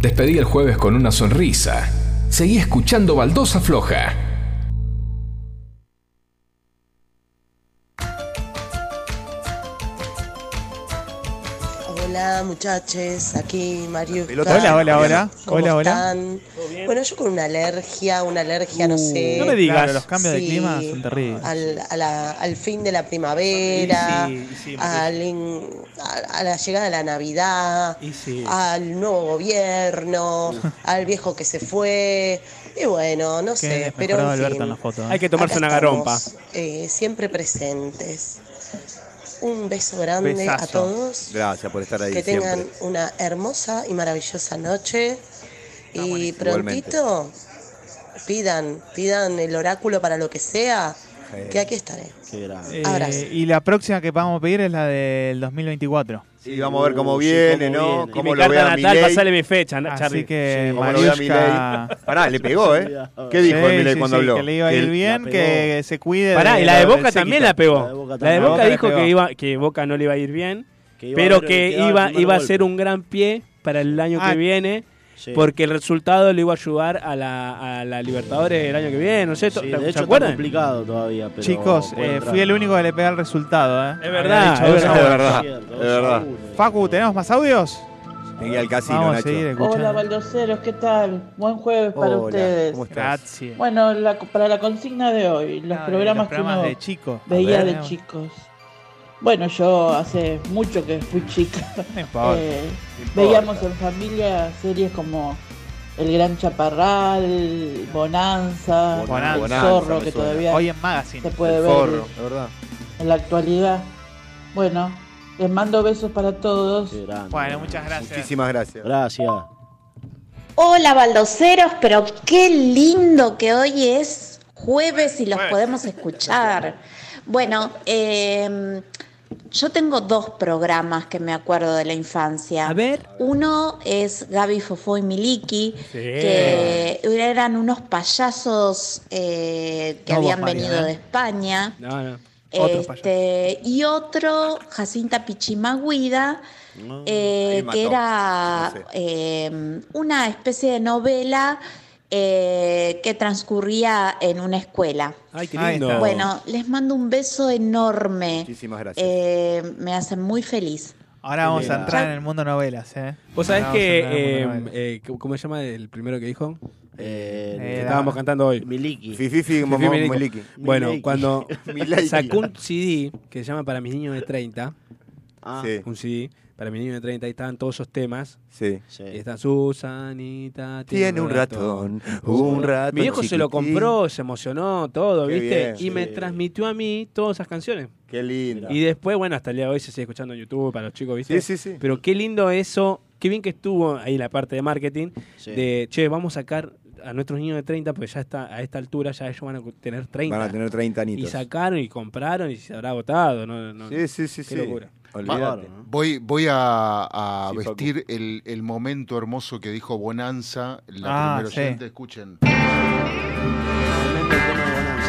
[SPEAKER 1] Despedí el jueves con una sonrisa. Seguí escuchando Baldosa Floja.
[SPEAKER 19] Hola muchachos, aquí Mario.
[SPEAKER 2] Hola, hola, hola.
[SPEAKER 19] ¿Cómo
[SPEAKER 2] Hola, hola.
[SPEAKER 19] están? Bueno, yo con una alergia, una alergia, no sé.
[SPEAKER 2] Uh, no me digas. Claro, los
[SPEAKER 8] cambios de clima son terribles.
[SPEAKER 19] Al, a la- al fin de la primavera,
[SPEAKER 8] Y sí, y sí, María.
[SPEAKER 19] al in- a, a la llegada de la Navidad,
[SPEAKER 8] sí.
[SPEAKER 9] Ah.
[SPEAKER 19] al nuevo gobierno, al viejo que se fue. Y bueno, no sé, pero en fin,
[SPEAKER 8] Hay que tomarse
[SPEAKER 19] acá
[SPEAKER 8] una garompa.
[SPEAKER 19] estamos, eh, siempre presentes. Un beso grande a
[SPEAKER 3] Besazo.
[SPEAKER 19] todos.
[SPEAKER 3] Gracias por estar ahí
[SPEAKER 19] Que
[SPEAKER 3] siempre.
[SPEAKER 19] tengan una hermosa y maravillosa noche.
[SPEAKER 3] Ah,
[SPEAKER 19] y prontito pidan, pidan el oráculo para lo que sea,
[SPEAKER 2] Sí.
[SPEAKER 19] que aquí estaré.
[SPEAKER 2] Eh,
[SPEAKER 19] Abrazo.
[SPEAKER 2] y la próxima que vamos a pedir es la del 2024.
[SPEAKER 3] Uh, Sí, vamos a ver cómo viene, ¿no?
[SPEAKER 8] Y
[SPEAKER 3] Cómo
[SPEAKER 8] mi
[SPEAKER 3] lo
[SPEAKER 8] carta
[SPEAKER 3] vea
[SPEAKER 8] natal,
[SPEAKER 3] Milei.
[SPEAKER 8] pasale mi fecha, ¿no, Charlie?
[SPEAKER 2] Así que
[SPEAKER 3] Cómo lo vea
[SPEAKER 2] Mariushka-
[SPEAKER 3] Milei. Pará, le pegó, ¿eh? ¿Qué dijo
[SPEAKER 2] Sí,
[SPEAKER 3] el Milei
[SPEAKER 2] sí,
[SPEAKER 3] cuando
[SPEAKER 2] sí,
[SPEAKER 3] habló?
[SPEAKER 2] Que le iba a
[SPEAKER 3] Que
[SPEAKER 2] ir
[SPEAKER 3] el-
[SPEAKER 2] bien, que se cuide.
[SPEAKER 8] Pará, y la de
[SPEAKER 2] lo del
[SPEAKER 8] Boca también
[SPEAKER 2] séquito.
[SPEAKER 8] la pegó. La de Boca
[SPEAKER 2] la
[SPEAKER 8] dijo
[SPEAKER 2] pegó.
[SPEAKER 8] que, iba, que Boca no le iba a ir bien,
[SPEAKER 2] iba a
[SPEAKER 8] pero
[SPEAKER 2] haber-
[SPEAKER 8] que
[SPEAKER 2] que iba a
[SPEAKER 8] iba,
[SPEAKER 2] firmar
[SPEAKER 8] iba a
[SPEAKER 2] golpe.
[SPEAKER 8] ser un gran pie para el año
[SPEAKER 2] Ah,
[SPEAKER 8] que viene.
[SPEAKER 2] sí.
[SPEAKER 8] Porque el resultado le iba a ayudar a la, a la Libertadores el año que viene, ¿no es cierto?
[SPEAKER 4] Sí,
[SPEAKER 8] ¿Te-
[SPEAKER 4] de
[SPEAKER 8] ¿Se
[SPEAKER 4] hecho, está
[SPEAKER 8] acuerdan?
[SPEAKER 4] complicado todavía, pero
[SPEAKER 2] Chicos,
[SPEAKER 4] puede
[SPEAKER 2] eh,
[SPEAKER 4] entrar.
[SPEAKER 2] fui el único que le pega el resultado, ¿eh?
[SPEAKER 8] Es verdad,
[SPEAKER 2] Había dicho
[SPEAKER 8] es
[SPEAKER 2] dos a
[SPEAKER 8] verdad,
[SPEAKER 2] uno.
[SPEAKER 8] es verdad,
[SPEAKER 3] es verdad.
[SPEAKER 2] Facu, ¿tenemos más audios?
[SPEAKER 3] Llegué al casino,
[SPEAKER 2] Vamos a
[SPEAKER 3] Nacho.
[SPEAKER 2] seguir escuchando.
[SPEAKER 20] Hola baldoseros, ¿qué tal? Buen jueves para
[SPEAKER 2] Hola,
[SPEAKER 20] ustedes.
[SPEAKER 2] ¿cómo estás? Gracias.
[SPEAKER 20] Bueno, la- para la consigna de hoy, los
[SPEAKER 2] Ah, de
[SPEAKER 20] programas,
[SPEAKER 2] los programas
[SPEAKER 20] que uno
[SPEAKER 2] de chico. A
[SPEAKER 20] veía
[SPEAKER 2] ver.
[SPEAKER 20] de chicos. Bueno, yo hace mucho que fui chica.
[SPEAKER 2] importa,
[SPEAKER 20] Eh,
[SPEAKER 2] no importa.
[SPEAKER 20] veíamos en familia series como El Gran Chaparral, Bonanza,
[SPEAKER 2] Bonanza,
[SPEAKER 20] El
[SPEAKER 2] Bonanza,
[SPEAKER 20] Zorro,
[SPEAKER 2] me
[SPEAKER 20] que
[SPEAKER 2] suena.
[SPEAKER 20] todavía
[SPEAKER 2] Hoy en Magazine.
[SPEAKER 20] se puede
[SPEAKER 2] El
[SPEAKER 20] ver
[SPEAKER 2] Zorro,
[SPEAKER 3] la verdad.
[SPEAKER 20] en la actualidad. Bueno, les mando besos para todos.
[SPEAKER 2] Bueno, muchas gracias.
[SPEAKER 3] Muchísimas gracias.
[SPEAKER 4] Gracias.
[SPEAKER 21] Hola baldoseros, pero qué lindo que hoy es jueves y los podemos escuchar. Bueno, eh, yo tengo dos programas que me acuerdo de la infancia. A ver. Uno es Gaby Fofó y Miliki, que eran unos payasos eh, que
[SPEAKER 20] No, vos,
[SPEAKER 21] habían
[SPEAKER 20] Mario,
[SPEAKER 21] venido
[SPEAKER 20] ¿eh?
[SPEAKER 21] de España.
[SPEAKER 8] No, no.
[SPEAKER 21] Este, y otro, Jacinta Pichimaguida, eh,
[SPEAKER 8] Mm, ahí mató.
[SPEAKER 21] que era
[SPEAKER 8] No sé.
[SPEAKER 21] eh, una especie de novela eh, que transcurría en una escuela.
[SPEAKER 8] Ay, qué
[SPEAKER 3] Ahí
[SPEAKER 8] lindo.
[SPEAKER 3] está.
[SPEAKER 21] Bueno, les mando un beso enorme.
[SPEAKER 3] Muchísimas gracias.
[SPEAKER 21] Eh, me hacen muy feliz.
[SPEAKER 2] Ahora vamos a
[SPEAKER 8] Bien.
[SPEAKER 2] entrar en el mundo novelas, ¿eh?
[SPEAKER 8] Vos sabés
[SPEAKER 2] Ahora vamos a
[SPEAKER 8] que,
[SPEAKER 2] entrar en el mundo
[SPEAKER 8] eh,
[SPEAKER 2] novelas.
[SPEAKER 8] eh, ¿cómo se llama el primero que dijo?
[SPEAKER 4] Eh,
[SPEAKER 8] que
[SPEAKER 2] eh,
[SPEAKER 8] estábamos
[SPEAKER 2] la-
[SPEAKER 8] cantando hoy.
[SPEAKER 4] Miliki.
[SPEAKER 3] Fififi,
[SPEAKER 8] Fifi
[SPEAKER 3] Momo,
[SPEAKER 8] Milico.
[SPEAKER 3] Miliki.
[SPEAKER 8] Bueno,
[SPEAKER 3] Miliki.
[SPEAKER 8] cuando
[SPEAKER 3] Miliki.
[SPEAKER 8] sacó un CD que se llama Para mis niños de 30,
[SPEAKER 4] Ah.
[SPEAKER 3] Sí.
[SPEAKER 8] un CD para mis niños de 30, ahí estaban todos esos temas.
[SPEAKER 3] Sí.
[SPEAKER 8] Y está Susanita.
[SPEAKER 3] Tiene un ratón, un ratón
[SPEAKER 8] Mi viejo se lo
[SPEAKER 3] chiquitín.
[SPEAKER 8] compró, se emocionó, todo,
[SPEAKER 3] Qué
[SPEAKER 8] eh, ¿viste?
[SPEAKER 3] bien.
[SPEAKER 8] y me
[SPEAKER 3] Sí.
[SPEAKER 8] transmitió a mí todas esas canciones.
[SPEAKER 3] Qué lindo.
[SPEAKER 8] Y después, bueno, hasta el día de hoy se sigue escuchando en YouTube para los chicos, ¿viste?
[SPEAKER 3] Sí, sí, sí.
[SPEAKER 8] Pero qué lindo eso, qué bien que estuvo ahí la parte de marketing,
[SPEAKER 4] Sí.
[SPEAKER 8] de, che, vamos a sacar a nuestros niños de 30, porque ya está, a esta altura ya ellos van a cu- tener 30.
[SPEAKER 3] Van a tener 30
[SPEAKER 8] y
[SPEAKER 3] añitos.
[SPEAKER 8] sacaron y compraron y se habrá agotado. No, no,
[SPEAKER 3] Sí, sí, sí,
[SPEAKER 8] Qué
[SPEAKER 3] sí.
[SPEAKER 8] locura.
[SPEAKER 3] Olvídate.
[SPEAKER 5] Voy, voy a, a
[SPEAKER 3] Sí,
[SPEAKER 5] vestir el, el momento hermoso que dijo Bonanza, la
[SPEAKER 2] Ah,
[SPEAKER 5] primera
[SPEAKER 2] sí.
[SPEAKER 5] oyente, escuchen.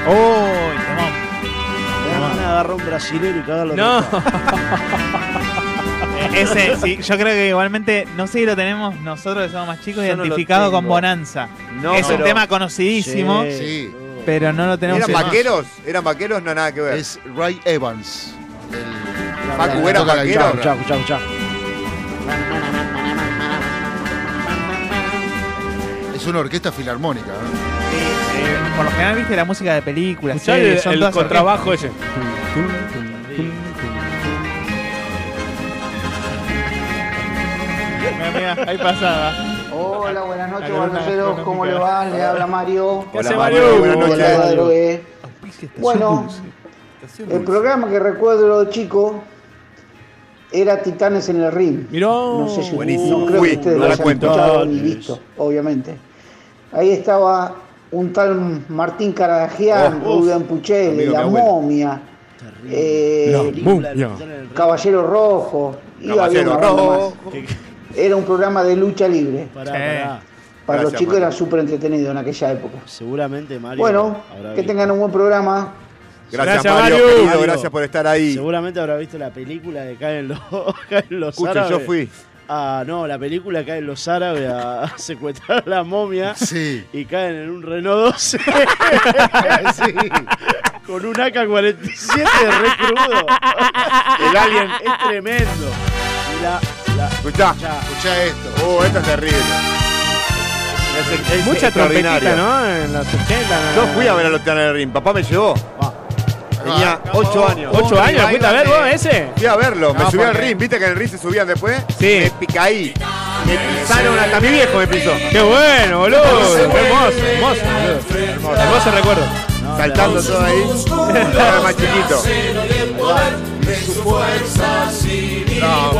[SPEAKER 2] ¡Oh! el temón.
[SPEAKER 4] Van a agarrar un brasilero y cagarlo.
[SPEAKER 2] No.
[SPEAKER 4] todo.
[SPEAKER 2] Ese, sí, yo creo que igualmente, no sé si lo tenemos nosotros que somos más chicos,
[SPEAKER 4] Yo no lo
[SPEAKER 2] identificado con
[SPEAKER 4] tengo.
[SPEAKER 2] Bonanza.
[SPEAKER 4] No,
[SPEAKER 2] es un
[SPEAKER 4] pero-
[SPEAKER 2] tema conocidísimo,
[SPEAKER 5] Sí.
[SPEAKER 2] pero no lo tenemos.
[SPEAKER 3] ¿Eran vaqueros? ¿Eran vaqueros? No, nada que ver.
[SPEAKER 5] Es Ray Evans.
[SPEAKER 3] Facu, ¿eras vaquero?
[SPEAKER 4] Chau, chau, chau, chau.
[SPEAKER 5] Es una orquesta filarmónica. ¿eh?
[SPEAKER 2] Por lo general, Ah, viste la música de películas.
[SPEAKER 8] Escuchá
[SPEAKER 2] series,
[SPEAKER 8] el-
[SPEAKER 2] son
[SPEAKER 8] el
[SPEAKER 2] todas
[SPEAKER 8] contrabajo
[SPEAKER 2] orquestas. Mira, mira, ahí pasaba.
[SPEAKER 12] Hola, buenas noches,
[SPEAKER 2] Alguna
[SPEAKER 12] baldoseros. ¿Cómo le
[SPEAKER 2] económica.
[SPEAKER 12] va? Le habla Mario.
[SPEAKER 2] ¿Qué hace, Mario? Buenas noches.
[SPEAKER 12] Hola, Padroe. Bueno, el programa que recuerdo de los chicos era Titanes en el Ring.
[SPEAKER 8] Miró.
[SPEAKER 12] No sé si
[SPEAKER 8] Buenísimo.
[SPEAKER 12] no creo
[SPEAKER 8] Uy,
[SPEAKER 12] que ustedes
[SPEAKER 8] no
[SPEAKER 12] lo
[SPEAKER 8] la
[SPEAKER 12] hayan
[SPEAKER 8] cuento.
[SPEAKER 12] escuchado ni visto, obviamente. Ahí estaba un tal Martín Caragian,
[SPEAKER 8] Oh, uf.
[SPEAKER 12] Rubén Puchel,
[SPEAKER 8] Amigo,
[SPEAKER 12] La
[SPEAKER 8] mi abuelo.
[SPEAKER 12] Momia, eh,
[SPEAKER 8] La momia.
[SPEAKER 12] Caballero Rojo. y
[SPEAKER 8] Caballero
[SPEAKER 12] había una banda
[SPEAKER 8] Rojo.
[SPEAKER 12] más. Era un programa de lucha libre.
[SPEAKER 4] pará.
[SPEAKER 12] Para los
[SPEAKER 4] Gracias,
[SPEAKER 12] chicos
[SPEAKER 4] Mario.
[SPEAKER 12] era súper entretenido en aquella época.
[SPEAKER 4] Seguramente Mario.
[SPEAKER 12] Bueno,
[SPEAKER 4] habrá
[SPEAKER 12] que
[SPEAKER 4] visto-
[SPEAKER 12] tengan un buen programa.
[SPEAKER 3] Gracias, Mario, querido, gracias por estar ahí.
[SPEAKER 4] Seguramente habrá visto la película de Caen los, caen los
[SPEAKER 3] Escuche,
[SPEAKER 4] árabes.
[SPEAKER 3] yo fui.
[SPEAKER 4] Ah, no, la película caen los árabes a, a secuestrar a la momia.
[SPEAKER 5] Sí.
[SPEAKER 4] Y caen en un Renault 12. Con un AK-47 re crudo.
[SPEAKER 3] El alien.
[SPEAKER 4] Es tremendo. Y la, la-
[SPEAKER 3] Escuchá.
[SPEAKER 5] Escuchá esto.
[SPEAKER 3] Oh, esto es terrible. Es- es
[SPEAKER 8] Mucha
[SPEAKER 3] extraordinario.
[SPEAKER 8] trompetita, ¿no? En los 80.
[SPEAKER 3] Yo fui a ver a los Titanes del Ring. Papá me llevó. Tenía 8 años.
[SPEAKER 8] ¿Ocho años?
[SPEAKER 3] Ahí
[SPEAKER 8] ¿Fuiste a
[SPEAKER 3] va,
[SPEAKER 8] ver
[SPEAKER 3] eh.
[SPEAKER 8] vos ese?
[SPEAKER 3] Fui a verlo, me
[SPEAKER 8] No,
[SPEAKER 3] subí al
[SPEAKER 8] porque-
[SPEAKER 3] ring, viste que en el ring se subían después.
[SPEAKER 8] Sí.
[SPEAKER 3] Me picaí. Me pisaron hasta mi viejo me pisó.
[SPEAKER 8] ¡Qué bueno, boludo! ¡Qué hermoso, hermoso! boludo. Hermoso recuerdo.
[SPEAKER 3] Saltando todo ahí. Todo era más chiquito. No,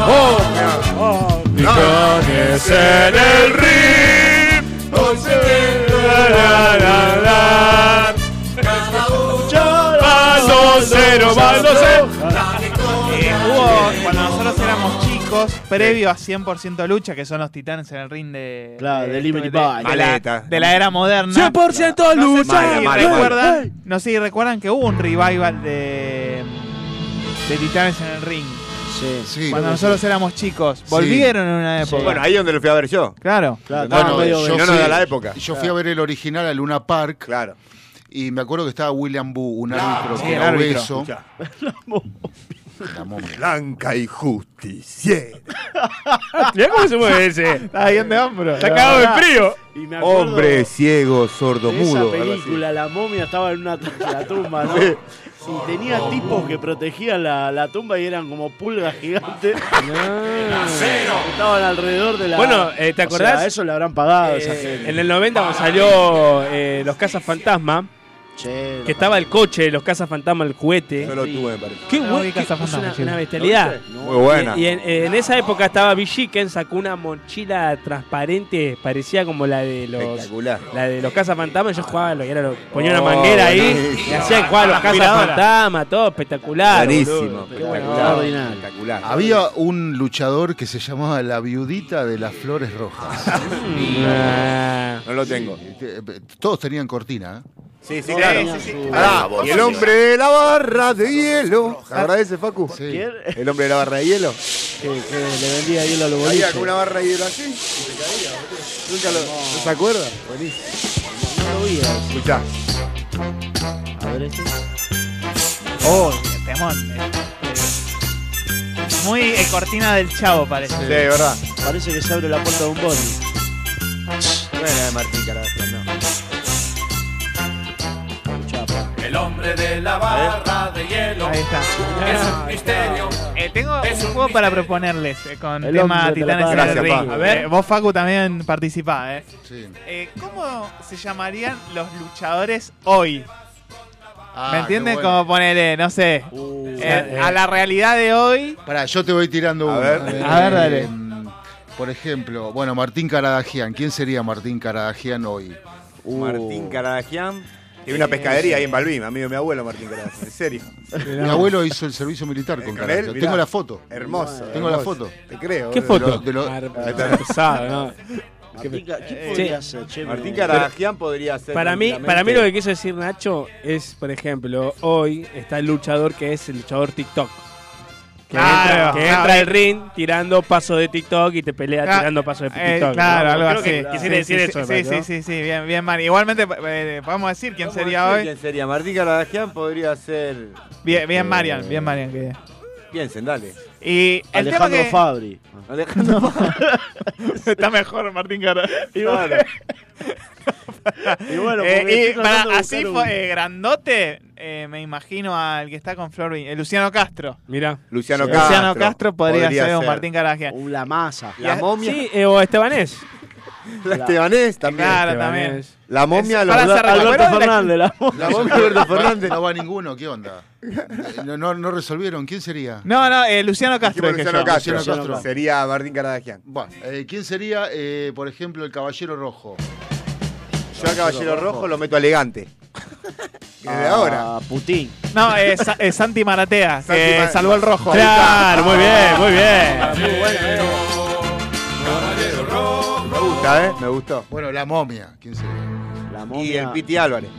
[SPEAKER 3] vos,
[SPEAKER 7] Titanes en el ring. La, la, la, la. Baldocero, baldocero.
[SPEAKER 2] Eh, hubo, cuando nosotros éramos chicos, previo a 100% lucha, que son los titanes en el ring de.
[SPEAKER 4] Claro,
[SPEAKER 2] de-
[SPEAKER 4] de Liberty
[SPEAKER 2] de- de
[SPEAKER 4] Bike.
[SPEAKER 2] la- de la era moderna.
[SPEAKER 8] 100%
[SPEAKER 2] No sé
[SPEAKER 8] lucha.
[SPEAKER 2] si recuerdan, no sé si recuerdan que hubo un revival de, de Titanes en el Ring.
[SPEAKER 4] Sí,
[SPEAKER 2] Cuando nosotros éramos chicos, volvieron en una época.
[SPEAKER 3] Bueno, ahí es donde lo fui a ver yo. Ah.
[SPEAKER 2] Claro.
[SPEAKER 5] Bueno, yo
[SPEAKER 3] no, no,
[SPEAKER 5] fui-
[SPEAKER 3] de la época.
[SPEAKER 5] Yo fui a ver el original a Luna Park. Claro. Y me acuerdo que estaba William Boo, un árbitro
[SPEAKER 3] sí,
[SPEAKER 5] que
[SPEAKER 3] el
[SPEAKER 5] era
[SPEAKER 3] árbitro.
[SPEAKER 5] obeso.
[SPEAKER 3] Escuchá. Blanca y justiciera.
[SPEAKER 2] Mirá cómo se mueve ese. Está bien de hombro. Está cagado de frío.
[SPEAKER 4] Y me acuerdo
[SPEAKER 3] Hombre ciego, sordo,
[SPEAKER 4] de esa
[SPEAKER 3] mudo. algo así.
[SPEAKER 4] película, la momia estaba en una en la tumba, ¿no?
[SPEAKER 3] Sí.
[SPEAKER 4] Y tenía tipos que protegían la, la tumba y eran como pulgas gigantes. Que Estaban alrededor de la.
[SPEAKER 8] Ah. Bueno, eh, ¿te
[SPEAKER 4] O sea,
[SPEAKER 8] acordás?
[SPEAKER 4] eso le habrán pagado a esa
[SPEAKER 8] Eh,
[SPEAKER 4] gente.
[SPEAKER 8] en el 90 cuando salió eh, Los Casas Fantasma. que estaba el coche, los Casas Fantasma, el juguete. Yo
[SPEAKER 3] lo tuve, me parece.
[SPEAKER 8] Qué
[SPEAKER 2] No,
[SPEAKER 8] buen-
[SPEAKER 2] vi
[SPEAKER 8] qué-
[SPEAKER 2] Casas
[SPEAKER 8] es
[SPEAKER 2] Fantasma,
[SPEAKER 8] una,
[SPEAKER 2] sí.
[SPEAKER 8] una bestialidad.
[SPEAKER 3] ¿No viste? Muy buena.
[SPEAKER 8] Y, en, en esa época estaba Villiquen, sacó una mochila transparente, parecía como la de los
[SPEAKER 3] Espectacular.
[SPEAKER 8] la de los Casas Fantasma. Yo jugaba, lo, y era lo- ponía una
[SPEAKER 3] Oh,
[SPEAKER 8] manguera ahí,
[SPEAKER 3] buenísimo.
[SPEAKER 8] y hacía jugar a los Casas
[SPEAKER 2] Aspiradora.
[SPEAKER 8] Fantasma, todo espectacular.
[SPEAKER 3] Buenísimo,
[SPEAKER 8] boludo. Qué buena
[SPEAKER 3] espectacular.
[SPEAKER 8] onda.
[SPEAKER 3] espectacular.
[SPEAKER 5] Había un luchador que se llamaba la viudita de las flores rojas.
[SPEAKER 3] No lo tengo.
[SPEAKER 5] Todos tenían cortina. ¿eh?
[SPEAKER 3] Sí,
[SPEAKER 5] sí,
[SPEAKER 3] claro.
[SPEAKER 5] sí, sí, sí.
[SPEAKER 3] Pará,
[SPEAKER 5] Vos
[SPEAKER 3] y el
[SPEAKER 5] sos-
[SPEAKER 3] hombre de la barra de hielo. ¿Te acordás de ese, Facu?
[SPEAKER 5] ¿Quién?
[SPEAKER 3] El hombre de la barra de hielo.
[SPEAKER 4] Ah. Que, que le vendía hielo a los boliches.
[SPEAKER 3] Había como una barra de hielo así y se caía. Nunca lo. ¿No se acuerda? Buenísimo.
[SPEAKER 4] No lo vi. eh.
[SPEAKER 3] Escuchá.
[SPEAKER 4] A ver este.
[SPEAKER 2] Oh, temón. Muy eh, cortina del chavo parece.
[SPEAKER 3] Sí, verdad.
[SPEAKER 4] Parece que se abre la puerta de un bondi.
[SPEAKER 3] Bueno, de Martín Carabajal, no.
[SPEAKER 7] El hombre de la barra de hielo.
[SPEAKER 2] Ahí está.
[SPEAKER 7] Es un misterio.
[SPEAKER 2] Eh, tengo un juego para proponerles eh, con
[SPEAKER 7] El
[SPEAKER 2] tema
[SPEAKER 7] hombre de la
[SPEAKER 2] Titanes en
[SPEAKER 7] barra.
[SPEAKER 2] el
[SPEAKER 7] Gracias,
[SPEAKER 2] ring.
[SPEAKER 7] pa. A ver.
[SPEAKER 2] Eh, vos, Facu, también participá. Eh.
[SPEAKER 5] Sí.
[SPEAKER 2] Eh, ¿Cómo se llamarían los luchadores hoy?
[SPEAKER 5] Ah,
[SPEAKER 2] ¿Me
[SPEAKER 3] Ah,
[SPEAKER 2] entienden? Como ponerle, no sé, eh,
[SPEAKER 5] eh.
[SPEAKER 2] a la realidad de hoy.
[SPEAKER 5] Pará, yo te voy tirando
[SPEAKER 2] A
[SPEAKER 5] uno.
[SPEAKER 2] ver.
[SPEAKER 5] Eh,
[SPEAKER 2] A ver, dale.
[SPEAKER 5] eh, Por ejemplo, bueno, Martín Caradagian. ¿Quién sería Martín Caradagian hoy? Uh.
[SPEAKER 3] Martín Eh, Caradagian. Tiene Uh. una pescadería ahí en Balbima, amigo de mi abuelo Martín Caradagian, en serio.
[SPEAKER 5] Mi abuelo hizo el servicio militar con
[SPEAKER 3] Eh, ¿Con
[SPEAKER 5] Caradagian.
[SPEAKER 3] él? Mirá.
[SPEAKER 5] Tengo la foto.
[SPEAKER 3] Hermoso.
[SPEAKER 5] Tengo la
[SPEAKER 3] hermoso.
[SPEAKER 5] foto.
[SPEAKER 3] Te creo.
[SPEAKER 5] ¿Qué
[SPEAKER 3] boludo.
[SPEAKER 5] foto?
[SPEAKER 3] De lo- de lo-
[SPEAKER 5] Ah,
[SPEAKER 3] Ahí está.
[SPEAKER 8] pesado, ¿no?
[SPEAKER 4] Martín, Ca- ¿quién
[SPEAKER 3] Eh,
[SPEAKER 4] podría
[SPEAKER 3] sí.
[SPEAKER 4] ser, che?
[SPEAKER 3] Martín
[SPEAKER 4] Pero-
[SPEAKER 3] Caradagian podría ser.
[SPEAKER 8] Para mí,
[SPEAKER 3] tranquilamente.
[SPEAKER 8] para mí lo que quiso decir Nacho es, por ejemplo, hoy está el luchador que es el luchador TikTok. Que
[SPEAKER 2] Claro,
[SPEAKER 8] entra, que
[SPEAKER 2] claro.
[SPEAKER 8] entra al ring tirando paso de TikTok y te pelea
[SPEAKER 2] Claro,
[SPEAKER 8] tirando paso de
[SPEAKER 2] eh,
[SPEAKER 8] TikTok.
[SPEAKER 2] claro,
[SPEAKER 8] ¿no?
[SPEAKER 2] algo
[SPEAKER 8] Creo
[SPEAKER 2] así.
[SPEAKER 8] que quisiera
[SPEAKER 2] Sí,
[SPEAKER 8] decir
[SPEAKER 2] sí,
[SPEAKER 8] eso. me
[SPEAKER 2] Sí,
[SPEAKER 8] parece,
[SPEAKER 2] sí,
[SPEAKER 8] ¿no?
[SPEAKER 2] sí, sí, bien, bien, Mari. Igualmente, eh, podemos decir quién sería hoy.
[SPEAKER 3] ¿Quién sería? Martín Caradagian podría ser.
[SPEAKER 2] Bien, bien,
[SPEAKER 3] Eh,
[SPEAKER 2] Marian, bien, Marian. Que...
[SPEAKER 3] Piensen, dale.
[SPEAKER 2] Y el
[SPEAKER 4] Alejandro
[SPEAKER 2] tema que...
[SPEAKER 4] Fabri.
[SPEAKER 3] Alejandro
[SPEAKER 2] Está mejor Martín Cara. Y
[SPEAKER 4] bueno. Y bueno,
[SPEAKER 2] Eh,
[SPEAKER 4] porque
[SPEAKER 2] y
[SPEAKER 4] estoy tratando
[SPEAKER 2] para-
[SPEAKER 4] de buscar
[SPEAKER 2] así
[SPEAKER 4] un-
[SPEAKER 2] fue, eh, grandote, eh, me imagino al que está con Flor Vign- eh, Luciano Castro.
[SPEAKER 8] Mirá.
[SPEAKER 3] Luciano
[SPEAKER 2] Sí.
[SPEAKER 3] Castro.
[SPEAKER 2] Luciano Castro podría, ser un
[SPEAKER 3] ser.
[SPEAKER 2] Martín Caragia.
[SPEAKER 4] Un La Masa.
[SPEAKER 3] La momia.
[SPEAKER 8] Sí, eh, o Estebanés.
[SPEAKER 3] La Estebanés también.
[SPEAKER 2] Claro, también.
[SPEAKER 8] Estebanés.
[SPEAKER 3] La momia.
[SPEAKER 2] Es-
[SPEAKER 3] lo-
[SPEAKER 2] para
[SPEAKER 3] la-
[SPEAKER 2] ser
[SPEAKER 3] Alberto
[SPEAKER 2] recuperado de la-
[SPEAKER 4] Fernández, la momia.
[SPEAKER 3] La momia Alberto Fernández.
[SPEAKER 5] No va ninguno, ¿qué onda? Eh, No, no, no resolvieron, ¿quién sería?
[SPEAKER 2] No, no, eh, Luciano Castro.
[SPEAKER 3] Dijimos
[SPEAKER 2] dije
[SPEAKER 3] Luciano
[SPEAKER 2] yo.
[SPEAKER 3] Castro.
[SPEAKER 5] Luciano Castro.
[SPEAKER 3] Sería Martín Caradagian.
[SPEAKER 5] Bueno, eh, ¿quién sería, eh, por ejemplo, el Caballero Rojo?
[SPEAKER 3] Yo a Caballero Rojo lo meto a elegante. Que
[SPEAKER 2] Ah.
[SPEAKER 3] es de ahora.
[SPEAKER 4] A Putin.
[SPEAKER 2] No, eh, Sa- eh, Santi Maratea,
[SPEAKER 3] Santi
[SPEAKER 2] que
[SPEAKER 3] Mar-
[SPEAKER 2] salvó el rojo. Ah,
[SPEAKER 8] Claro, muy
[SPEAKER 3] Ah.
[SPEAKER 8] bien, muy bien.
[SPEAKER 3] Me gusta, ¿eh? Me gustó.
[SPEAKER 5] Bueno, la momia, ¿quién sería?
[SPEAKER 4] La
[SPEAKER 3] Y
[SPEAKER 4] momia.
[SPEAKER 3] el Piti Álvarez.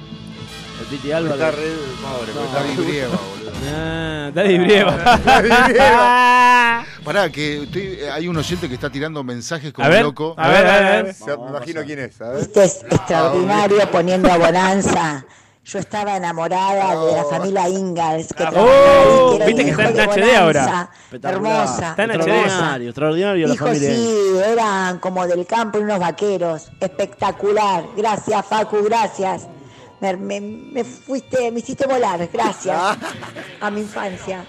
[SPEAKER 4] el Piti
[SPEAKER 3] Está
[SPEAKER 4] Álvarez.
[SPEAKER 3] re pobre,
[SPEAKER 4] No.
[SPEAKER 3] pero está
[SPEAKER 5] David
[SPEAKER 3] bien.
[SPEAKER 5] Brieva, boludo.
[SPEAKER 8] Ah, Daddy Brieva.
[SPEAKER 3] David Brieva.
[SPEAKER 5] Pará, que estoy- eh, hay un oyente que está tirando mensajes como
[SPEAKER 8] A ver,
[SPEAKER 5] loco.
[SPEAKER 8] a ver, a ver.
[SPEAKER 3] Se- Me imagino quién es. A ver.
[SPEAKER 9] Este es extraordinario poniendo a Bonanza. Yo estaba enamorada de la familia Ingalls.
[SPEAKER 6] Ah,
[SPEAKER 9] Que
[SPEAKER 8] Oh,
[SPEAKER 9] trabajaba ahí,
[SPEAKER 8] viste
[SPEAKER 9] que
[SPEAKER 8] que
[SPEAKER 9] era
[SPEAKER 8] está
[SPEAKER 9] el
[SPEAKER 8] en
[SPEAKER 9] hijo de
[SPEAKER 8] HD ahora.
[SPEAKER 9] Bonanza. Hermosa.
[SPEAKER 8] Está en
[SPEAKER 9] hermosa.
[SPEAKER 8] HD.
[SPEAKER 4] Extraordinario, extraordinario la
[SPEAKER 9] Dijo
[SPEAKER 4] familia.
[SPEAKER 9] sí, eran como del campo unos vaqueros. Espectacular. Gracias, Facu, gracias. Me, me- me fuiste, me hiciste volar, gracias. A mi infancia.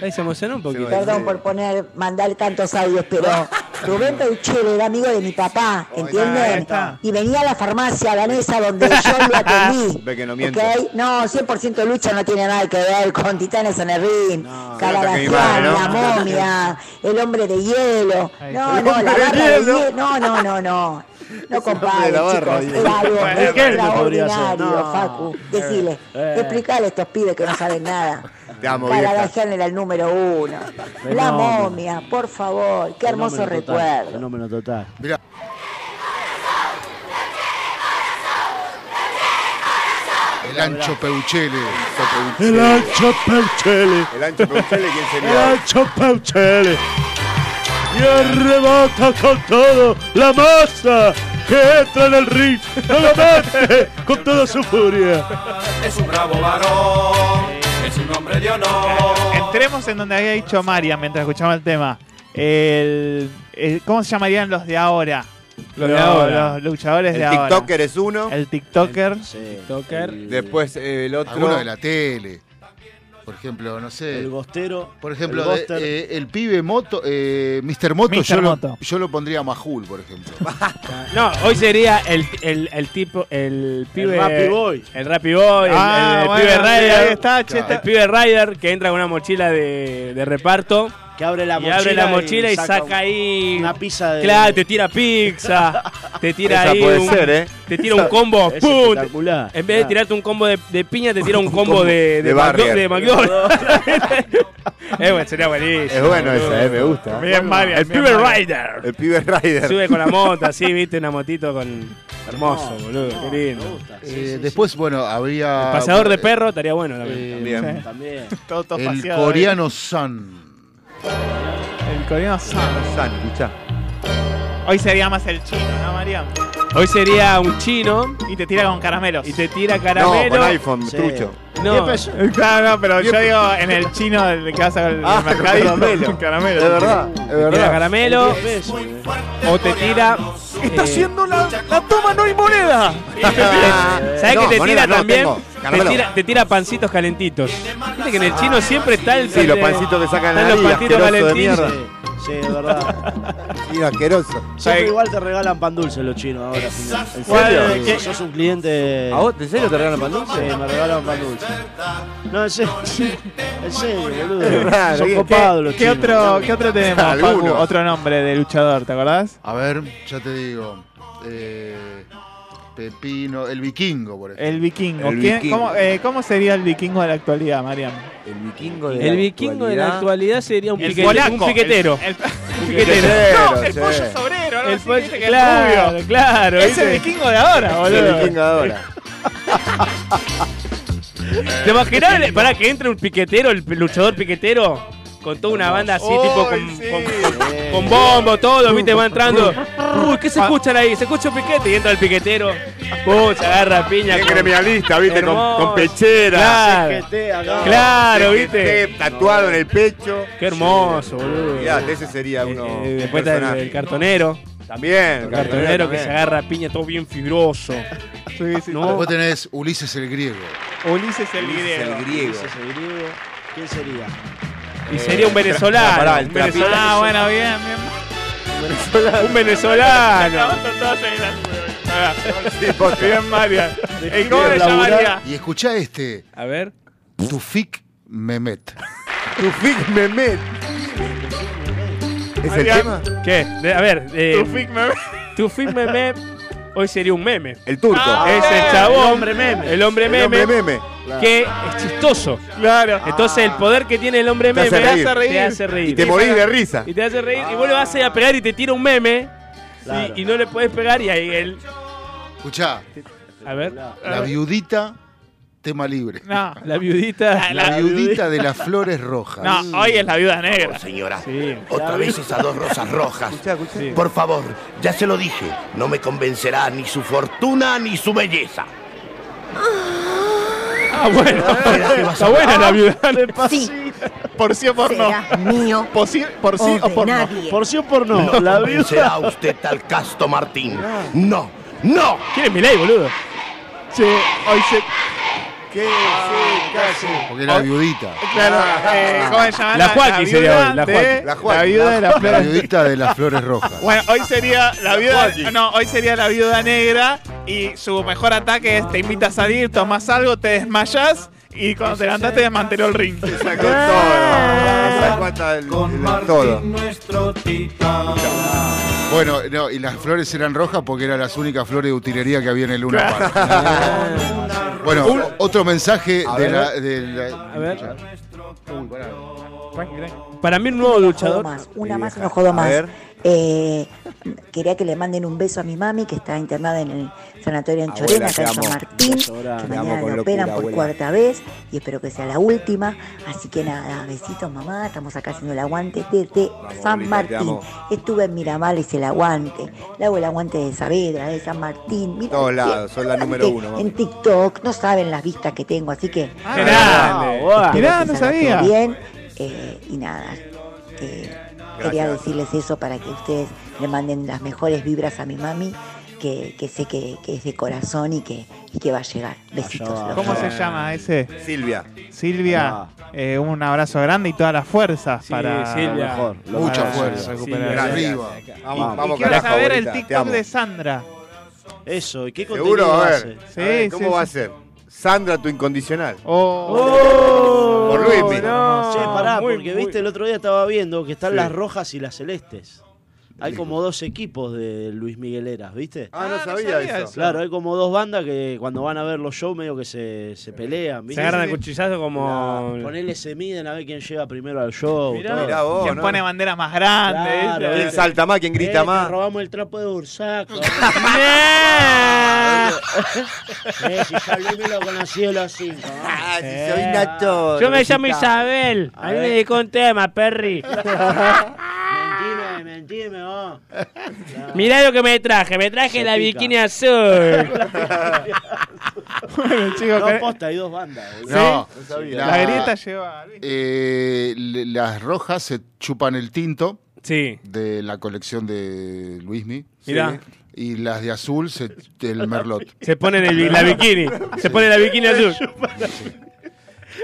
[SPEAKER 8] Ahí se emocionó un poquito.
[SPEAKER 9] Perdón por poner, mandar tantos audios, pero Rubén Peuchero era amigo de mi papá,
[SPEAKER 2] ahí
[SPEAKER 9] ¿entienden?
[SPEAKER 2] está.
[SPEAKER 9] Y venía a la farmacia danesa donde yo lo atendí.
[SPEAKER 3] Ah, Ve que no miente.
[SPEAKER 9] ¿ok? No, 100% lucha no tiene nada que ver con Titanes en el ring, Caradagian,
[SPEAKER 3] Se nota que mi
[SPEAKER 9] la
[SPEAKER 3] madre, ¿no?
[SPEAKER 9] momia, el hombre de hielo. No,
[SPEAKER 2] Ahí está. El
[SPEAKER 9] no, la
[SPEAKER 2] hombre de
[SPEAKER 9] barra de
[SPEAKER 2] hielo.
[SPEAKER 9] hielo. No, no, no, no. No
[SPEAKER 3] de
[SPEAKER 9] compadre,
[SPEAKER 3] la barra,
[SPEAKER 9] chicos,
[SPEAKER 3] digo.
[SPEAKER 9] era algo
[SPEAKER 2] Bueno,
[SPEAKER 4] Riquelme podría ser.
[SPEAKER 9] extraordinario,
[SPEAKER 4] No.
[SPEAKER 9] Facu. Decile,
[SPEAKER 4] Eh.
[SPEAKER 9] explicale a estos pibes que no saben nada.
[SPEAKER 3] Te amo, vieja.
[SPEAKER 9] Caradagian era el número uno. La
[SPEAKER 4] Fenómeno.
[SPEAKER 9] momia, por favor, qué hermoso
[SPEAKER 4] Fenómeno total,
[SPEAKER 9] recuerdo.
[SPEAKER 4] Fenómeno total.
[SPEAKER 5] Mirá, el ancho Peuchele.
[SPEAKER 3] El ancho.
[SPEAKER 4] Peuchele.
[SPEAKER 3] El ancho Peuchele, ¿quién sería?
[SPEAKER 4] Peuchele. Y arrebata con todo la masa que entra en el ring. Nuevamente con toda su furia.
[SPEAKER 7] Es un bravo varón. Es un hombre de honor.
[SPEAKER 2] Entre Entremos en donde había dicho María mientras escuchaba el tema. El, el- ¿Cómo se llamarían los de ahora?
[SPEAKER 3] Los de ahora.
[SPEAKER 2] Los luchadores
[SPEAKER 3] El
[SPEAKER 2] de ahora.
[SPEAKER 3] TikToker es uno.
[SPEAKER 2] El TikToker.
[SPEAKER 3] Después eh, el otro.
[SPEAKER 5] Alguno de la tele. Por ejemplo, no sé.
[SPEAKER 2] El
[SPEAKER 5] Bostero. Por
[SPEAKER 2] el
[SPEAKER 5] ejemplo, de-
[SPEAKER 2] Boster.
[SPEAKER 5] eh, el pibe Moto, eh, Mr. Moto,
[SPEAKER 8] Mr.
[SPEAKER 5] Yo,
[SPEAKER 8] Moto.
[SPEAKER 5] Lo, yo lo pondría a Majul, por ejemplo.
[SPEAKER 8] No, hoy sería el, el, el tipo, el pibe.
[SPEAKER 5] Rappi Boy.
[SPEAKER 8] El Rappi Boy, el-
[SPEAKER 5] Ah,
[SPEAKER 8] el, el
[SPEAKER 5] bueno,
[SPEAKER 8] pibe
[SPEAKER 5] sí,
[SPEAKER 8] Rider.
[SPEAKER 5] ahí está, che,
[SPEAKER 8] El
[SPEAKER 5] está.
[SPEAKER 8] pibe Rider que entra con una mochila de, de reparto.
[SPEAKER 6] Que abre la
[SPEAKER 8] y abre la mochila y saca, ahí. Una pizza de. Claro, te tira pizza. te tira
[SPEAKER 6] Esa
[SPEAKER 8] ahí.
[SPEAKER 6] puede
[SPEAKER 8] un-
[SPEAKER 6] ser, ¿eh?
[SPEAKER 8] Te tira
[SPEAKER 6] Esa-
[SPEAKER 8] un combo.
[SPEAKER 6] es
[SPEAKER 8] ¡pum!
[SPEAKER 6] espectacular.
[SPEAKER 8] En vez de
[SPEAKER 6] Ah.
[SPEAKER 8] tirarte un combo de, de piña, te tira un combo
[SPEAKER 6] combo
[SPEAKER 8] de, de,
[SPEAKER 6] de
[SPEAKER 8] Mac-
[SPEAKER 6] Barrier.
[SPEAKER 8] de McDonald's. eh, bueno, sería buenísimo.
[SPEAKER 3] Es bueno esa, eh, me gusta.
[SPEAKER 8] Bien, Marian, El bien,
[SPEAKER 3] pibe
[SPEAKER 8] Marian. Rider.
[SPEAKER 3] El pibe Rider.
[SPEAKER 8] Sube con la moto, así, viste, una motito con. Hermoso, boludo, qué lindo.
[SPEAKER 5] Eh, después, bueno, había.
[SPEAKER 8] El paseador de perro estaría bueno también.
[SPEAKER 5] Bien.
[SPEAKER 8] Sí.
[SPEAKER 6] También.
[SPEAKER 2] Todo, todo
[SPEAKER 5] El
[SPEAKER 2] paseado, ¿eh?
[SPEAKER 5] coreano Sun.
[SPEAKER 2] El coreano San.
[SPEAKER 3] San, escuchá.
[SPEAKER 2] Hoy sería más el chino, ¿no, María?
[SPEAKER 8] Hoy sería un chino.
[SPEAKER 2] Y te tira con caramelos.
[SPEAKER 8] Y te tira
[SPEAKER 3] No,
[SPEAKER 8] caramelo.
[SPEAKER 3] con iPhone, trucho.
[SPEAKER 8] No.
[SPEAKER 2] Claro, no, pero yo
[SPEAKER 8] Diez
[SPEAKER 2] digo en el chino del que vas al
[SPEAKER 3] Ah,
[SPEAKER 2] mercadito.
[SPEAKER 3] caramelo.
[SPEAKER 2] caramelo.
[SPEAKER 3] Es verdad, es
[SPEAKER 2] Te
[SPEAKER 3] verdad.
[SPEAKER 2] Tira caramelo.
[SPEAKER 3] Diez
[SPEAKER 8] O te tira.
[SPEAKER 2] Está haciendo la, la toma, no hay moneda.
[SPEAKER 8] ¿Sabes
[SPEAKER 2] Eh, No,
[SPEAKER 8] que te
[SPEAKER 2] moneda
[SPEAKER 8] tira
[SPEAKER 2] no,
[SPEAKER 8] también?
[SPEAKER 2] tengo.
[SPEAKER 8] Te
[SPEAKER 2] Caramelo.
[SPEAKER 8] tira, te tira pancitos calentitos. Viste que en el chino siempre está el.
[SPEAKER 3] Sí, los
[SPEAKER 8] el-
[SPEAKER 3] pancitos que sacan
[SPEAKER 8] están
[SPEAKER 3] la
[SPEAKER 8] los
[SPEAKER 3] nariz,
[SPEAKER 8] pancitos
[SPEAKER 3] asqueroso de
[SPEAKER 8] calentitos.
[SPEAKER 3] mierda.
[SPEAKER 6] Sí, de verdad.
[SPEAKER 3] Mira, asqueroso.
[SPEAKER 6] Siempre igual te regalan pan dulce los chinos ahora. al final.
[SPEAKER 3] ¿En serio?
[SPEAKER 6] Sí,
[SPEAKER 3] ¿Qué?
[SPEAKER 6] Sos un cliente.
[SPEAKER 3] ¿A vos, en serio te regalan pan dulce?
[SPEAKER 6] Sí, me regalan pan dulce. No, en serio. En serio, boludo.
[SPEAKER 2] Claro,
[SPEAKER 6] Son
[SPEAKER 2] bien.
[SPEAKER 6] copados los
[SPEAKER 2] ¿Qué, qué
[SPEAKER 6] chinos.
[SPEAKER 2] otro, ¿Qué otro tenemos, Facu?
[SPEAKER 5] Algunos.
[SPEAKER 2] Otro nombre de luchador, ¿te acordás?
[SPEAKER 5] A ver, ya te digo. eh, Pepino, el vikingo, por ejemplo.
[SPEAKER 2] El vikingo. ¿Quién- ¿Cómo, eh, cómo sería el vikingo de la actualidad, Mariam?
[SPEAKER 3] El vikingo
[SPEAKER 8] El vikingo de la actualidad sería un,
[SPEAKER 2] El
[SPEAKER 8] piquete-
[SPEAKER 2] polaco,
[SPEAKER 8] un piquetero.
[SPEAKER 2] el-
[SPEAKER 8] Un piquetero.
[SPEAKER 2] No, el pollo sobrero, algo
[SPEAKER 8] El
[SPEAKER 2] así,
[SPEAKER 8] pollo-
[SPEAKER 2] viste que es
[SPEAKER 8] claro,
[SPEAKER 2] rubio.
[SPEAKER 8] claro,
[SPEAKER 2] Es el
[SPEAKER 8] ¿viste?
[SPEAKER 2] vikingo de ahora,
[SPEAKER 8] Es
[SPEAKER 2] boludo.
[SPEAKER 8] el vikingo de ahora. ¿Te imaginas el- para que entre un piquetero, el luchador piquetero? Con toda una banda así, tipo con, con- con- con bombo, todo, viste, va entrando. Uy, ¿qué se
[SPEAKER 2] Ah.
[SPEAKER 8] escuchan ahí? Se escucha un piquete y entra el piquetero. Uy, se agarra piña.
[SPEAKER 3] Bien
[SPEAKER 8] con-
[SPEAKER 3] gremialista, viste, con-
[SPEAKER 8] Hermoso.
[SPEAKER 3] con pechera.
[SPEAKER 8] Claro, claro viste.
[SPEAKER 3] Tatuado en el pecho.
[SPEAKER 8] Qué hermoso, boludo.
[SPEAKER 3] Mirá, ese sería uno.
[SPEAKER 8] Eh, después está el,
[SPEAKER 3] personaje.
[SPEAKER 8] el cartonero.
[SPEAKER 3] También,
[SPEAKER 8] El
[SPEAKER 3] el
[SPEAKER 8] cartonero
[SPEAKER 3] cartonero
[SPEAKER 8] que
[SPEAKER 3] también.
[SPEAKER 8] se agarra a piña, todo bien fibroso. No.
[SPEAKER 5] Después tenés Ulises el griego.
[SPEAKER 2] Ulises el griego.
[SPEAKER 6] Ulises el griego. ¿Quién sería?
[SPEAKER 8] Y sería un venezolano.
[SPEAKER 3] pará, el
[SPEAKER 8] un
[SPEAKER 3] trapito.
[SPEAKER 8] venezolano.
[SPEAKER 2] Ah, bueno, bien, bien.
[SPEAKER 8] Un venezolano.
[SPEAKER 2] Estaban todos ahí en la- Bien, Mariam. ¿Y cómo se llamaría?
[SPEAKER 5] Y escuchá este.
[SPEAKER 8] A ver.
[SPEAKER 5] Tufik Mehmet.
[SPEAKER 3] Tufik Mehmet. ¿Es el
[SPEAKER 8] Mariam,
[SPEAKER 3] tema?
[SPEAKER 8] ¿Qué? De- a ver. Eh,
[SPEAKER 2] Tufik Mehmet.
[SPEAKER 8] Tufik Mehmet Hoy sería un meme. Ah,
[SPEAKER 3] El turco.
[SPEAKER 8] es el chabón. El hombre meme. El hombre meme.
[SPEAKER 3] hombre meme.
[SPEAKER 8] Que es chistoso.
[SPEAKER 2] Claro.
[SPEAKER 8] Entonces el poder que tiene el hombre
[SPEAKER 3] Te
[SPEAKER 8] meme
[SPEAKER 3] hace reír.
[SPEAKER 8] te hace reír. Ah.
[SPEAKER 3] Y te morís de risa.
[SPEAKER 8] Y te hace reír. Y vos le vas a ir a pegar y te tira un meme. y-
[SPEAKER 5] Claro.
[SPEAKER 8] Y, no le puedes pegar y ahí él.
[SPEAKER 5] Escuchá,
[SPEAKER 8] A ver.
[SPEAKER 5] la viudita, tema libre.
[SPEAKER 2] No.
[SPEAKER 8] La viudita.
[SPEAKER 5] La viudita de las flores rojas.
[SPEAKER 2] No, hoy es la viuda negra.
[SPEAKER 22] Señora,
[SPEAKER 8] Sí.
[SPEAKER 22] otra vez esas dos rosas rojas. Por favor, ya se lo dije, no me convencerá ni su fortuna ni su belleza.
[SPEAKER 8] Ah, bueno. Está buena la viuda.
[SPEAKER 2] Sí. Por sí o por no.
[SPEAKER 22] Mío.
[SPEAKER 2] Por sí, por sí o, por no.
[SPEAKER 6] Por sí o por no.
[SPEAKER 22] No
[SPEAKER 6] la
[SPEAKER 22] convencerá
[SPEAKER 6] viuda.
[SPEAKER 22] usted al Casto Martín. No, no.
[SPEAKER 8] ¿Quién es Milei, boludo?
[SPEAKER 2] Che, hoy se.
[SPEAKER 3] ¿Qué? Sí, casi.
[SPEAKER 5] Porque era viudita.
[SPEAKER 2] Claro, eh, ¿cómo se llama?
[SPEAKER 5] La Joaquín sería
[SPEAKER 2] viuda
[SPEAKER 5] hoy, la
[SPEAKER 2] de-
[SPEAKER 5] Joaquín.
[SPEAKER 2] La, viuda de las
[SPEAKER 5] La
[SPEAKER 2] flores.
[SPEAKER 5] viudita de las flores rojas.
[SPEAKER 2] Bueno, hoy sería la viuda. No, hoy sería la viuda negra y su mejor ataque es te invita a salir, tomás algo, te desmayas y cuando te levantaste desmanteló el ring.
[SPEAKER 3] Sacó todo. Sacó hasta el, el- todo.
[SPEAKER 7] nuestro
[SPEAKER 5] Bueno, no, y las flores eran rojas porque eran las únicas flores de utilería que había en el Luna Park. Bueno, otro mensaje
[SPEAKER 8] A
[SPEAKER 5] de
[SPEAKER 8] ver.
[SPEAKER 5] la, de la-
[SPEAKER 8] A ver. Para mí un nuevo
[SPEAKER 9] jodo
[SPEAKER 8] luchador.
[SPEAKER 9] más, una
[SPEAKER 8] Sí,
[SPEAKER 9] más,
[SPEAKER 8] vieja.
[SPEAKER 9] no jodo
[SPEAKER 8] A
[SPEAKER 9] más.
[SPEAKER 8] ver.
[SPEAKER 9] Eh, quería que le manden un beso a mi mami, que está internada en el sanatorio en Abuela, Chorena, te acá en amo. San Martín. Te amo Mañana con la locura, operan por abuela. cuarta vez y espero que sea la última. Así que nada, besitos mamá, estamos acá haciendo el aguante desde San
[SPEAKER 22] abuelita, te
[SPEAKER 9] Martín.
[SPEAKER 22] amo.
[SPEAKER 9] Estuve en Miramar, hice el aguante. Le hago el aguante de Saavedra, de San Martín. Mira,
[SPEAKER 3] Todos
[SPEAKER 9] qué
[SPEAKER 3] lados, son la número
[SPEAKER 9] aguante.
[SPEAKER 3] uno, mami.
[SPEAKER 9] En TikTok, no saben las vistas que tengo, así que...
[SPEAKER 3] grande.
[SPEAKER 9] Espero que
[SPEAKER 3] Ah, Mirá, no
[SPEAKER 9] salga todo
[SPEAKER 3] sabía.
[SPEAKER 9] Bien. Eh, y nada, eh, quería decirles eso para que ustedes le manden las mejores vibras a mi mami, que, que sé que, que es de corazón y que, y que va a llegar. Besitos.
[SPEAKER 2] ¿Cómo se llama ese?
[SPEAKER 3] Silvia. Ah.
[SPEAKER 2] Silvia, eh, un abrazo grande y todas las fuerzas para
[SPEAKER 3] Silvia.
[SPEAKER 2] para
[SPEAKER 3] Mejor, lo
[SPEAKER 2] para
[SPEAKER 3] mejor.
[SPEAKER 2] recuperar.
[SPEAKER 3] Silvia, arriba.
[SPEAKER 2] Y-
[SPEAKER 3] Vamos,
[SPEAKER 2] y
[SPEAKER 3] vamos,
[SPEAKER 2] quiero
[SPEAKER 3] carajo,
[SPEAKER 2] saber
[SPEAKER 3] ahorita,
[SPEAKER 2] el
[SPEAKER 3] te
[SPEAKER 2] TikTok
[SPEAKER 3] amo.
[SPEAKER 2] de Sandra.
[SPEAKER 6] Eso, ¿y qué
[SPEAKER 3] Seguro,
[SPEAKER 6] contenido
[SPEAKER 3] a ver.
[SPEAKER 6] hace?
[SPEAKER 3] A ver, ¿Cómo va a
[SPEAKER 6] sí. Oh.
[SPEAKER 3] ser? Sandra, tu incondicional. Oh,
[SPEAKER 6] Por
[SPEAKER 3] Luismi.
[SPEAKER 6] che, pará,
[SPEAKER 3] Muy,
[SPEAKER 6] porque
[SPEAKER 3] muy-
[SPEAKER 6] viste, el otro día estaba viendo que están
[SPEAKER 3] Sí.
[SPEAKER 6] las rojas y las celestes. Hay como dos equipos de Luis Migueleras, ¿viste?
[SPEAKER 3] Ah, no Ah, no sabía sabía eso. eso.
[SPEAKER 6] Claro, hay como dos bandas que cuando van a ver los shows medio que se, se pelean, ¿viste?
[SPEAKER 8] Se agarran a
[SPEAKER 6] Sí, sí.
[SPEAKER 8] cuchillazo como.
[SPEAKER 6] La- ponele, se miden a ver quién llega primero al show.
[SPEAKER 8] Mirá.
[SPEAKER 6] todo.
[SPEAKER 8] Mirá vos, ¿Quién ¿no? pone
[SPEAKER 2] bandera más grande,
[SPEAKER 6] Claro,
[SPEAKER 2] ¿viste?
[SPEAKER 6] ¿viste?
[SPEAKER 2] ¿Quién salta más, quién grita
[SPEAKER 6] te
[SPEAKER 2] más?
[SPEAKER 6] robamos el trapo de Bursaco. Eh, si yo a Luis me lo conocí a los cinco. ¿no?
[SPEAKER 2] Ah,
[SPEAKER 8] Eh, Yo me llamo Isabel. A mí me dedicó un tema, Perry.
[SPEAKER 6] Mentime, mentime vos.
[SPEAKER 8] Mirá lo que me traje. Me traje
[SPEAKER 6] Se
[SPEAKER 8] la
[SPEAKER 6] pica.
[SPEAKER 8] bikini azul.
[SPEAKER 2] bueno,
[SPEAKER 8] chicos,
[SPEAKER 6] No,
[SPEAKER 8] que-
[SPEAKER 6] posta, hay dos bandas. boludo.
[SPEAKER 5] No,
[SPEAKER 6] La
[SPEAKER 2] grieta lleva
[SPEAKER 5] eh, le- las rojas se chupan el tinto.
[SPEAKER 8] Sí.
[SPEAKER 5] De la colección de Luismi.
[SPEAKER 8] Mirá.
[SPEAKER 5] Y las de azul, se, el merlot.
[SPEAKER 8] Se ponen el- la bikini. Se pone la bikini azul.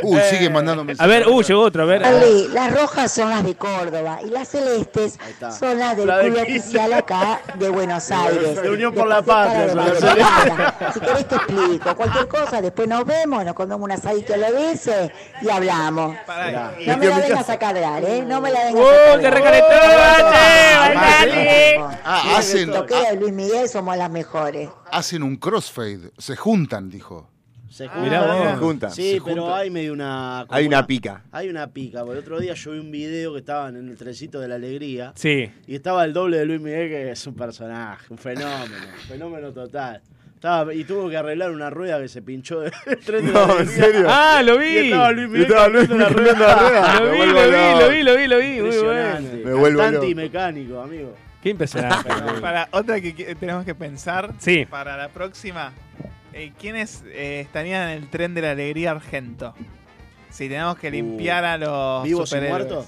[SPEAKER 5] Uy, sigue mandando
[SPEAKER 8] A
[SPEAKER 5] mensajes.
[SPEAKER 8] ver, uh, llegó otro. A ver.
[SPEAKER 9] Ale, las rojas son las de Córdoba y las celestes son las del
[SPEAKER 6] La de
[SPEAKER 9] club
[SPEAKER 6] Quilmes.
[SPEAKER 9] oficial acá de Buenos Aires.
[SPEAKER 6] De Unión por la Patria,
[SPEAKER 9] Después está
[SPEAKER 6] son las
[SPEAKER 9] la de Barcelona. Si querés te explico. Cualquier cosa, después nos vemos, nos comemos un asadito a la vez y hablamos. No me la vengas a cargar, ¿eh? No me la vengas
[SPEAKER 6] Oh,
[SPEAKER 9] a cargar.
[SPEAKER 8] ¡Uh, te recalentó!
[SPEAKER 5] Vale. Ah,
[SPEAKER 9] Ah,
[SPEAKER 5] hacen-
[SPEAKER 9] hacen... Toquera de Luis Miguel somos las mejores.
[SPEAKER 5] Hacen un crossfade. Se juntan, dijo.
[SPEAKER 8] Ah,
[SPEAKER 6] Se
[SPEAKER 5] Mirá vos.
[SPEAKER 6] Se
[SPEAKER 5] Juntan.
[SPEAKER 6] Sí,
[SPEAKER 5] Ah, Se
[SPEAKER 6] pero
[SPEAKER 5] juntan.
[SPEAKER 6] hay medio una. como
[SPEAKER 5] Hay una pica.
[SPEAKER 6] Hay una pica. Por el otro día yo vi un video que estaban en el trencito de la alegría.
[SPEAKER 8] Sí.
[SPEAKER 6] Y estaba el doble de Luis Miguel, que es un personaje, un fenómeno, un fenómeno total. Estaba, y tuvo que arreglar una rueda que se pinchó del tren de
[SPEAKER 8] No,
[SPEAKER 6] la
[SPEAKER 8] ¿en
[SPEAKER 6] alegría.
[SPEAKER 8] serio? Ah, lo vi.
[SPEAKER 6] Y estaba Luis
[SPEAKER 8] Y
[SPEAKER 6] Miguel
[SPEAKER 8] estaba Luis
[SPEAKER 6] cambiando
[SPEAKER 8] Miguel cambiando la rueda. Lo
[SPEAKER 6] Me
[SPEAKER 8] vi,
[SPEAKER 6] vuelvo
[SPEAKER 8] lo vi,
[SPEAKER 6] loco.
[SPEAKER 8] lo vi, lo vi, lo vi. Muy
[SPEAKER 6] Impresionante.
[SPEAKER 8] bueno. Me vuelvo
[SPEAKER 6] Cantante
[SPEAKER 8] loco.
[SPEAKER 6] y mecánico, amigo.
[SPEAKER 8] Qué impresionante.
[SPEAKER 2] Para otra que que tenemos que pensar
[SPEAKER 8] Sí.
[SPEAKER 2] para la próxima, eh, ¿quiénes eh, estarían en el tren de la alegría argento? Si tenemos que limpiar a los
[SPEAKER 6] Uh, ¿Vivos y
[SPEAKER 2] superhéroes.
[SPEAKER 6] muertos?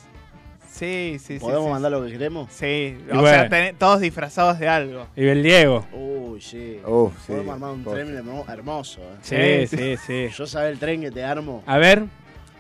[SPEAKER 2] Sí, sí, sí.
[SPEAKER 6] ¿Podemos
[SPEAKER 2] sí,
[SPEAKER 6] mandar
[SPEAKER 2] sí.
[SPEAKER 6] lo que queremos?
[SPEAKER 2] Sí,
[SPEAKER 8] Y
[SPEAKER 2] o sea,
[SPEAKER 8] bueno.
[SPEAKER 2] ten- todos disfrazados de algo.
[SPEAKER 8] Y el Diego.
[SPEAKER 6] Uy, sí.
[SPEAKER 8] Uf, Oh, sí.
[SPEAKER 6] Podemos armar un
[SPEAKER 8] Posta.
[SPEAKER 6] tren hermo- hermoso. ¿eh?
[SPEAKER 8] Sí, sí, sí.
[SPEAKER 6] Yo sabés el tren que te armo.
[SPEAKER 8] A ver.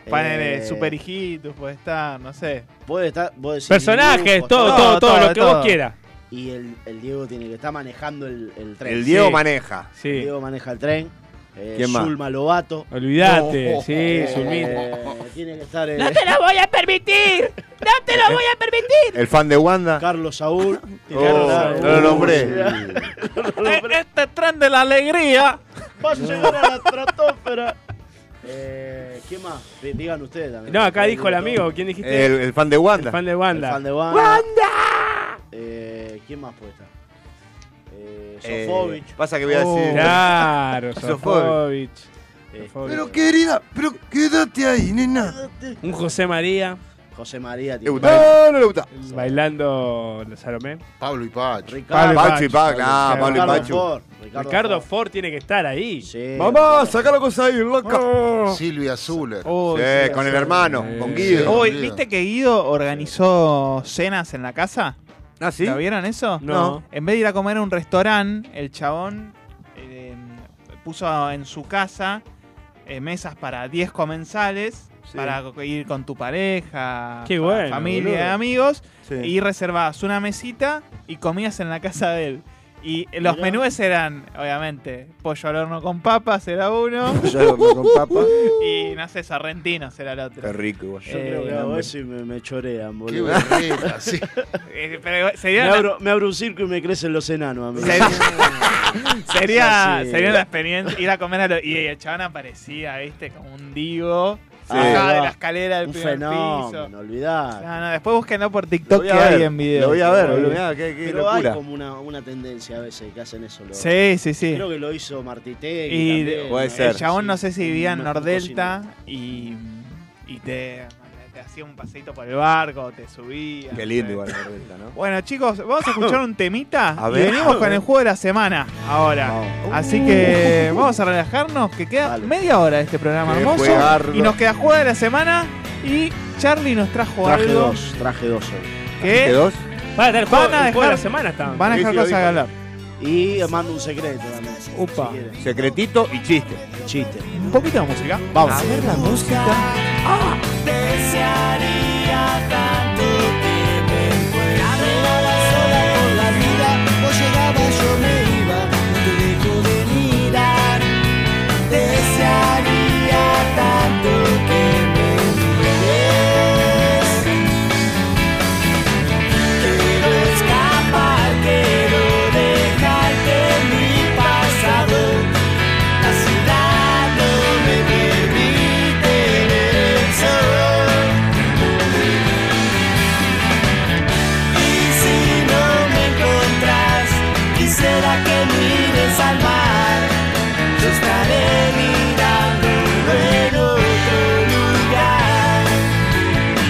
[SPEAKER 2] Ponele
[SPEAKER 6] Eh,
[SPEAKER 2] super hijitos, puede estar, no sé.
[SPEAKER 6] Puede estar, vos decís
[SPEAKER 8] Personajes,
[SPEAKER 6] dibujos,
[SPEAKER 8] todo, todo, todo, lo que vos quieras.
[SPEAKER 6] Y el, el Diego tiene que estar manejando el, el tren.
[SPEAKER 3] El Diego Sí. maneja.
[SPEAKER 8] Sí.
[SPEAKER 6] El Diego maneja el tren. Eh,
[SPEAKER 8] ¿Quién más?
[SPEAKER 6] Zulma Lobato. Oh,
[SPEAKER 8] Olvídate, sí,
[SPEAKER 6] Zulmita. oh, Tiene que estar. eh,
[SPEAKER 8] ¡No te lo voy a permitir! ¡No te lo voy a permitir!
[SPEAKER 3] El fan de Wanda.
[SPEAKER 6] Carlos Saúl.
[SPEAKER 3] Oh, no lo nombré.
[SPEAKER 8] Eh,
[SPEAKER 2] este tren de la alegría.
[SPEAKER 6] Va a llegar a la estratosfera. Eh, ¿Quién más? D- Digan ustedes también.
[SPEAKER 8] No, acá dijo el amigo. ¿Quién dijiste?
[SPEAKER 3] El, el fan de Wanda.
[SPEAKER 8] El fan de Wanda.
[SPEAKER 6] El fan de Wanda. Eh, ¿Quién más puede estar? Eh,
[SPEAKER 3] Eh,
[SPEAKER 6] Sofovich.
[SPEAKER 3] pasa que voy a decir.
[SPEAKER 8] Claro, Sofovich.
[SPEAKER 2] Eh,
[SPEAKER 3] Pero querida, pero quédate ahí, nena.
[SPEAKER 8] Un José María.
[SPEAKER 6] José María.
[SPEAKER 3] Le gusta. No, no le gusta.
[SPEAKER 8] Bailando la Salomé.
[SPEAKER 5] Pablo y Pacho.
[SPEAKER 3] Pablo y Pacho y Pacho, ah, Pablo y Pacho.
[SPEAKER 6] Ford,
[SPEAKER 8] Ricardo,
[SPEAKER 6] Ricardo
[SPEAKER 8] Ford. tiene que estar ahí. Sí.
[SPEAKER 3] Mamá, saca la cosa ahí, loca.
[SPEAKER 2] Oh.
[SPEAKER 5] Silvia Zuller.
[SPEAKER 8] Oh,
[SPEAKER 3] Sí, Eh, con el hermano, con Guido.
[SPEAKER 2] Uy, ¿viste que Guido organizó cenas en la casa?
[SPEAKER 3] Ah, ¿sí?
[SPEAKER 2] ¿Lo vieron eso?
[SPEAKER 3] No.
[SPEAKER 2] En vez de ir a comer a un restaurante, el chabón eh, puso en su casa eh, mesas para 10 comensales. Para co- ir con tu pareja,
[SPEAKER 8] Qué
[SPEAKER 2] fa-
[SPEAKER 8] bueno,
[SPEAKER 2] familia
[SPEAKER 8] boludo.
[SPEAKER 2] y amigos,
[SPEAKER 8] Sí.
[SPEAKER 2] y reservabas una mesita y comías en la casa de él. Y los menús eran, obviamente, pollo al horno con papas era uno.
[SPEAKER 3] Pollo al horno con papas.
[SPEAKER 2] Y no sé, sarrentinos era el otro.
[SPEAKER 3] Qué rico, igual.
[SPEAKER 6] Yo creo que
[SPEAKER 2] pues
[SPEAKER 6] hago eso y me, me chorean, boludo.
[SPEAKER 5] berreta, sí.
[SPEAKER 2] Eh, pero
[SPEAKER 6] me,
[SPEAKER 2] sería una-
[SPEAKER 6] abro, me abro un circo y me crecen los enanos, amigo.
[SPEAKER 2] Sería,
[SPEAKER 6] Sí.
[SPEAKER 2] sería una experiencia ir a comer a lo, y el chabón aparecía, viste, como un divo.
[SPEAKER 6] Sí.
[SPEAKER 2] Bajaba de
[SPEAKER 6] Ah,
[SPEAKER 2] la escalera del
[SPEAKER 6] un
[SPEAKER 2] primer
[SPEAKER 6] fenómeno,
[SPEAKER 2] piso.
[SPEAKER 6] olvidá.
[SPEAKER 2] No, no, después búsquenlo por
[SPEAKER 6] Lo
[SPEAKER 2] TikTok
[SPEAKER 6] voy
[SPEAKER 2] que
[SPEAKER 6] a ver,
[SPEAKER 2] hay en video.
[SPEAKER 6] lo voy a ver,
[SPEAKER 2] Sí.
[SPEAKER 6] boludo.
[SPEAKER 3] Mirá, qué- qué
[SPEAKER 6] Pero
[SPEAKER 3] locura.
[SPEAKER 6] hay como una, una tendencia a veces que hacen eso. los-
[SPEAKER 2] Sí, sí, sí.
[SPEAKER 6] Creo que lo hizo Martitec.
[SPEAKER 2] Y
[SPEAKER 6] también,
[SPEAKER 2] el chabón no sé si vivía en Nordelta y, y te, te hacía un paseito por el barco, te subía.
[SPEAKER 3] Qué lindo igual la revista, ¿no?
[SPEAKER 2] Bueno, chicos, vamos a escuchar un temita
[SPEAKER 3] A
[SPEAKER 2] y
[SPEAKER 3] ver.
[SPEAKER 2] venimos con el juego de la semana ahora. Así
[SPEAKER 6] Uh.
[SPEAKER 2] que vamos a relajarnos, que queda media hora de este programa
[SPEAKER 3] Qué
[SPEAKER 2] hermoso.
[SPEAKER 3] juegardo.
[SPEAKER 2] Y nos queda juego de la semana Y Charlie nos trajo
[SPEAKER 6] Traje
[SPEAKER 2] algo.
[SPEAKER 6] dos, traje dos hoy.
[SPEAKER 2] ¿Qué? ¿Trajiste dos?
[SPEAKER 8] Van a tener juego-
[SPEAKER 2] Van a
[SPEAKER 8] el juego de la
[SPEAKER 2] dejar-
[SPEAKER 8] semana estaban.
[SPEAKER 2] van a dejar cosas galar.
[SPEAKER 6] Y eh, mando un secreto también.
[SPEAKER 2] Upa.
[SPEAKER 3] Secretito y chiste.
[SPEAKER 6] Chiste.
[SPEAKER 2] Un poquito de música.
[SPEAKER 6] Vamos.
[SPEAKER 2] A ver la música.
[SPEAKER 7] Desearía tanto que me
[SPEAKER 11] con la vida, vos llegabas, yo me iba, no te dejo de mirar. Desearía tanto que me mires. Quiero escapar, quiero dejarte mi pasado. La ciudad no me permite ver el sol. Y si no me encontras, quisiera que mires al mar. Yo estaré mirándolo en otro lugar.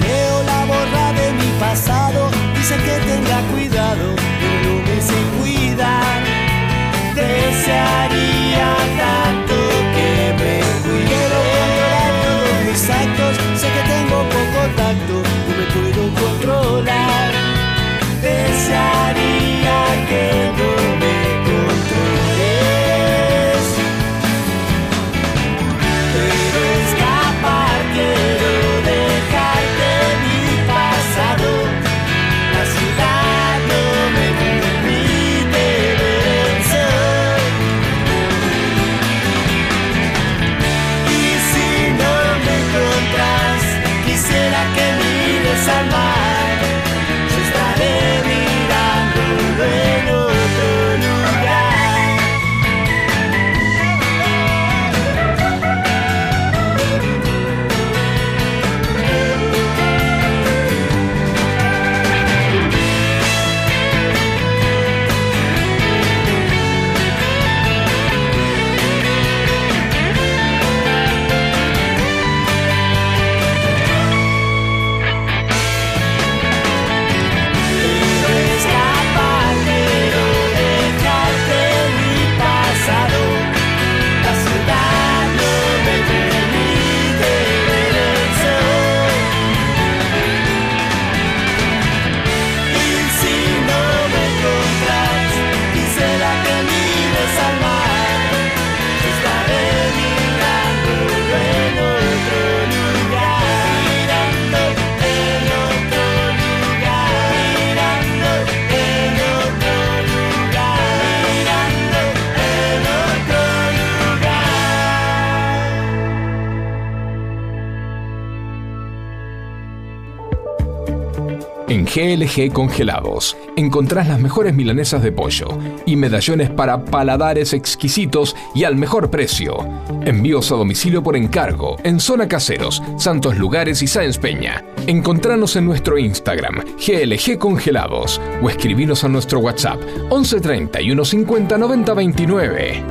[SPEAKER 11] Leo la borra de mi pasado, dice que tenga cuidado, pero no me sé cuidar. Desearía tanto que me cuide. Quiero controlar todos mis actos, sé que tengo poco tacto, no me puedo controlar. Desearía que no me controles. Quiero escapar, quiero dejarte mi pasado. La ciudad no me permite ver el sol. Y si no me encontras, quisiera que mires al mar. Yo estaré mirándolo en otro lugar. Quiero escapar, quiero dejarte mi pasado. La ciudad no me permite ver el sol. Y si no me encontras, quisiera que mires al mar. Yo estaré mirando en otro lugar, mirando en otro lugar, mirando en otro lugar, mirando en otro lugar.
[SPEAKER 1] En GLG Congelados encontrás las mejores milanesas de pollo y medallones para paladares exquisitos y al mejor precio. Envíos a domicilio por encargo en Zona Caseros, Santos Lugares y Sáenz Peña. Encontranos en nuestro Instagram, GLG Congelados, o escribinos a nuestro WhatsApp 11 31 50 90 29.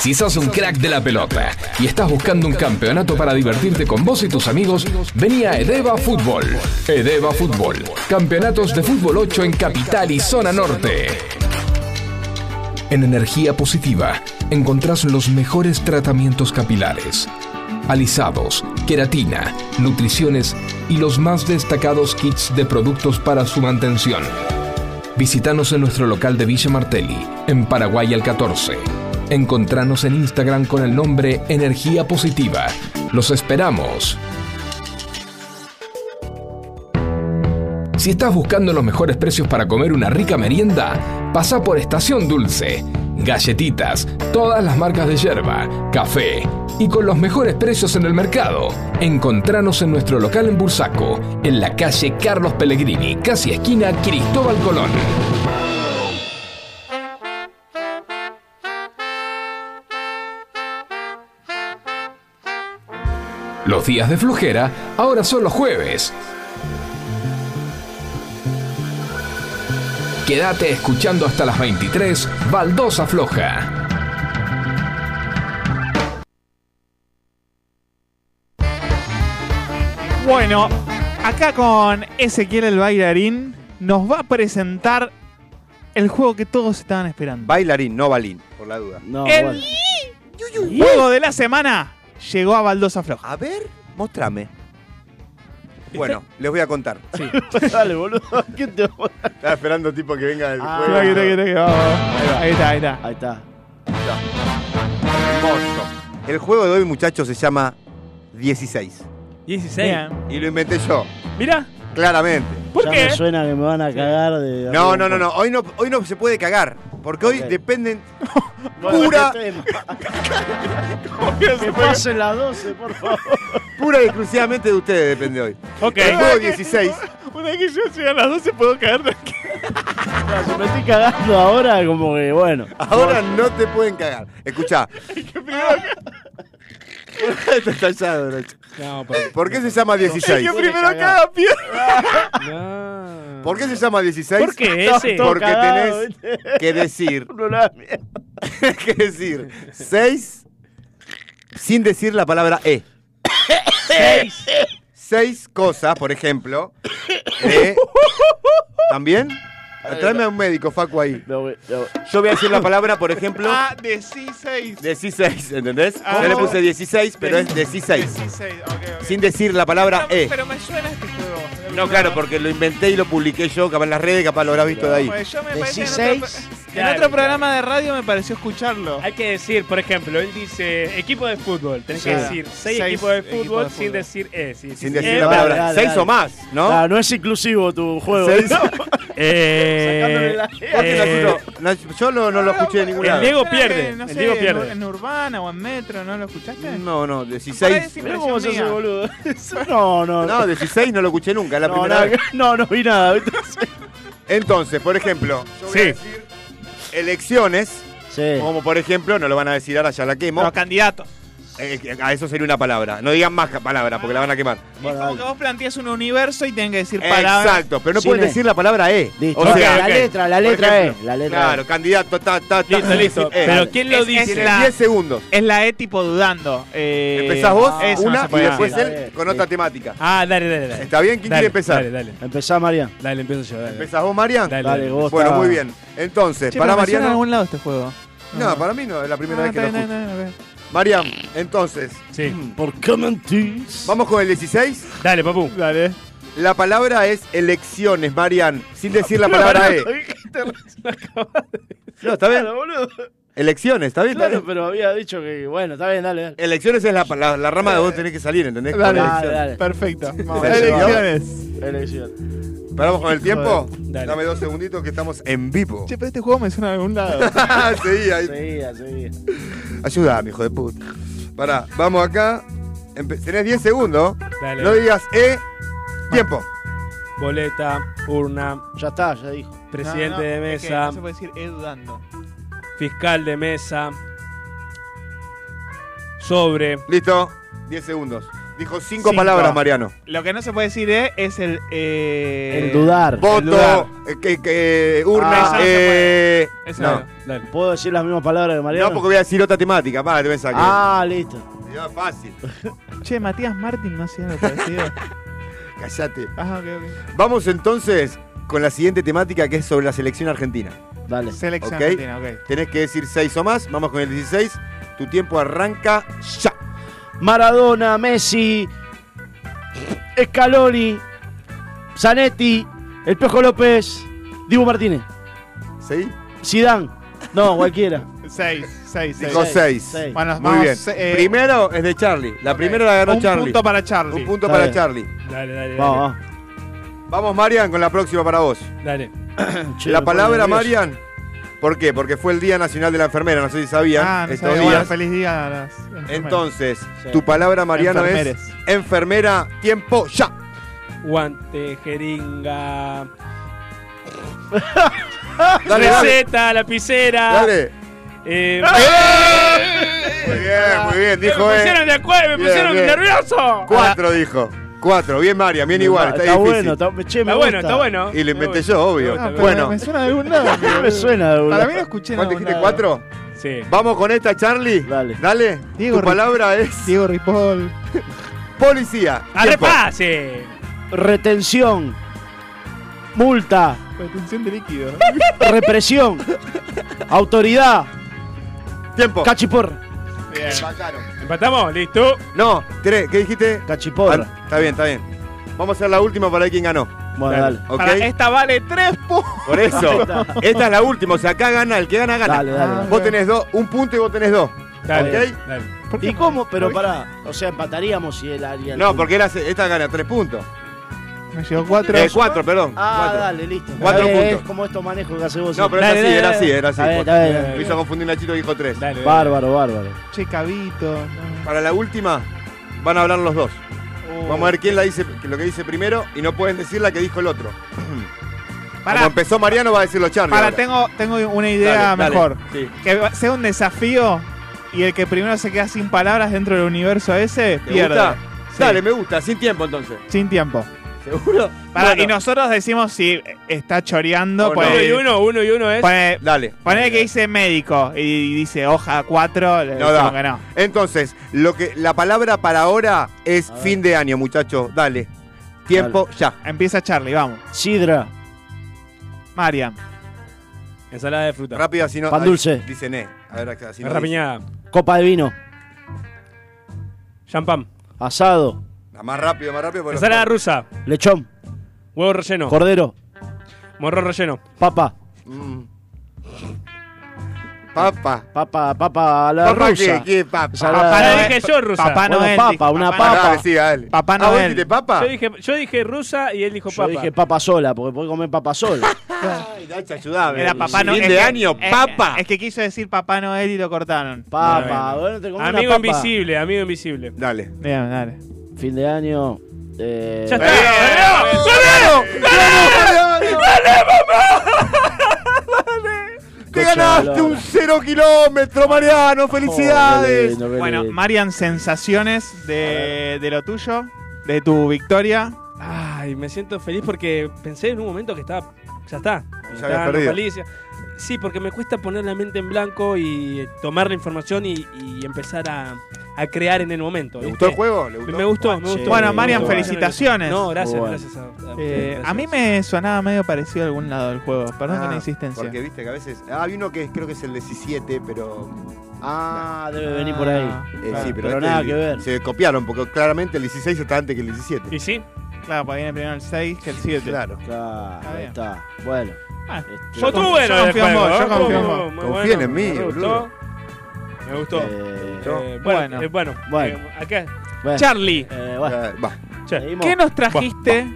[SPEAKER 1] Si sos un crack de la pelota y estás buscando un campeonato para divertirte con vos y tus amigos, vení a Edeva Fútbol. Edeva Fútbol. Campeonatos de fútbol 8 en Capital y Zona Norte. En Energía Positiva encontrás los mejores tratamientos capilares. Alisados, queratina, nutriciones y los más destacados kits de productos para su mantención. Visítanos en nuestro local de Villa Martelli, en Paraguay al 14. Encontranos en Instagram con el nombre Energía Positiva. Los esperamos. Si estás buscando los mejores precios para comer una rica merienda, pasa por Estación Dulce. Galletitas, todas las marcas de yerba, café y con los mejores precios en el mercado. Encontranos en nuestro local en Bursaco, en la calle Carlos Pellegrini, casi esquina Cristóbal Colón. Los días de flojera ahora son los jueves. Quédate escuchando hasta las 23, Baldosa Floja.
[SPEAKER 2] Bueno, acá con Ezequiel el bailarín nos va a presentar el juego que todos estaban esperando.
[SPEAKER 3] Bailarín, no balín, por la duda.
[SPEAKER 2] No, el juego de la semana llegó a Baldosa Floja.
[SPEAKER 3] A ver, mostrame. Bueno, les voy a contar. Sí.
[SPEAKER 6] Dale, boludo. ¿Quién te va a
[SPEAKER 3] Estaba esperando tipo que venga el
[SPEAKER 2] Ah,
[SPEAKER 3] juego.
[SPEAKER 2] mira, mira, mira, vamos. Ahí está, ahí está.
[SPEAKER 6] Ahí está.
[SPEAKER 3] Hermoso. El juego de hoy, muchachos, se llama 16.
[SPEAKER 8] 16.
[SPEAKER 3] Y lo inventé yo.
[SPEAKER 2] Mira.
[SPEAKER 3] Claramente.
[SPEAKER 6] ¿Por qué? Me suena que me van a cagar de.
[SPEAKER 3] No, no, no, no. Hoy no, hoy no se puede cagar. Porque hoy
[SPEAKER 6] Ok.
[SPEAKER 3] dependen
[SPEAKER 6] Pura.
[SPEAKER 3] Pura-
[SPEAKER 6] que pasen las 12, por favor.
[SPEAKER 3] pura y exclusivamente de ustedes, depende hoy.
[SPEAKER 2] Ok.
[SPEAKER 3] El juego 16.
[SPEAKER 2] Una vez que yo llegue a las 12 puedo caer tranquilo.
[SPEAKER 6] No, si me estoy cagando ahora, como que bueno.
[SPEAKER 3] Ahora no te pueden cagar. Escuchá. Está estallado, Nacho. ¿Por qué se llama 16?
[SPEAKER 7] El que primero caga
[SPEAKER 3] ¿Por qué se llama 16?
[SPEAKER 7] ¿Por qué ese?
[SPEAKER 3] Porque
[SPEAKER 7] Cagado,
[SPEAKER 3] tenés que decir. que decir 6 sin decir la palabra E. 6. 6 cosas, por ejemplo. de- ¿También? Tráeme a un médico, Facu, ahí. Yo voy a decir la palabra, por ejemplo,
[SPEAKER 2] Ah, de 16.
[SPEAKER 3] 16, ¿entendés?
[SPEAKER 2] Ah,
[SPEAKER 3] Yo le
[SPEAKER 2] ¿cómo?
[SPEAKER 3] puse 16, pero es 16.
[SPEAKER 2] 16, ok, ok.
[SPEAKER 3] Sin decir la palabra E.
[SPEAKER 2] Pero me suena este juego.
[SPEAKER 3] No, claro, porque lo inventé y lo publiqué yo, capaz en las redes, capaz lo habrás visto de ahí.
[SPEAKER 2] Porque yo me parece en otro
[SPEAKER 8] 16.
[SPEAKER 2] pro- En otro programa de radio me pareció escucharlo.
[SPEAKER 8] Hay que decir, por ejemplo, él dice equipo de fútbol. Tenés que
[SPEAKER 2] Sí.
[SPEAKER 8] decir seis,
[SPEAKER 2] Seis
[SPEAKER 8] equipos de
[SPEAKER 2] equipos de
[SPEAKER 8] fútbol,
[SPEAKER 2] fútbol.
[SPEAKER 8] sin decir E. sí,
[SPEAKER 3] Sin
[SPEAKER 8] sí,
[SPEAKER 3] decir
[SPEAKER 8] sí.
[SPEAKER 3] la
[SPEAKER 8] Eh,
[SPEAKER 3] palabra.
[SPEAKER 8] dale,
[SPEAKER 3] seis
[SPEAKER 8] dale.
[SPEAKER 3] o más, ¿no?
[SPEAKER 6] Ah, no es inclusivo tu juego.
[SPEAKER 3] Seis.
[SPEAKER 6] ¿no?
[SPEAKER 8] Eh,
[SPEAKER 3] ¿Por qué,
[SPEAKER 8] eh,
[SPEAKER 3] Nachito? Nach- yo no, no lo escuché de ningún
[SPEAKER 8] el
[SPEAKER 3] lado.
[SPEAKER 8] Diego
[SPEAKER 2] Espera que,
[SPEAKER 8] pierde,
[SPEAKER 2] no
[SPEAKER 8] el
[SPEAKER 2] sé,
[SPEAKER 8] Diego
[SPEAKER 2] en-
[SPEAKER 8] pierde.
[SPEAKER 2] En Urbana o en Metro, ¿no lo escuchaste?
[SPEAKER 3] No, no,
[SPEAKER 2] Por ahí es
[SPEAKER 3] 16.
[SPEAKER 2] impresión mía.
[SPEAKER 6] boludo. No, no.
[SPEAKER 3] No, 16 no lo escuché nunca, es la
[SPEAKER 6] No,
[SPEAKER 3] primera
[SPEAKER 6] nada
[SPEAKER 3] vez.
[SPEAKER 6] que- no, no vi nada.
[SPEAKER 3] Entonces, por ejemplo, yo voy a decir elecciones, como por ejemplo, no lo van a decir ahora, ya la quemo.
[SPEAKER 2] Los candidatos.
[SPEAKER 3] Eh, eh, a eso sería una palabra. No digan más ca- palabra porque la van a quemar.
[SPEAKER 2] Es como que vos planteas un universo y tenés que decir palabras.
[SPEAKER 3] Exacto, pero no
[SPEAKER 2] Sin
[SPEAKER 3] pueden
[SPEAKER 2] E.
[SPEAKER 3] decir la palabra E.
[SPEAKER 6] Listo.
[SPEAKER 3] O sea,
[SPEAKER 6] La letra, la
[SPEAKER 3] por
[SPEAKER 6] letra
[SPEAKER 3] ejemplo,
[SPEAKER 6] E, la letra
[SPEAKER 3] Claro,
[SPEAKER 6] E.
[SPEAKER 3] candidato, ta, ta, ta.
[SPEAKER 2] Listo, listo.
[SPEAKER 3] E.
[SPEAKER 2] Pero ¿quién lo dice?
[SPEAKER 3] Tienen
[SPEAKER 2] La-
[SPEAKER 3] 10 segundos.
[SPEAKER 2] Es la E tipo dudando. Eh,
[SPEAKER 3] Empezás vos,
[SPEAKER 2] eso no
[SPEAKER 3] una,
[SPEAKER 2] se
[SPEAKER 3] y
[SPEAKER 2] puede
[SPEAKER 3] después
[SPEAKER 2] decir.
[SPEAKER 3] él con otra temática.
[SPEAKER 8] Ah, dale, dale, dale.
[SPEAKER 3] ¿Está bien? ¿Quién
[SPEAKER 8] Dale,
[SPEAKER 3] quiere empezar?
[SPEAKER 8] Dale, dale.
[SPEAKER 6] Empezá, María.
[SPEAKER 8] Dale, empiezo yo. Dale.
[SPEAKER 3] ¿Empezás vos, Marian?
[SPEAKER 8] Dale, dale.
[SPEAKER 6] vos
[SPEAKER 3] Bueno,
[SPEAKER 6] está-
[SPEAKER 3] muy bien. Entonces,
[SPEAKER 2] Che,
[SPEAKER 3] para
[SPEAKER 2] pero me suena en
[SPEAKER 3] Mariano.
[SPEAKER 2] algún lado este juego.
[SPEAKER 3] No, para mí no, es la primera
[SPEAKER 2] Ah,
[SPEAKER 3] vez que
[SPEAKER 2] está
[SPEAKER 3] lo
[SPEAKER 2] bien,
[SPEAKER 3] escucho.
[SPEAKER 2] está bien, está
[SPEAKER 3] Marian, entonces. mm.
[SPEAKER 8] Sí.
[SPEAKER 6] ¿Por qué mentís?
[SPEAKER 3] Vamos con el 16.
[SPEAKER 8] Dale, papu.
[SPEAKER 2] Dale.
[SPEAKER 3] La palabra es elecciones, Marian, sin decir la palabra E. No, está bien.
[SPEAKER 6] Claro, boludo.
[SPEAKER 3] Elecciones, ¿está bien? ¿Está
[SPEAKER 6] Claro,
[SPEAKER 3] bien?
[SPEAKER 6] pero había dicho que. Bueno, está bien, dale, dale.
[SPEAKER 3] Elecciones es la, la- la rama de donde tenés que salir, ¿entendés?
[SPEAKER 6] Dale,
[SPEAKER 3] Con
[SPEAKER 6] dale,
[SPEAKER 3] elecciones.
[SPEAKER 6] dale.
[SPEAKER 2] Perfecto.
[SPEAKER 3] Vamos.
[SPEAKER 2] Elecciones.
[SPEAKER 6] Elección.
[SPEAKER 3] ¿Paramos con el tiempo?
[SPEAKER 8] Dale.
[SPEAKER 3] Dame dos segunditos que estamos en vivo.
[SPEAKER 2] Che, pero este juego me suena en algún lado.
[SPEAKER 3] Seguí ahí.
[SPEAKER 6] Seguía, seguía.
[SPEAKER 3] Ayudame, hijo de puta. Pará, vamos acá. Empe- tenés 10 segundos.
[SPEAKER 8] Dale.
[SPEAKER 3] No digas E. Tiempo. Ah,
[SPEAKER 8] Boleta, urna,
[SPEAKER 6] Ya está, ya dijo.
[SPEAKER 8] presidente
[SPEAKER 2] No, no,
[SPEAKER 8] de
[SPEAKER 2] es que
[SPEAKER 8] mesa,
[SPEAKER 2] no se puede decir E dudando.
[SPEAKER 8] fiscal de mesa, sobre.
[SPEAKER 3] Listo. 10 segundos. Dijo 5
[SPEAKER 2] Cinco.
[SPEAKER 3] palabras, Mariano.
[SPEAKER 2] Lo que no se puede decir E es el. eh,
[SPEAKER 6] El dudar.
[SPEAKER 3] Voto, eh, que, que- urna,
[SPEAKER 2] Ah, eso no
[SPEAKER 3] eh,
[SPEAKER 2] Eso
[SPEAKER 3] no.
[SPEAKER 2] no.
[SPEAKER 8] Dale.
[SPEAKER 6] ¿Puedo decir las mismas palabras de Mariano?
[SPEAKER 3] No, porque voy a decir otra temática. Para, te pensás que.
[SPEAKER 6] Ah, listo.
[SPEAKER 3] Ya, fácil.
[SPEAKER 2] Che, Matías Martín no hacía lo parecido.
[SPEAKER 3] Cállate.
[SPEAKER 2] ah, ok, ok.
[SPEAKER 3] Vamos entonces con la siguiente temática que es sobre la selección argentina.
[SPEAKER 6] Dale.
[SPEAKER 2] Selección
[SPEAKER 3] Ok.
[SPEAKER 2] argentina, ok.
[SPEAKER 3] Tenés que decir 6 o más. Vamos con el 16. Tu tiempo arranca ya.
[SPEAKER 6] Maradona, Messi, Scaloni, Zanetti, El Piojo López, Dibu Martínez,
[SPEAKER 3] ¿Sí?
[SPEAKER 6] Zidane. No, cualquiera.
[SPEAKER 2] 6, 6, 6.
[SPEAKER 3] Dijo 6.
[SPEAKER 6] seis.
[SPEAKER 2] Bueno,
[SPEAKER 3] Muy
[SPEAKER 2] vamos,
[SPEAKER 3] bien.
[SPEAKER 2] eh,
[SPEAKER 3] Primero es de Charlie. La primera la ganó
[SPEAKER 2] un
[SPEAKER 3] Charlie.
[SPEAKER 2] punto para Charlie.
[SPEAKER 3] Un punto
[SPEAKER 6] Está
[SPEAKER 3] para
[SPEAKER 6] bien.
[SPEAKER 3] Charlie.
[SPEAKER 8] Dale, dale, dale.
[SPEAKER 6] Vamos, vamos.
[SPEAKER 3] Vamos, Marian, con la próxima para vos.
[SPEAKER 8] Dale.
[SPEAKER 6] Che,
[SPEAKER 3] la
[SPEAKER 6] me
[SPEAKER 3] palabra,
[SPEAKER 6] pongo nervioso.
[SPEAKER 3] Marian. ¿Por qué? Porque fue el Día Nacional de la Enfermera, no sé si sabían.
[SPEAKER 2] Ah, no
[SPEAKER 3] estos
[SPEAKER 2] sabía.
[SPEAKER 3] días.
[SPEAKER 2] Bueno, feliz día a las enfermeras.
[SPEAKER 3] Este Entonces,
[SPEAKER 6] Sí.
[SPEAKER 3] tu palabra, Mariano, es
[SPEAKER 2] Enfermeres.
[SPEAKER 3] enfermera, tiempo, ya.
[SPEAKER 8] Guante, jeringa.
[SPEAKER 3] Dale, dale.
[SPEAKER 8] receta, lapicera.
[SPEAKER 3] Dale.
[SPEAKER 8] Eh,
[SPEAKER 3] Muy bien, muy bien,
[SPEAKER 8] me
[SPEAKER 3] dijo
[SPEAKER 8] pusieron
[SPEAKER 3] eh.
[SPEAKER 8] de acuerdo, me
[SPEAKER 3] Bien,
[SPEAKER 8] pusieron
[SPEAKER 3] bien.
[SPEAKER 8] nervioso.
[SPEAKER 2] Ah,
[SPEAKER 3] Cuatro, dijo. Cuatro, bien, Marian, bien igual, está,
[SPEAKER 6] está
[SPEAKER 3] difícil.
[SPEAKER 6] bueno, está, che, me
[SPEAKER 8] Está bueno,
[SPEAKER 6] gusta.
[SPEAKER 8] está bueno.
[SPEAKER 3] Y lo
[SPEAKER 8] Me
[SPEAKER 3] inventé
[SPEAKER 8] gusta.
[SPEAKER 3] yo, obvio.
[SPEAKER 7] Ah,
[SPEAKER 8] Me gusta,
[SPEAKER 3] bueno,
[SPEAKER 2] Me suena de algún lado.
[SPEAKER 6] ¿Qué me suena, boludo?
[SPEAKER 2] Para mí lo escuché en
[SPEAKER 3] ¿cuánto
[SPEAKER 2] algún
[SPEAKER 3] dijiste?
[SPEAKER 2] lado.
[SPEAKER 3] ¿Cuatro?
[SPEAKER 8] Sí.
[SPEAKER 3] Vamos con esta, Charlie.
[SPEAKER 6] Dale.
[SPEAKER 3] Dale.
[SPEAKER 2] Diego
[SPEAKER 3] tu
[SPEAKER 2] Ri-
[SPEAKER 3] palabra es.
[SPEAKER 2] Diego Ripoll.
[SPEAKER 3] Policía. Tiempo.
[SPEAKER 8] ¡Arrepase!
[SPEAKER 6] Retención. Multa.
[SPEAKER 2] Retención de líquido.
[SPEAKER 6] Represión. Autoridad.
[SPEAKER 3] Tiempo.
[SPEAKER 6] Cachiporra.
[SPEAKER 2] Bien. ¿Empatamos? ¿Listo?
[SPEAKER 3] No, tres, ¿qué dijiste?
[SPEAKER 6] Cachiporra.
[SPEAKER 3] Ah, Está bien, está bien. Vamos a hacer la última para ver quién ganó.
[SPEAKER 6] Bueno, dale.
[SPEAKER 3] ¿Ok?
[SPEAKER 2] Para esta vale tres puntos.
[SPEAKER 3] Por
[SPEAKER 6] Ahí
[SPEAKER 3] eso,
[SPEAKER 6] está.
[SPEAKER 3] esta es la última, o sea, acá gana, el que gana, gana.
[SPEAKER 6] Dale, dale.
[SPEAKER 3] Vos tenés dos, un punto y vos tenés dos. ¿Ok?
[SPEAKER 6] ¿Y cómo? Pero pará. O sea, empataríamos si él haría el
[SPEAKER 3] No,
[SPEAKER 6] punto.
[SPEAKER 3] porque él hace- esta gana tres puntos.
[SPEAKER 2] Me llegó cuatro.
[SPEAKER 3] Eh, cuatro, perdón.
[SPEAKER 6] Ah,
[SPEAKER 3] cuatro.
[SPEAKER 6] dale, listo.
[SPEAKER 3] Cuatro
[SPEAKER 6] Eh,
[SPEAKER 3] puntos.
[SPEAKER 6] Es como estos manejos que hace vos.
[SPEAKER 3] No, pero
[SPEAKER 6] Dale,
[SPEAKER 3] era así,
[SPEAKER 6] dale,
[SPEAKER 3] era
[SPEAKER 6] dale.
[SPEAKER 3] así, era así.
[SPEAKER 6] Está bien,
[SPEAKER 3] Porque
[SPEAKER 6] está bien, está bien.
[SPEAKER 3] Me hizo confundir Nachito que dijo tres.
[SPEAKER 6] Bárbaro, bárbaro.
[SPEAKER 2] Che, cabito.
[SPEAKER 3] Para la última, van a hablar los dos.
[SPEAKER 2] Uh.
[SPEAKER 3] Vamos a ver quién la dice, lo que dice primero y no pueden decir la que dijo el otro. Como empezó Mariano, va a decirlo Charlie.
[SPEAKER 2] Para,
[SPEAKER 3] ahora.
[SPEAKER 2] tengo, tengo una
[SPEAKER 3] Dale,
[SPEAKER 2] idea
[SPEAKER 3] dale,
[SPEAKER 2] mejor.
[SPEAKER 3] sí.
[SPEAKER 2] Que va- sea un desafío y el que primero se queda sin palabras dentro del universo ese,
[SPEAKER 3] ¿Te
[SPEAKER 2] pierde.
[SPEAKER 3] gusta?
[SPEAKER 2] Sí,
[SPEAKER 3] Dale, me gusta, sin tiempo entonces.
[SPEAKER 2] Sin tiempo.
[SPEAKER 3] ¿Seguro?
[SPEAKER 2] Para,
[SPEAKER 3] Bueno.
[SPEAKER 2] Y nosotros decimos si está choreando.
[SPEAKER 3] O
[SPEAKER 2] pues-
[SPEAKER 3] Oh, no. Uno y
[SPEAKER 8] uno, uno y uno es.
[SPEAKER 2] Pone-
[SPEAKER 3] Dale.
[SPEAKER 2] Ponele que dice médico y dice hoja 4, le
[SPEAKER 3] No
[SPEAKER 2] decimos
[SPEAKER 3] da.
[SPEAKER 2] que no.
[SPEAKER 3] Entonces, lo que, la palabra para ahora es fin de año, muchachos. Dale. Tiempo ya.
[SPEAKER 2] Empieza Charlie, vamos.
[SPEAKER 6] Sidra.
[SPEAKER 2] Mariam.
[SPEAKER 8] Ensalada de fruta.
[SPEAKER 3] Rápida, si no.
[SPEAKER 6] Pan
[SPEAKER 3] ahí
[SPEAKER 6] dulce.
[SPEAKER 3] Dice ne. A ver, acá, si no.
[SPEAKER 8] Rapiñada.
[SPEAKER 6] Copa de vino.
[SPEAKER 8] Champán.
[SPEAKER 6] Asado.
[SPEAKER 3] dice. Más rápido, más rápido. porque los-
[SPEAKER 8] Ensalada rusa.
[SPEAKER 6] Lechón.
[SPEAKER 8] Huevo relleno.
[SPEAKER 6] Cordero.
[SPEAKER 8] Morro relleno.
[SPEAKER 6] Papa.
[SPEAKER 3] Mm. Papa.
[SPEAKER 6] Papa, papa a la
[SPEAKER 3] Papa,
[SPEAKER 6] rusa.
[SPEAKER 3] ¿qué? ¿Qué papa?
[SPEAKER 6] Ensalada-
[SPEAKER 8] Papá no dije yo, rusa.
[SPEAKER 2] Papá
[SPEAKER 6] Bueno,
[SPEAKER 2] Noel.
[SPEAKER 6] papa,
[SPEAKER 2] dijo-
[SPEAKER 6] una
[SPEAKER 2] Noel.
[SPEAKER 6] papa.
[SPEAKER 3] Sí, dale.
[SPEAKER 2] Papá
[SPEAKER 3] ¿A vos
[SPEAKER 2] Noel.
[SPEAKER 3] dijiste papa?
[SPEAKER 8] Yo dije, yo dije rusa y él dijo
[SPEAKER 6] Yo
[SPEAKER 8] papa.
[SPEAKER 6] dije papa sola, porque puedo comer papa sola.
[SPEAKER 3] Ay, Nacho, ayudame.
[SPEAKER 2] Era papá
[SPEAKER 3] Fin
[SPEAKER 2] Noel.
[SPEAKER 3] de
[SPEAKER 2] es que-
[SPEAKER 3] año,
[SPEAKER 2] es-
[SPEAKER 3] papa.
[SPEAKER 2] Es que quiso decir papá Noel y lo cortaron.
[SPEAKER 6] Papa, bueno, te comés una
[SPEAKER 8] amigo
[SPEAKER 6] papa.
[SPEAKER 8] invisible, amigo invisible.
[SPEAKER 3] Dale.
[SPEAKER 2] Bien, dale.
[SPEAKER 6] Fin de año. eh,
[SPEAKER 8] Ya está.
[SPEAKER 3] Te
[SPEAKER 6] Cocha
[SPEAKER 3] ganaste
[SPEAKER 6] Lola.
[SPEAKER 3] un cero kilómetro, Mariano. Felicidades.
[SPEAKER 6] lindo, qué
[SPEAKER 2] Bueno,
[SPEAKER 6] lindo.
[SPEAKER 2] Marian, sensaciones Eh, de, de lo tuyo, de tu victoria.
[SPEAKER 8] Ay, me siento feliz porque pensé en un momento que estaba. Ya está.
[SPEAKER 3] Ya
[SPEAKER 8] Estaba
[SPEAKER 3] habías perdido.
[SPEAKER 8] feliz. Sí, porque me cuesta poner la mente en blanco y tomar la información y, y empezar a, a crear en el momento.
[SPEAKER 3] ¿Le gustó
[SPEAKER 8] ¿viste?
[SPEAKER 3] el juego? ¿Le gustó?
[SPEAKER 8] Me gustó, me
[SPEAKER 6] Che,
[SPEAKER 8] gustó.
[SPEAKER 2] Bueno, Marian,
[SPEAKER 8] Me gustó.
[SPEAKER 2] felicitaciones.
[SPEAKER 8] No, gracias,
[SPEAKER 6] Bueno.
[SPEAKER 8] gracias. A, a
[SPEAKER 2] Eh,
[SPEAKER 8] ustedes,
[SPEAKER 2] a mí
[SPEAKER 8] gracias.
[SPEAKER 2] me sonaba medio parecido a algún lado del juego. Perdón
[SPEAKER 3] Ah,
[SPEAKER 2] con la insistencia.
[SPEAKER 3] Porque viste que a veces. Ah, hay uno que es- creo que es el 17, pero.
[SPEAKER 6] Ah, debe venir por ahí.
[SPEAKER 2] Ah,
[SPEAKER 3] eh,
[SPEAKER 2] claro.
[SPEAKER 3] sí, pero
[SPEAKER 6] pero
[SPEAKER 3] este
[SPEAKER 6] nada
[SPEAKER 3] el-
[SPEAKER 6] que ver.
[SPEAKER 3] Se copiaron, porque claramente el 16 está antes que el 17.
[SPEAKER 8] ¿Y sí?
[SPEAKER 2] Claro, porque viene primero el 6 que el 7.
[SPEAKER 3] Claro.
[SPEAKER 6] Claro,
[SPEAKER 2] Está
[SPEAKER 6] ahí
[SPEAKER 2] bien.
[SPEAKER 6] está. Bueno.
[SPEAKER 2] Ah,
[SPEAKER 6] este,
[SPEAKER 8] Yo
[SPEAKER 2] confío-
[SPEAKER 8] tuve
[SPEAKER 2] yo
[SPEAKER 8] en el
[SPEAKER 2] confío en
[SPEAKER 8] juego,
[SPEAKER 2] vos, yo
[SPEAKER 8] ¿eh?
[SPEAKER 2] confío en
[SPEAKER 8] Muy
[SPEAKER 2] vos.
[SPEAKER 8] muy
[SPEAKER 3] Confíen en mí,
[SPEAKER 8] me
[SPEAKER 3] boludo.
[SPEAKER 8] gustó. Me gustó.
[SPEAKER 6] eh,
[SPEAKER 8] Eh,
[SPEAKER 2] Bueno.
[SPEAKER 8] bueno, eh, bueno,
[SPEAKER 6] Bueno.
[SPEAKER 8] eh, acá.
[SPEAKER 6] bueno,
[SPEAKER 2] Charlie,
[SPEAKER 6] eh, bueno,
[SPEAKER 3] Eh, va.
[SPEAKER 8] Che,
[SPEAKER 6] seguimos.
[SPEAKER 2] ¿qué nos trajiste?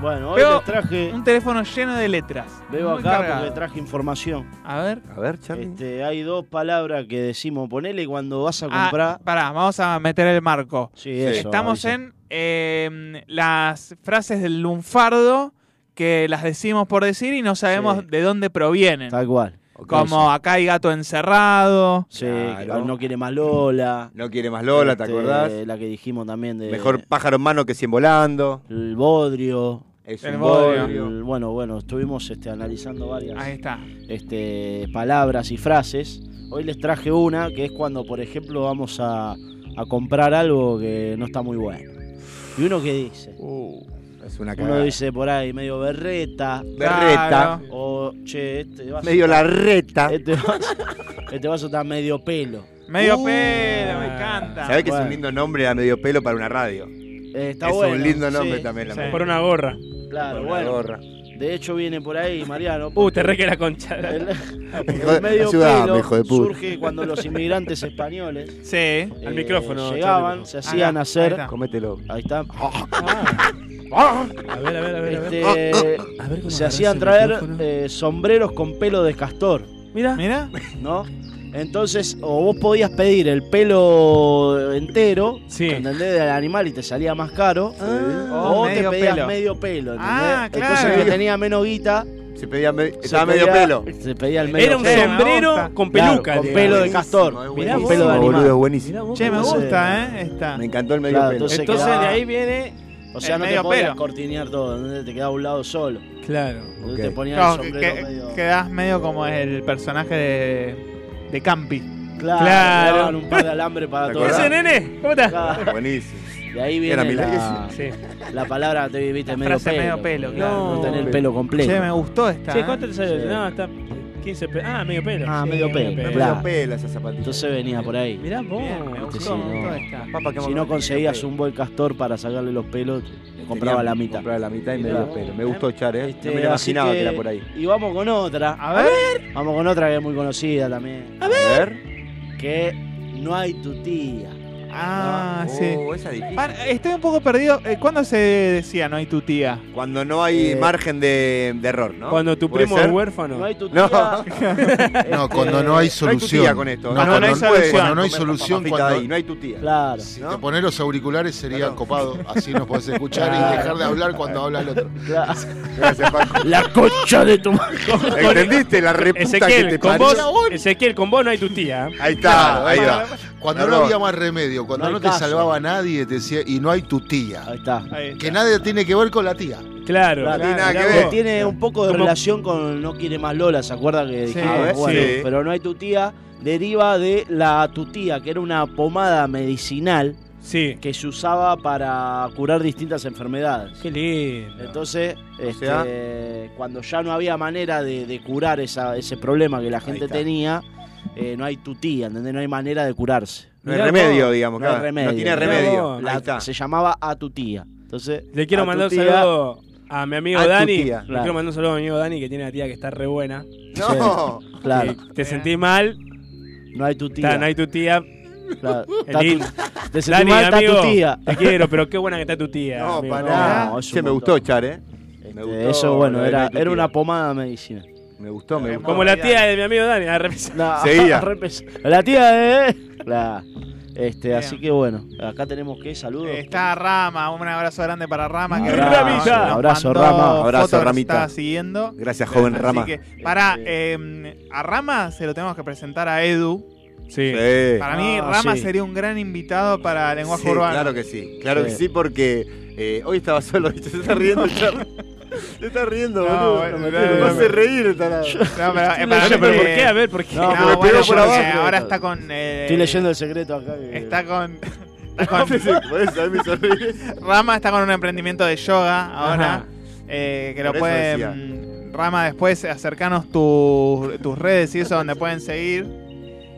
[SPEAKER 6] Bueno, hoy
[SPEAKER 2] Veo-
[SPEAKER 6] les traje.
[SPEAKER 2] Un teléfono lleno de letras.
[SPEAKER 6] Veo
[SPEAKER 2] Muy
[SPEAKER 6] acá
[SPEAKER 2] cargado.
[SPEAKER 6] porque traje información.
[SPEAKER 2] A ver.
[SPEAKER 3] A ver, Charlie.
[SPEAKER 6] Este, hay dos palabras que decimos. Ponele cuando vas a
[SPEAKER 2] Ah,
[SPEAKER 6] comprar.
[SPEAKER 2] pará, vamos a meter el marco.
[SPEAKER 6] sí, eso.
[SPEAKER 2] Estamos
[SPEAKER 6] avisa.
[SPEAKER 2] en eh, las frases del lunfardo que las decimos por decir y no sabemos
[SPEAKER 6] Sí.
[SPEAKER 2] de dónde provienen.
[SPEAKER 6] Tal cual.
[SPEAKER 2] Como acá hay gato encerrado.
[SPEAKER 6] Sí,
[SPEAKER 3] Claro.
[SPEAKER 6] que no quiere más Lola.
[SPEAKER 3] No quiere más Lola, ¿te
[SPEAKER 6] Este,
[SPEAKER 3] acordás?
[SPEAKER 6] La que dijimos también de.
[SPEAKER 3] Mejor pájaro en mano que 100 volando.
[SPEAKER 6] El bodrio.
[SPEAKER 3] Es
[SPEAKER 2] El
[SPEAKER 3] un
[SPEAKER 2] bodrio.
[SPEAKER 3] bodrio.
[SPEAKER 6] el- bueno, bueno, estuvimos este, analizando varias.
[SPEAKER 2] Ahí está.
[SPEAKER 6] este, palabras y frases. Hoy les traje una que es cuando, por ejemplo, vamos a, a comprar algo que no está muy bueno. Y uno que dice,
[SPEAKER 3] Es una
[SPEAKER 6] uno
[SPEAKER 3] cagada.
[SPEAKER 6] dice por ahí medio berreta,
[SPEAKER 3] Berreta.
[SPEAKER 2] Claro.
[SPEAKER 6] o che, este vaso,
[SPEAKER 3] Medio la
[SPEAKER 6] está,
[SPEAKER 3] reta.
[SPEAKER 6] este vaso, este vaso está medio pelo.
[SPEAKER 2] Medio
[SPEAKER 3] Uh.
[SPEAKER 2] pelo, me encanta.
[SPEAKER 3] Sabés que es un
[SPEAKER 6] bueno.
[SPEAKER 3] lindo nombre a medio pelo para una radio.
[SPEAKER 6] Eh, está
[SPEAKER 3] es
[SPEAKER 6] bueno,
[SPEAKER 3] un lindo
[SPEAKER 6] sí,
[SPEAKER 3] nombre también. La
[SPEAKER 2] sí.
[SPEAKER 3] medio
[SPEAKER 8] Por una gorra.
[SPEAKER 6] Claro,
[SPEAKER 3] pelo,
[SPEAKER 6] bueno.
[SPEAKER 3] gorra.
[SPEAKER 6] De hecho viene por ahí, Mariano.
[SPEAKER 8] Uh, te re que la concha.
[SPEAKER 6] El,
[SPEAKER 3] Hijo de-
[SPEAKER 6] el medio
[SPEAKER 3] ayudame,
[SPEAKER 6] pelo
[SPEAKER 3] hijo de puta.
[SPEAKER 6] surge cuando los inmigrantes españoles eh,
[SPEAKER 2] Sí.
[SPEAKER 8] Al micrófono,
[SPEAKER 6] llegaban,
[SPEAKER 8] Charlie.
[SPEAKER 6] se hacían
[SPEAKER 2] Acá, ahí
[SPEAKER 6] hacer
[SPEAKER 2] está.
[SPEAKER 3] Comételo.
[SPEAKER 6] Ahí está.
[SPEAKER 3] Ah.
[SPEAKER 8] Ah. A ver, a ver, a ver. a ver.
[SPEAKER 6] Este,
[SPEAKER 3] Ah.
[SPEAKER 8] A ver cómo
[SPEAKER 6] se
[SPEAKER 8] agarrás
[SPEAKER 6] hacían
[SPEAKER 8] el
[SPEAKER 6] traer
[SPEAKER 8] micrófono.
[SPEAKER 6] eh, sombreros con pelo de castor,
[SPEAKER 8] Mira.
[SPEAKER 2] Mira,
[SPEAKER 6] ¿no? Entonces, o vos podías pedir el pelo entero,
[SPEAKER 8] Sí. Ah.
[SPEAKER 6] ¿entendés? Del animal y te salía más caro.
[SPEAKER 2] Oh,
[SPEAKER 6] o te
[SPEAKER 2] medio
[SPEAKER 6] pedías
[SPEAKER 2] pelo.
[SPEAKER 6] medio pelo, ¿entendés?
[SPEAKER 2] Ah,
[SPEAKER 6] Entonces
[SPEAKER 2] claro.
[SPEAKER 6] el que tenía menos guita.
[SPEAKER 3] Se pedía me-
[SPEAKER 6] se
[SPEAKER 3] estaba
[SPEAKER 6] pedía-
[SPEAKER 3] medio pelo.
[SPEAKER 6] Se pedía el medio
[SPEAKER 8] Era un
[SPEAKER 6] pelo.
[SPEAKER 2] som-
[SPEAKER 8] sombrero
[SPEAKER 2] Claro,
[SPEAKER 8] con
[SPEAKER 6] Claro,
[SPEAKER 8] peluca.
[SPEAKER 6] con
[SPEAKER 8] digamos.
[SPEAKER 6] pelo de castor.
[SPEAKER 8] Mirá
[SPEAKER 6] con
[SPEAKER 8] vos.
[SPEAKER 6] pelo de
[SPEAKER 3] Boludo, es
[SPEAKER 6] animal.
[SPEAKER 3] buenísimo.
[SPEAKER 2] che, me
[SPEAKER 6] no sé.
[SPEAKER 2] gusta, ¿eh? Esta.
[SPEAKER 3] Me encantó el medio
[SPEAKER 6] Claro,
[SPEAKER 3] pelo.
[SPEAKER 6] entonces,
[SPEAKER 8] Entonces
[SPEAKER 6] quedaba-
[SPEAKER 8] de ahí viene.
[SPEAKER 6] O sea,
[SPEAKER 2] el
[SPEAKER 6] no te
[SPEAKER 2] medio
[SPEAKER 6] podías
[SPEAKER 2] pelo.
[SPEAKER 6] cortinear todo, ¿entendés? Te quedaba un lado solo.
[SPEAKER 8] Claro.
[SPEAKER 6] Entonces
[SPEAKER 3] Ok.
[SPEAKER 6] Te ponían
[SPEAKER 2] Claro,
[SPEAKER 6] el
[SPEAKER 2] que-
[SPEAKER 6] sombrero
[SPEAKER 2] que-
[SPEAKER 6] medio.
[SPEAKER 2] quedás medio como el personaje de, de Campi.
[SPEAKER 6] Claro,
[SPEAKER 2] Claro.
[SPEAKER 6] daban un par de alambre para
[SPEAKER 3] ¿Te
[SPEAKER 6] todo.
[SPEAKER 3] acordás?
[SPEAKER 8] ¿Ese nene? ¿Cómo estás?
[SPEAKER 6] Claro.
[SPEAKER 3] Buenísimo.
[SPEAKER 6] De ahí viene
[SPEAKER 3] Era mi
[SPEAKER 6] la, la palabra, te viste, medio
[SPEAKER 2] frase
[SPEAKER 6] pelo.
[SPEAKER 2] medio pelo, claro.
[SPEAKER 6] No tener el pelo completo.
[SPEAKER 2] Che, me gustó esta.
[SPEAKER 8] Che,
[SPEAKER 2] ¿eh?
[SPEAKER 8] ¿cuánto te salió?
[SPEAKER 2] Sí.
[SPEAKER 8] No, está 15 pesos. Ah, medio pelo.
[SPEAKER 6] Ah,
[SPEAKER 8] Sí,
[SPEAKER 6] medio pelo. claro. Entonces venía por ahí.
[SPEAKER 8] Mirá vos.
[SPEAKER 2] me
[SPEAKER 6] Viste,
[SPEAKER 2] gustó, me gustó esta. Papa, que
[SPEAKER 6] si
[SPEAKER 2] me-
[SPEAKER 6] no conseguías un buen castor para sacarle los pelos, compraba la mitad.
[SPEAKER 3] Compraba la mitad y medio pelo. Me gustó echar, ¿eh?
[SPEAKER 6] Este,
[SPEAKER 3] no me lo
[SPEAKER 6] así
[SPEAKER 3] imaginaba que...
[SPEAKER 6] que-
[SPEAKER 3] era por ahí.
[SPEAKER 6] Y vamos con otra. A ver. Vamos con otra que es muy conocida también.
[SPEAKER 3] A ver.
[SPEAKER 6] Que no hay tu tía.
[SPEAKER 2] Ah,
[SPEAKER 6] No.
[SPEAKER 2] sí.
[SPEAKER 6] Oh, esa es difícil.
[SPEAKER 2] Para- estoy un poco perdido. Eh, ¿Cuándo se decía no hay tu tía?
[SPEAKER 3] Cuando no hay
[SPEAKER 2] Eh,
[SPEAKER 3] margen de, de error, ¿no?
[SPEAKER 8] Cuando tu
[SPEAKER 3] ¿Puede
[SPEAKER 8] primo
[SPEAKER 3] ser?
[SPEAKER 8] es huérfano. No hay
[SPEAKER 6] tu Este,
[SPEAKER 3] No.
[SPEAKER 5] No,
[SPEAKER 3] Este,
[SPEAKER 5] cuando no hay solución.
[SPEAKER 3] tutía con esto.
[SPEAKER 5] No,
[SPEAKER 3] Ah, no,
[SPEAKER 5] cuando,
[SPEAKER 3] no hay solución.
[SPEAKER 5] cuando no hay
[SPEAKER 3] Comer
[SPEAKER 5] solución,
[SPEAKER 3] papita
[SPEAKER 5] cuando
[SPEAKER 3] ahí, no hay tutía.
[SPEAKER 6] Claro.
[SPEAKER 5] Si te pones los auriculares sería copado, así nos podés escuchar y
[SPEAKER 3] Claro.
[SPEAKER 5] dejar de hablar cuando habla el otro.
[SPEAKER 3] Gracias, Paco.
[SPEAKER 6] La concha de tu madre.
[SPEAKER 3] ¿Entendiste la reputa
[SPEAKER 8] Ezequiel,
[SPEAKER 5] que te
[SPEAKER 8] con
[SPEAKER 5] parió?
[SPEAKER 8] vos, Ezequiel, con vos no hay tu tía. ¿eh?
[SPEAKER 3] Ahí
[SPEAKER 5] Claro, Cuando no
[SPEAKER 8] Perdón.
[SPEAKER 5] había más remedio, cuando
[SPEAKER 8] No
[SPEAKER 5] no,
[SPEAKER 8] hay
[SPEAKER 5] te
[SPEAKER 8] caso.
[SPEAKER 5] salvaba nadie, te decía, y no hay tu tía. Ahí
[SPEAKER 6] está.
[SPEAKER 5] Que nadie tiene que ver con la tía.
[SPEAKER 8] Claro.
[SPEAKER 6] Claro, claro, Tiene un poco de relación con No quiere más Lola, ¿se acuerda que
[SPEAKER 8] Sí.
[SPEAKER 6] dijimos?
[SPEAKER 8] A ver,
[SPEAKER 6] bueno,
[SPEAKER 8] sí.
[SPEAKER 6] pero no hay tu tía, deriva de la tutía, que era una pomada medicinal que se usaba para curar distintas enfermedades.
[SPEAKER 8] Qué lindo.
[SPEAKER 6] Entonces, este,
[SPEAKER 8] sea-
[SPEAKER 6] cuando ya no había manera de, de curar esa- ese problema que la gente
[SPEAKER 3] está.
[SPEAKER 6] tenía, eh, no hay tutía, ¿entendés? No hay manera de curarse.
[SPEAKER 3] No hay Mirá remedio, vos. digamos,
[SPEAKER 6] No hay
[SPEAKER 3] claro. No
[SPEAKER 6] remedio.
[SPEAKER 3] tiene remedio.
[SPEAKER 6] La-
[SPEAKER 3] Ahí está.
[SPEAKER 6] Se llamaba a tu tía. Entonces,
[SPEAKER 8] Le quiero
[SPEAKER 6] a tu
[SPEAKER 8] mandar un
[SPEAKER 6] tía-
[SPEAKER 8] saludo a mi amigo
[SPEAKER 6] a tu
[SPEAKER 8] Dani.
[SPEAKER 6] tía,
[SPEAKER 8] Le
[SPEAKER 6] claro.
[SPEAKER 8] quiero mandar un saludo a mi amigo Dani que tiene una tía que está re buena.
[SPEAKER 6] No.
[SPEAKER 8] Que
[SPEAKER 6] Claro. Eh,
[SPEAKER 8] Te sentís mal.
[SPEAKER 6] No hay tu
[SPEAKER 8] tía. no hay tu tía.
[SPEAKER 6] Claro,
[SPEAKER 8] Es
[SPEAKER 6] está tu-
[SPEAKER 8] lindo.
[SPEAKER 6] te sentís mal, está tu
[SPEAKER 8] amigo,
[SPEAKER 6] tía.
[SPEAKER 8] Te quiero, pero qué buena que está tu tía.
[SPEAKER 6] No,
[SPEAKER 8] amigo.
[SPEAKER 6] pará. No, es un
[SPEAKER 3] Che, me
[SPEAKER 6] montón.
[SPEAKER 3] gustó echar, ¿eh? Me
[SPEAKER 6] Eh,
[SPEAKER 3] gustó
[SPEAKER 6] eso, bueno,
[SPEAKER 3] lo de
[SPEAKER 6] era,
[SPEAKER 3] Nike
[SPEAKER 6] era
[SPEAKER 3] Tira.
[SPEAKER 6] una pomada medicinal.
[SPEAKER 3] Me gustó, me gustó.
[SPEAKER 8] Como la tía de mi amigo Dani. La
[SPEAKER 3] Seguía.
[SPEAKER 6] La tía de... eh. La, este, así que bueno, acá tenemos que saludos.
[SPEAKER 2] Está Rama, un abrazo grande para Rama. que
[SPEAKER 6] Abrazo,
[SPEAKER 2] Ramita.
[SPEAKER 6] abrazo,
[SPEAKER 2] Mandó
[SPEAKER 6] Rama.
[SPEAKER 2] fotos
[SPEAKER 3] Abrazo,
[SPEAKER 2] que nos
[SPEAKER 3] Ramita.
[SPEAKER 2] Estaba siguiendo.
[SPEAKER 3] Gracias, joven
[SPEAKER 2] Así
[SPEAKER 3] Rama.
[SPEAKER 2] que, para, a Rama se lo tenemos que presentar a Edu.
[SPEAKER 8] Sí.
[SPEAKER 2] Para mí,
[SPEAKER 3] Ah,
[SPEAKER 2] Rama
[SPEAKER 3] sí.
[SPEAKER 2] sería un gran invitado para lenguaje
[SPEAKER 3] Sí,
[SPEAKER 2] urbano.
[SPEAKER 3] Claro que sí, claro
[SPEAKER 2] Sí.
[SPEAKER 3] que sí, porque eh, hoy estaba solo. Se está riendo, Charlie. Se está riendo,
[SPEAKER 2] No,
[SPEAKER 3] boludo.
[SPEAKER 2] bueno,
[SPEAKER 3] Me
[SPEAKER 2] no, no,
[SPEAKER 3] hace
[SPEAKER 2] no.
[SPEAKER 3] reír el tarado.
[SPEAKER 2] No, pero, eh,
[SPEAKER 3] Estoy
[SPEAKER 2] para
[SPEAKER 3] leyendo-
[SPEAKER 2] mí, eh, No,
[SPEAKER 3] No, porque
[SPEAKER 2] bueno,
[SPEAKER 3] pegó por
[SPEAKER 2] yo-
[SPEAKER 3] abajo.
[SPEAKER 2] eh, ahora está con. eh,
[SPEAKER 6] Estoy leyendo el secreto acá.
[SPEAKER 2] Está con. Está
[SPEAKER 3] Sí, sí, por eso, a mí me sonríe.
[SPEAKER 2] con Rama está con un emprendimiento de yoga ahora.
[SPEAKER 3] Ajá.
[SPEAKER 2] eh, que lo
[SPEAKER 3] Por eso decía.
[SPEAKER 2] pueden. Rama, después acercanos tus- tus redes y eso, donde pueden seguir.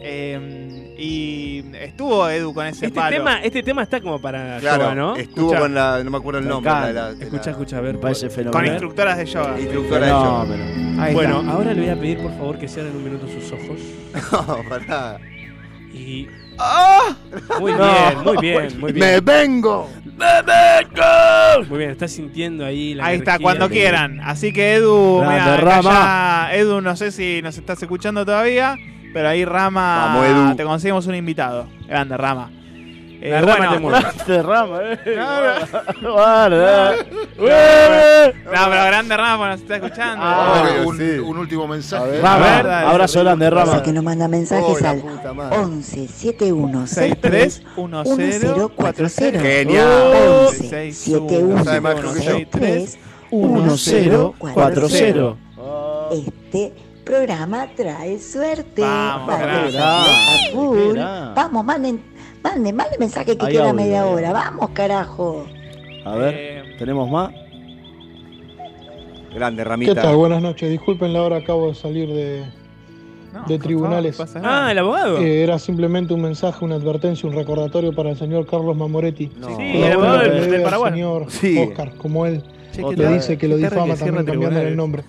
[SPEAKER 2] Eh, y estuvo Edu con ese
[SPEAKER 8] Este
[SPEAKER 2] palo.
[SPEAKER 8] tema, este tema está como para
[SPEAKER 3] Claro,
[SPEAKER 8] yoga, ¿no?
[SPEAKER 3] estuvo
[SPEAKER 8] Escuchá.
[SPEAKER 3] con la. No me acuerdo el nombre.
[SPEAKER 8] Acá.
[SPEAKER 3] la- la- de
[SPEAKER 8] Escucha,
[SPEAKER 3] la-
[SPEAKER 8] escucha, a ver.
[SPEAKER 6] Parece
[SPEAKER 8] por-
[SPEAKER 2] Con instructoras de yoga.
[SPEAKER 3] Instructora de yoga.
[SPEAKER 2] Ahí
[SPEAKER 8] Bueno,
[SPEAKER 2] está.
[SPEAKER 8] ahora le voy a pedir por favor que cierren un minuto sus ojos.
[SPEAKER 3] No, pará.
[SPEAKER 8] Y.
[SPEAKER 3] ¡Ah!
[SPEAKER 8] Muy
[SPEAKER 3] No.
[SPEAKER 8] bien, muy bien, muy bien.
[SPEAKER 3] ¡Me vengo!
[SPEAKER 8] ¡Me vengo! Muy bien, estás sintiendo ahí la
[SPEAKER 2] Ahí está,
[SPEAKER 8] energía
[SPEAKER 2] cuando
[SPEAKER 8] que-
[SPEAKER 2] quieran.
[SPEAKER 8] Ah,
[SPEAKER 2] Así que Edu,
[SPEAKER 8] Grande,
[SPEAKER 2] mirá, acá
[SPEAKER 8] Rama.
[SPEAKER 2] ya- Edu, no sé si nos estás escuchando todavía, pero ahí Rama,
[SPEAKER 8] Vamos, Edu.
[SPEAKER 2] te conseguimos un invitado. Grande, Rama. Eh,
[SPEAKER 8] La Rama te mueve.
[SPEAKER 6] Grande Rama, eh.
[SPEAKER 2] No, pero grande Rama porque nos está escuchando.
[SPEAKER 5] A ver, Ah, un, un último mensaje.
[SPEAKER 6] Rama, abrazo grande, Rama.
[SPEAKER 9] Pasa que nos manda mensajes al 11 71 63 1040.
[SPEAKER 6] Genial.
[SPEAKER 9] 11 71 63 1040. Este programa trae suerte.
[SPEAKER 6] Vamos,
[SPEAKER 9] Padre,
[SPEAKER 6] gracias.
[SPEAKER 9] a full.
[SPEAKER 6] Espera.
[SPEAKER 9] Vamos, manden, manden, manden mensaje que
[SPEAKER 6] Hay
[SPEAKER 9] queda
[SPEAKER 6] audio,
[SPEAKER 9] media
[SPEAKER 6] hay
[SPEAKER 9] hora. Vamos, carajo.
[SPEAKER 6] A
[SPEAKER 2] Eh,
[SPEAKER 6] ver, ¿tenemos más?
[SPEAKER 3] Grande,
[SPEAKER 10] ¿Qué
[SPEAKER 3] Ramita.
[SPEAKER 10] tal? Buenas noches. Disculpen la hora, acabo de salir de, de tribunales.
[SPEAKER 8] nada. Ah, el abogado.
[SPEAKER 10] Eh, era simplemente un mensaje, una advertencia, un recordatorio para el señor Carlos Mamoretti.
[SPEAKER 8] Sí, el abogado del- del Paraguay.
[SPEAKER 10] señor
[SPEAKER 8] Sí.
[SPEAKER 10] Oscar, como él
[SPEAKER 8] Che, qué
[SPEAKER 10] le
[SPEAKER 8] tarde,
[SPEAKER 10] dice que lo
[SPEAKER 8] qué tarde
[SPEAKER 10] difama
[SPEAKER 8] que cierra
[SPEAKER 10] también cambiándole
[SPEAKER 8] tribunales.
[SPEAKER 10] el nombre.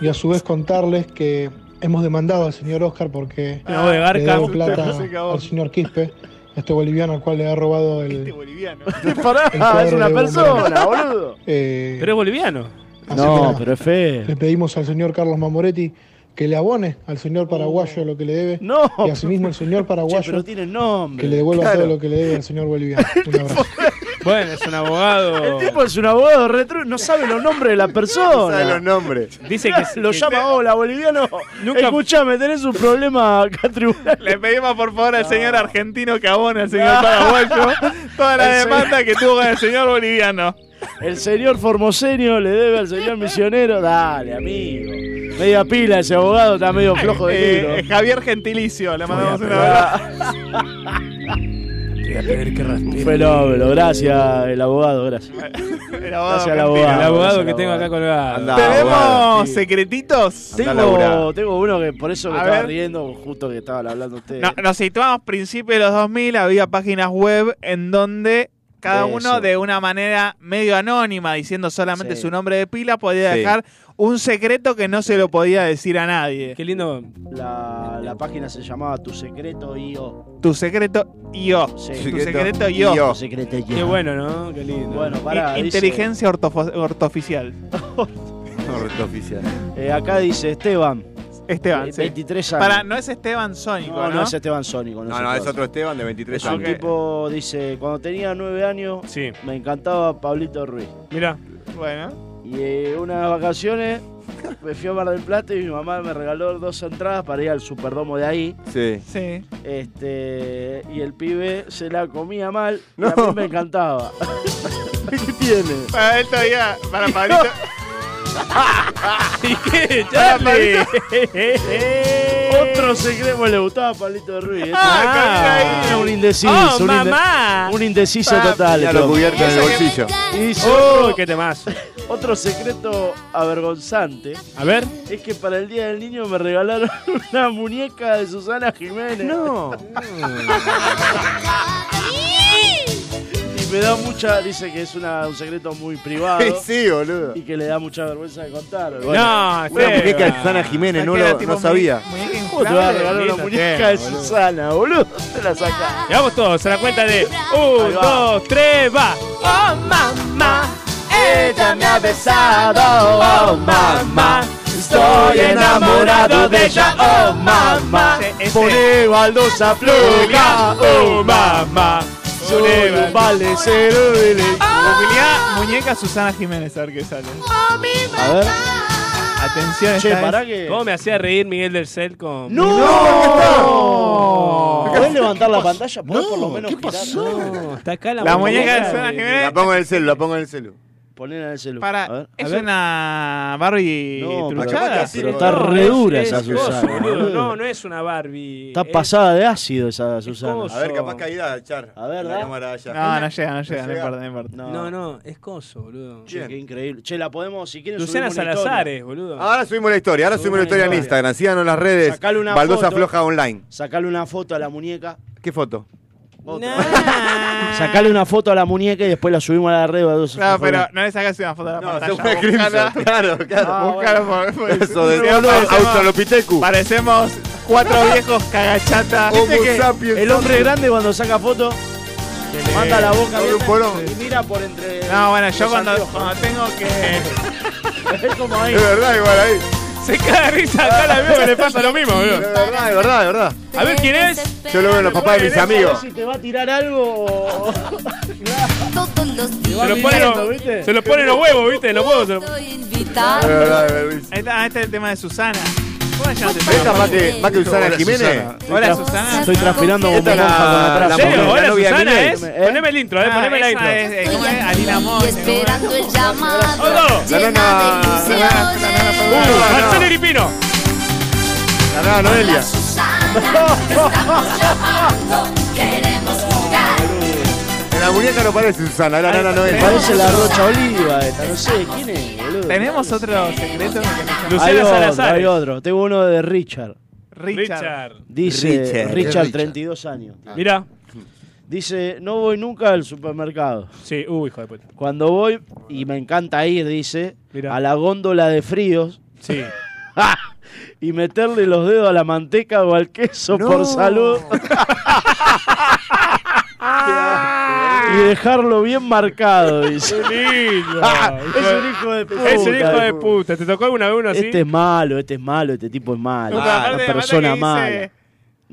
[SPEAKER 10] Y a su vez contarles que hemos demandado al señor Oscar porque
[SPEAKER 8] Me voy de
[SPEAKER 10] le
[SPEAKER 8] garca.
[SPEAKER 10] debo plata
[SPEAKER 8] Se
[SPEAKER 10] al señor Quispe, este boliviano al cual le ha robado el... Este
[SPEAKER 2] boliviano.
[SPEAKER 3] Ah,
[SPEAKER 8] Ah,
[SPEAKER 6] es una persona, boludo.
[SPEAKER 8] Eh, Pero es boliviano.
[SPEAKER 10] No,
[SPEAKER 6] pero es feo.
[SPEAKER 10] Le pedimos al señor Carlos Mamoretti que le abone al señor paraguayo lo que le debe. No. Y asimismo el señor paraguayo
[SPEAKER 6] pero tiene nombre.
[SPEAKER 10] que le devuelva
[SPEAKER 6] Claro.
[SPEAKER 10] todo lo que le debe al señor boliviano. Un abrazo.
[SPEAKER 8] Bueno, es un abogado.
[SPEAKER 6] El tipo es un abogado retro, no sabe los nombres de las personas.
[SPEAKER 8] No sabe los
[SPEAKER 3] nombres.
[SPEAKER 8] Dice que-
[SPEAKER 6] lo
[SPEAKER 8] que-
[SPEAKER 6] llama hola boliviano. Escuchame, tenés un problema acá tribunal.
[SPEAKER 2] Le pedimos por favor al señor argentino que abone al señor paraguayo toda la
[SPEAKER 6] El señor-
[SPEAKER 2] demanda que tuvo con el señor boliviano.
[SPEAKER 6] El señor Formosenio le debe al señor misionero. Dale, amigo. Media pila ese abogado, está medio flojo de
[SPEAKER 2] Eh,
[SPEAKER 6] tiro.
[SPEAKER 2] eh, Javier Gentilicio, le mandamos un
[SPEAKER 6] pegar.
[SPEAKER 2] abrazo.
[SPEAKER 8] Quería creer que rastrero.
[SPEAKER 6] Un fenómeno, gracias el abogado, gracias.
[SPEAKER 2] El
[SPEAKER 6] Gracias al
[SPEAKER 2] argentino.
[SPEAKER 6] abogado.
[SPEAKER 8] El abogado
[SPEAKER 6] gracias
[SPEAKER 8] que
[SPEAKER 6] al
[SPEAKER 8] tengo acá colgado.
[SPEAKER 6] Andá,
[SPEAKER 2] ¿Tenemos secretitos?
[SPEAKER 6] Tengo, tengo uno que por eso me
[SPEAKER 2] A
[SPEAKER 6] estaba
[SPEAKER 2] ver.
[SPEAKER 6] riendo, justo que estaban hablando ustedes.
[SPEAKER 2] No, nos situamos principio de los 2000, había páginas web en donde cada
[SPEAKER 6] Eso.
[SPEAKER 2] uno de una manera medio anónima, diciendo solamente
[SPEAKER 8] Sí.
[SPEAKER 2] su nombre de pila, podía
[SPEAKER 8] Sí.
[SPEAKER 2] dejar un secreto que no se lo podía decir a nadie.
[SPEAKER 8] Qué lindo.
[SPEAKER 6] La, la página se llamaba Tu Secreto IO.
[SPEAKER 2] Tu secreto yo. Tu secreto yo.
[SPEAKER 6] Tu secreto yo.
[SPEAKER 8] Qué bueno, ¿no? Qué lindo.
[SPEAKER 6] Bueno, pará,
[SPEAKER 2] In-
[SPEAKER 6] dice-
[SPEAKER 2] Inteligencia ortofo- ortoficial.
[SPEAKER 3] oficial.
[SPEAKER 6] Eh, acá dice Esteban.
[SPEAKER 2] Esteban,
[SPEAKER 6] Eh,
[SPEAKER 2] sí.
[SPEAKER 6] 23 años.
[SPEAKER 2] Para, no es Esteban Sónico,
[SPEAKER 6] No,
[SPEAKER 2] ¿no?
[SPEAKER 6] no es Esteban Sónico.
[SPEAKER 3] No, no, es otro Esteban de 23
[SPEAKER 6] Es un
[SPEAKER 3] años.
[SPEAKER 6] tipo, dice, cuando tenía nueve años, me encantaba Pablito Ruiz.
[SPEAKER 8] Mira.
[SPEAKER 2] Bueno.
[SPEAKER 6] Y eh, unas vacaciones me fui a Mar del Plata y mi mamá me regaló dos entradas para ir al superdomo de ahí.
[SPEAKER 3] Sí.
[SPEAKER 2] Sí.
[SPEAKER 6] Este, y el pibe se la comía mal y a mí me encantaba. ¿Qué tiene?
[SPEAKER 2] Para él todavía, para Pablito.
[SPEAKER 6] ¿Y qué,
[SPEAKER 2] Charlie?
[SPEAKER 6] Otro secreto bueno, le gustaba a Pablito Ruiz. ¿eh?
[SPEAKER 2] Ah,
[SPEAKER 6] Era un indeciso.
[SPEAKER 8] Oh,
[SPEAKER 6] un, inde-
[SPEAKER 8] mamá.
[SPEAKER 6] un
[SPEAKER 3] Ah,
[SPEAKER 6] indeciso total.
[SPEAKER 3] Ya lo
[SPEAKER 6] este hombre.
[SPEAKER 3] cubierto en el bolsillo.
[SPEAKER 6] Hizo-
[SPEAKER 8] ¡Oh, qué temazo!
[SPEAKER 6] Otro secreto avergonzante.
[SPEAKER 8] A ver.
[SPEAKER 6] Es que para el Día del Niño me regalaron una muñeca de Susana Jiménez. No. y me da mucha. Dice que es una- un secreto muy privado.
[SPEAKER 3] Sí, boludo.
[SPEAKER 6] Y que le da mucha vergüenza de contar.
[SPEAKER 3] Una muñeca de Susana Jiménez, no, lo, no sabía.
[SPEAKER 6] ¿Cómo te vas a regalar
[SPEAKER 8] Lindo
[SPEAKER 6] una muñeca
[SPEAKER 8] tema,
[SPEAKER 6] de
[SPEAKER 8] boludo.
[SPEAKER 6] Susana, boludo? Te la saca.
[SPEAKER 8] Y vamos todos a la cuenta de 1, 2, 3, va.
[SPEAKER 7] Oh mamá, ella me ha besado. Oh mamá, estoy enamorado de ella. Oh mamá,
[SPEAKER 6] Poné baldosa
[SPEAKER 7] pluga. Oh mamá,
[SPEAKER 6] Soy un valecero de le-
[SPEAKER 2] Googleá muñeca Susana Jiménez, a ver qué sale.
[SPEAKER 6] Ah. A ver.
[SPEAKER 2] Atención,
[SPEAKER 8] Che,
[SPEAKER 2] esta
[SPEAKER 8] pará
[SPEAKER 2] es-
[SPEAKER 8] que- ¿Cómo me hacía reír Miguel del Cel con.
[SPEAKER 6] ¿Podés levantar la pantalla? ¿Podés por lo menos ¿Qué
[SPEAKER 8] Está acá la,
[SPEAKER 2] La muñeca de Susana Jiménez.
[SPEAKER 3] La pongo en el celu, la pongo en el celu.
[SPEAKER 6] Poner en el celular.
[SPEAKER 2] Para, es una Barbie
[SPEAKER 6] No, pero-
[SPEAKER 2] truchada.
[SPEAKER 6] pero está re dura esa Susana.
[SPEAKER 8] boludo.
[SPEAKER 6] boludo.
[SPEAKER 8] No, no es una Barbie.
[SPEAKER 6] Está
[SPEAKER 8] Es-
[SPEAKER 6] pasada de ácido esa Susana.
[SPEAKER 8] coso. A ver, capaz
[SPEAKER 3] caída, Char.
[SPEAKER 6] A ver,
[SPEAKER 3] La
[SPEAKER 6] da.
[SPEAKER 3] cámara allá.
[SPEAKER 2] No, no llega, no llega, no
[SPEAKER 6] llega.
[SPEAKER 2] importa, no importa.
[SPEAKER 8] No, no, es coso, boludo.
[SPEAKER 6] Che, qué increíble. Che, la podemos, si quieren
[SPEAKER 8] Luciana
[SPEAKER 6] subimos una historia.
[SPEAKER 8] Salazar, es, boludo.
[SPEAKER 3] Ahora subimos la historia, ahora subimos la historia en Instagram. Síganos en las redes.
[SPEAKER 6] Sacale una
[SPEAKER 3] Baldosa
[SPEAKER 6] foto.
[SPEAKER 3] Floja Online.
[SPEAKER 6] Sacale una foto a la muñeca.
[SPEAKER 3] ¿Qué foto?
[SPEAKER 8] Ah.
[SPEAKER 6] Sacale una foto a la muñeca y después la subimos a la red. Baldosa
[SPEAKER 2] No, Ah, pero
[SPEAKER 6] Salazar.
[SPEAKER 2] no le sacas una foto de la pantalla.
[SPEAKER 3] seguro que
[SPEAKER 2] buscala.
[SPEAKER 3] Crimson, claro, claro.
[SPEAKER 2] Ah, Buscala por- por-
[SPEAKER 3] Eso de-
[SPEAKER 2] Sí,
[SPEAKER 3] no, no,
[SPEAKER 2] parecemos-
[SPEAKER 3] Australopithecus.
[SPEAKER 2] Parecemos cuatro viejos cagachata.
[SPEAKER 6] Viste que el hombre
[SPEAKER 2] grande
[SPEAKER 6] grande cuando saca foto manda la boca abierta y mira por entre.
[SPEAKER 2] No, bueno, yo
[SPEAKER 6] los
[SPEAKER 2] cuando,
[SPEAKER 6] anteojos.
[SPEAKER 2] cuando tengo que.
[SPEAKER 6] Es como ahí.
[SPEAKER 3] igual ahí.
[SPEAKER 2] Se cae de risa acá la veo que le pasa lo mismo, boludo.
[SPEAKER 3] Es verdad, es verdad, es verdad.
[SPEAKER 2] A ver quién es.
[SPEAKER 3] Yo lo veo en los papás de mis amigos.
[SPEAKER 6] Si te va a tirar algo.
[SPEAKER 17] Todos los días.
[SPEAKER 8] Se lo ponen los- se lo ponen los huevos, ¿viste? Los huevos. se los-
[SPEAKER 17] Estoy
[SPEAKER 3] Es
[SPEAKER 17] invitado.
[SPEAKER 3] verdad, es verdad.
[SPEAKER 2] Ahí está, ahí está el tema de Susana. ¿Cómo este la llamaste?
[SPEAKER 3] Esta más que, más que Susana
[SPEAKER 2] Hola,
[SPEAKER 3] Jiménez.
[SPEAKER 2] Susana. Hola, Susana.
[SPEAKER 6] Estoy transpirando como
[SPEAKER 3] Esta es
[SPEAKER 6] monja con
[SPEAKER 3] la,
[SPEAKER 6] atrás.
[SPEAKER 3] la,
[SPEAKER 8] ¿En serio?
[SPEAKER 3] mujer, la
[SPEAKER 8] Hola,
[SPEAKER 3] novia de
[SPEAKER 8] Susana,
[SPEAKER 3] Milei.
[SPEAKER 8] ¿es? Poneme el intro, eh,
[SPEAKER 2] Ah,
[SPEAKER 8] poneme la
[SPEAKER 2] esa
[SPEAKER 8] intro.
[SPEAKER 2] es, eh, ¿cómo es? Alina
[SPEAKER 17] Y esperando el llamado.
[SPEAKER 3] La
[SPEAKER 17] Llena de
[SPEAKER 3] nana- la nana- la nana-
[SPEAKER 17] ilusiones.
[SPEAKER 3] Uh, Marcelo
[SPEAKER 8] Marcelo Iripino.
[SPEAKER 3] La nana Noelia.
[SPEAKER 17] Susana, te estamos llamando. Queremos jugar.
[SPEAKER 3] En la muñeca no parece Susana, la nana Noelia.
[SPEAKER 6] Parece la Rocha Oliva esta, no sé, ¿quién es, boludo?
[SPEAKER 2] Tenemos otro secreto.
[SPEAKER 6] hay
[SPEAKER 8] Luciana
[SPEAKER 6] otro,
[SPEAKER 8] Salazar.
[SPEAKER 6] hay otro. Tengo uno de Richard.
[SPEAKER 2] Richard.
[SPEAKER 6] Dice
[SPEAKER 8] Richard.
[SPEAKER 6] Richard,
[SPEAKER 8] ¿Qué Richard?
[SPEAKER 6] 32 años.
[SPEAKER 8] Mira.
[SPEAKER 6] Dice, no voy nunca al supermercado.
[SPEAKER 8] Sí, uh, hijo de puta.
[SPEAKER 6] Cuando voy, y me encanta ir, dice, a la góndola de fríos.
[SPEAKER 8] Sí.
[SPEAKER 6] y meterle los dedos a la manteca o al queso por salud. y dejarlo bien marcado, dice. Ah, es un hijo de puta.
[SPEAKER 8] Es un hijo de puta. ¿Te tocó alguna vez uno así?
[SPEAKER 6] Este es malo, este es malo, este tipo es malo.
[SPEAKER 2] Puta, aparte,
[SPEAKER 6] una
[SPEAKER 2] aparte que
[SPEAKER 6] persona
[SPEAKER 2] dice,
[SPEAKER 6] mala.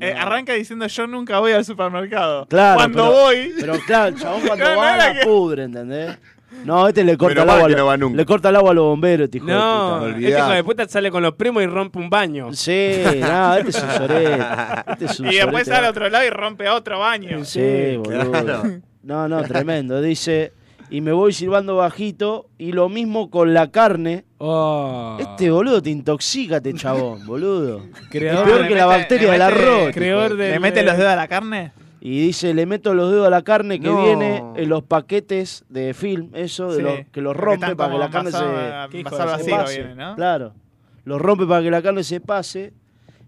[SPEAKER 2] eh, arranca diciendo yo nunca voy al supermercado.
[SPEAKER 6] Claro,
[SPEAKER 2] Cuando
[SPEAKER 6] pero-
[SPEAKER 2] voy.
[SPEAKER 6] Pero claro, el chabón cuando
[SPEAKER 2] No,
[SPEAKER 6] va
[SPEAKER 2] nada
[SPEAKER 6] la pudre, ¿entendés? No, este le corta
[SPEAKER 3] Menos
[SPEAKER 6] el
[SPEAKER 3] mal
[SPEAKER 6] agua. a
[SPEAKER 3] que
[SPEAKER 6] lo-
[SPEAKER 3] no va nunca.
[SPEAKER 6] Le corta el agua a los bomberos, este hijo de
[SPEAKER 8] No,
[SPEAKER 6] puta.
[SPEAKER 8] este hijo de puta sale con los primos y rompe un baño.
[SPEAKER 6] Sí, no, este es un sorete. Este es un
[SPEAKER 2] Y después
[SPEAKER 6] sorete.
[SPEAKER 2] sale a otro lado y rompe otro baño.
[SPEAKER 6] Sí, boludo. No, no, tremendo. Dice, y me voy silbando bajito, y lo mismo con la carne.
[SPEAKER 2] Oh.
[SPEAKER 6] Este boludo te intoxica, este chabón, boludo.
[SPEAKER 8] Creador.
[SPEAKER 6] es peor que la
[SPEAKER 2] Le mete-
[SPEAKER 6] bacteria
[SPEAKER 2] le
[SPEAKER 6] del
[SPEAKER 2] mete-
[SPEAKER 6] arroz.
[SPEAKER 8] creador
[SPEAKER 6] tipo.
[SPEAKER 8] del-
[SPEAKER 2] ¿Le mete los dedos a la carne?
[SPEAKER 6] Y dice, le meto los dedos a la carne que
[SPEAKER 2] No.
[SPEAKER 6] viene en los paquetes de film, eso, de
[SPEAKER 2] Sí.
[SPEAKER 6] los- que los
[SPEAKER 2] Porque
[SPEAKER 6] rompe
[SPEAKER 2] están
[SPEAKER 6] para que
[SPEAKER 2] como
[SPEAKER 6] la carne
[SPEAKER 2] envasado-
[SPEAKER 6] se,
[SPEAKER 2] envasado
[SPEAKER 6] se
[SPEAKER 2] vacío viene, ¿no?
[SPEAKER 6] Claro. Los rompe para que la carne se pase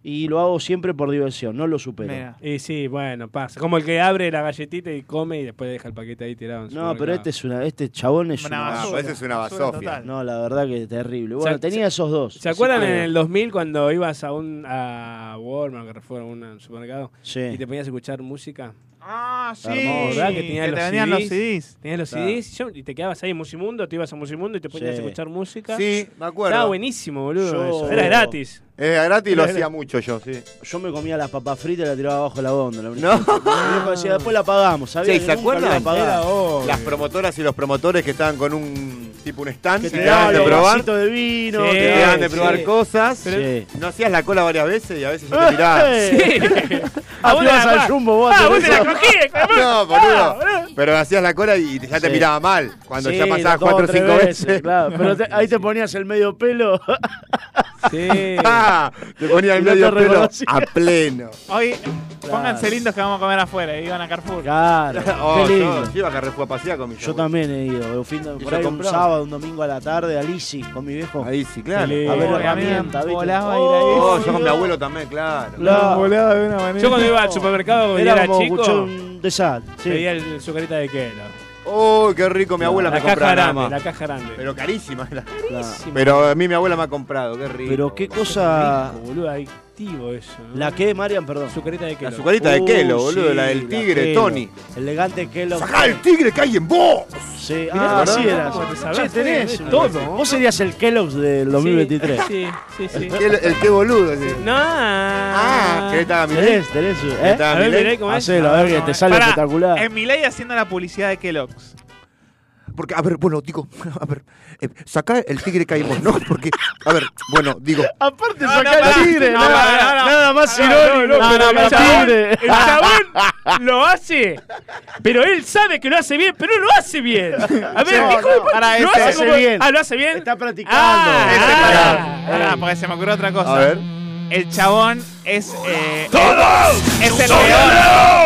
[SPEAKER 6] y lo hago siempre por diversión, no lo supero.
[SPEAKER 8] Mira. Y sí, bueno, pasa. Como el que abre la galletita y come y después deja el paquete ahí tirado. en su
[SPEAKER 6] No, pero
[SPEAKER 8] mercado.
[SPEAKER 6] este es una, este chabón es
[SPEAKER 8] Una
[SPEAKER 6] una,
[SPEAKER 8] basura.
[SPEAKER 6] basofia.
[SPEAKER 8] Ah, ese es una Basura basofia. total.
[SPEAKER 6] No, la verdad que es terrible. Bueno,
[SPEAKER 8] Se-
[SPEAKER 6] tenía esos dos.
[SPEAKER 8] ¿Se
[SPEAKER 6] así
[SPEAKER 8] acuerdan
[SPEAKER 6] que-
[SPEAKER 8] en el 2000 cuando ibas a un a Walmart, Carrefour, a un supermercado
[SPEAKER 6] Sí.
[SPEAKER 8] y te ponías a escuchar música?
[SPEAKER 2] Ah, sí.
[SPEAKER 8] Hermoso, ¿verdad? Que tenían
[SPEAKER 2] te
[SPEAKER 8] los,
[SPEAKER 2] vendían
[SPEAKER 8] CDs,
[SPEAKER 2] los CDs.
[SPEAKER 8] Tenías los
[SPEAKER 2] Claro.
[SPEAKER 8] CDs yo- y te quedabas ahí en Musimundo, te ibas a Musimundo y te ponías
[SPEAKER 2] Sí.
[SPEAKER 8] a escuchar música.
[SPEAKER 2] Sí, me acuerdo.
[SPEAKER 8] Estaba buenísimo, boludo.
[SPEAKER 6] Yo-
[SPEAKER 8] eso. Era gratis.
[SPEAKER 3] Era gratis, lo
[SPEAKER 6] Era
[SPEAKER 3] hacía
[SPEAKER 6] gratis.
[SPEAKER 3] mucho yo, sí.
[SPEAKER 6] Yo me comía las papas fritas y las tiraba abajo de la góndola. No. decía, después la pagamos. Sabía
[SPEAKER 3] Sí,
[SPEAKER 6] que
[SPEAKER 3] ¿se
[SPEAKER 6] nunca la
[SPEAKER 3] acuerdan?
[SPEAKER 6] iba a pagar.
[SPEAKER 3] Las promotoras y los promotores que estaban con un tipo un stand
[SPEAKER 6] Que
[SPEAKER 3] y
[SPEAKER 6] te
[SPEAKER 3] te daban de
[SPEAKER 6] daban los
[SPEAKER 3] probar.
[SPEAKER 6] vasitos de vino,
[SPEAKER 3] Sí,
[SPEAKER 6] que
[SPEAKER 3] te
[SPEAKER 6] te
[SPEAKER 3] daban
[SPEAKER 6] daban,
[SPEAKER 3] de
[SPEAKER 6] sí.
[SPEAKER 3] probar cosas.
[SPEAKER 6] Pero- Sí.
[SPEAKER 3] No hacías la cola varias veces y a veces ya te tirabas.
[SPEAKER 6] Sí. Ah,
[SPEAKER 3] vos te
[SPEAKER 6] ibas
[SPEAKER 3] la-
[SPEAKER 6] al Jumbo vos a
[SPEAKER 3] Ah,
[SPEAKER 6] hacer
[SPEAKER 3] vos te
[SPEAKER 6] eso.
[SPEAKER 3] la
[SPEAKER 8] eh,
[SPEAKER 3] No, boludo. Pero hacías la cola y ya te
[SPEAKER 6] Sí.
[SPEAKER 3] miraba mal. Cuando
[SPEAKER 6] Sí,
[SPEAKER 3] ya pasabas
[SPEAKER 6] dos,
[SPEAKER 3] cuatro o
[SPEAKER 6] tres
[SPEAKER 3] cinco veces.
[SPEAKER 6] claro. Pero te- ahí te ponías el medio pelo.
[SPEAKER 8] Sí.
[SPEAKER 3] Ah, te ponía el
[SPEAKER 6] Y no te
[SPEAKER 3] medio pelo
[SPEAKER 6] reconocía.
[SPEAKER 3] a pleno.
[SPEAKER 2] Hoy, pónganse lindos que vamos a comer afuera. Iban a Carrefour.
[SPEAKER 6] Claro.
[SPEAKER 3] Oh,
[SPEAKER 6] Qué
[SPEAKER 3] yo,
[SPEAKER 6] lindo.
[SPEAKER 3] yo iba a Carrefour a pasear con mi
[SPEAKER 6] Yo también he ido. Un fin de-
[SPEAKER 3] yo
[SPEAKER 6] por ahí un
[SPEAKER 3] compraba.
[SPEAKER 6] sábado, un domingo a la tarde, a Lisi, con mi viejo. A
[SPEAKER 3] Lisi, claro.
[SPEAKER 6] A ver
[SPEAKER 3] Oh,
[SPEAKER 6] herramientas,
[SPEAKER 3] a mí me
[SPEAKER 6] ¿viste?
[SPEAKER 2] volaba
[SPEAKER 6] Oh,
[SPEAKER 3] Oh, yo con mi abuelo también, claro.
[SPEAKER 6] Claro.
[SPEAKER 8] Yo cuando iba al supermercado cuando
[SPEAKER 6] Era
[SPEAKER 8] era,
[SPEAKER 6] como
[SPEAKER 8] chico,
[SPEAKER 6] escuchar un desastre, sí.
[SPEAKER 8] pedía el, el sucarita de queso.
[SPEAKER 3] Uy, qué rico mi abuela
[SPEAKER 8] la
[SPEAKER 3] me
[SPEAKER 8] caja
[SPEAKER 3] compraba nada más.
[SPEAKER 8] grande, la caja grande.
[SPEAKER 3] Pero carísima era.
[SPEAKER 6] Carísima.
[SPEAKER 3] Pero a mí mi abuela me ha comprado, qué rico.
[SPEAKER 6] Pero qué cosa.
[SPEAKER 8] Rico, boludo, adictivo eso. ¿no?
[SPEAKER 6] ¿La qué, Marian? Perdón.
[SPEAKER 8] Sucarita de Kelo.
[SPEAKER 3] La sucarita de Kelo, boludo, la del tigre,
[SPEAKER 6] Kelo.
[SPEAKER 3] Tony.
[SPEAKER 6] Elegante Kelo.
[SPEAKER 3] ¡Sacá el tigre que hay en vos!
[SPEAKER 6] Sí,
[SPEAKER 3] Mirá,
[SPEAKER 6] ah, así
[SPEAKER 3] ¿verdad?
[SPEAKER 6] era.
[SPEAKER 3] ¿Cómo te
[SPEAKER 6] Che,
[SPEAKER 3] sabrás?
[SPEAKER 6] tenés
[SPEAKER 8] Sí,
[SPEAKER 6] todo.
[SPEAKER 8] todo.
[SPEAKER 6] Vos serías el Kellogg's del 2023.
[SPEAKER 8] Sí, sí, sí.
[SPEAKER 3] El, el qué boludo. sí.
[SPEAKER 8] No. Ah,
[SPEAKER 3] ¿Querés que haga mi
[SPEAKER 6] Tenés, tenés.
[SPEAKER 3] ¿Querés
[SPEAKER 6] ¿eh?
[SPEAKER 3] que haga
[SPEAKER 6] A ver,
[SPEAKER 3] Milei?
[SPEAKER 6] Milei, ¿cómo es? Hacelo, a ver que te sale
[SPEAKER 2] Pará,
[SPEAKER 6] espectacular.
[SPEAKER 2] En mi haciendo la publicidad de Kellogg's.
[SPEAKER 3] Porque, a ver, bueno, digo, a ver, eh, sacá el tigre que hay en vos, ¿no? Porque, a ver, bueno, digo.
[SPEAKER 6] Aparte,
[SPEAKER 2] sacá el tigre, nada- nada
[SPEAKER 6] más
[SPEAKER 8] irónico.
[SPEAKER 2] no, no, no,
[SPEAKER 8] el, chabón,
[SPEAKER 2] tigre.
[SPEAKER 8] el chabón lo hace, pero él sabe que lo hace bien, pero no lo hace bien. A ver,
[SPEAKER 2] No,
[SPEAKER 8] disculpa,
[SPEAKER 2] no, ahora
[SPEAKER 8] lo
[SPEAKER 2] ese-
[SPEAKER 8] hace
[SPEAKER 2] hace
[SPEAKER 8] como-
[SPEAKER 2] bien.
[SPEAKER 8] Ah, lo hace bien.
[SPEAKER 6] este, Está practicando.
[SPEAKER 2] Ah, pará, porque se me ocurrió otra cosa.
[SPEAKER 3] A ver.
[SPEAKER 2] El chabón es. eh, Es, es el
[SPEAKER 3] ¡Soy
[SPEAKER 2] león.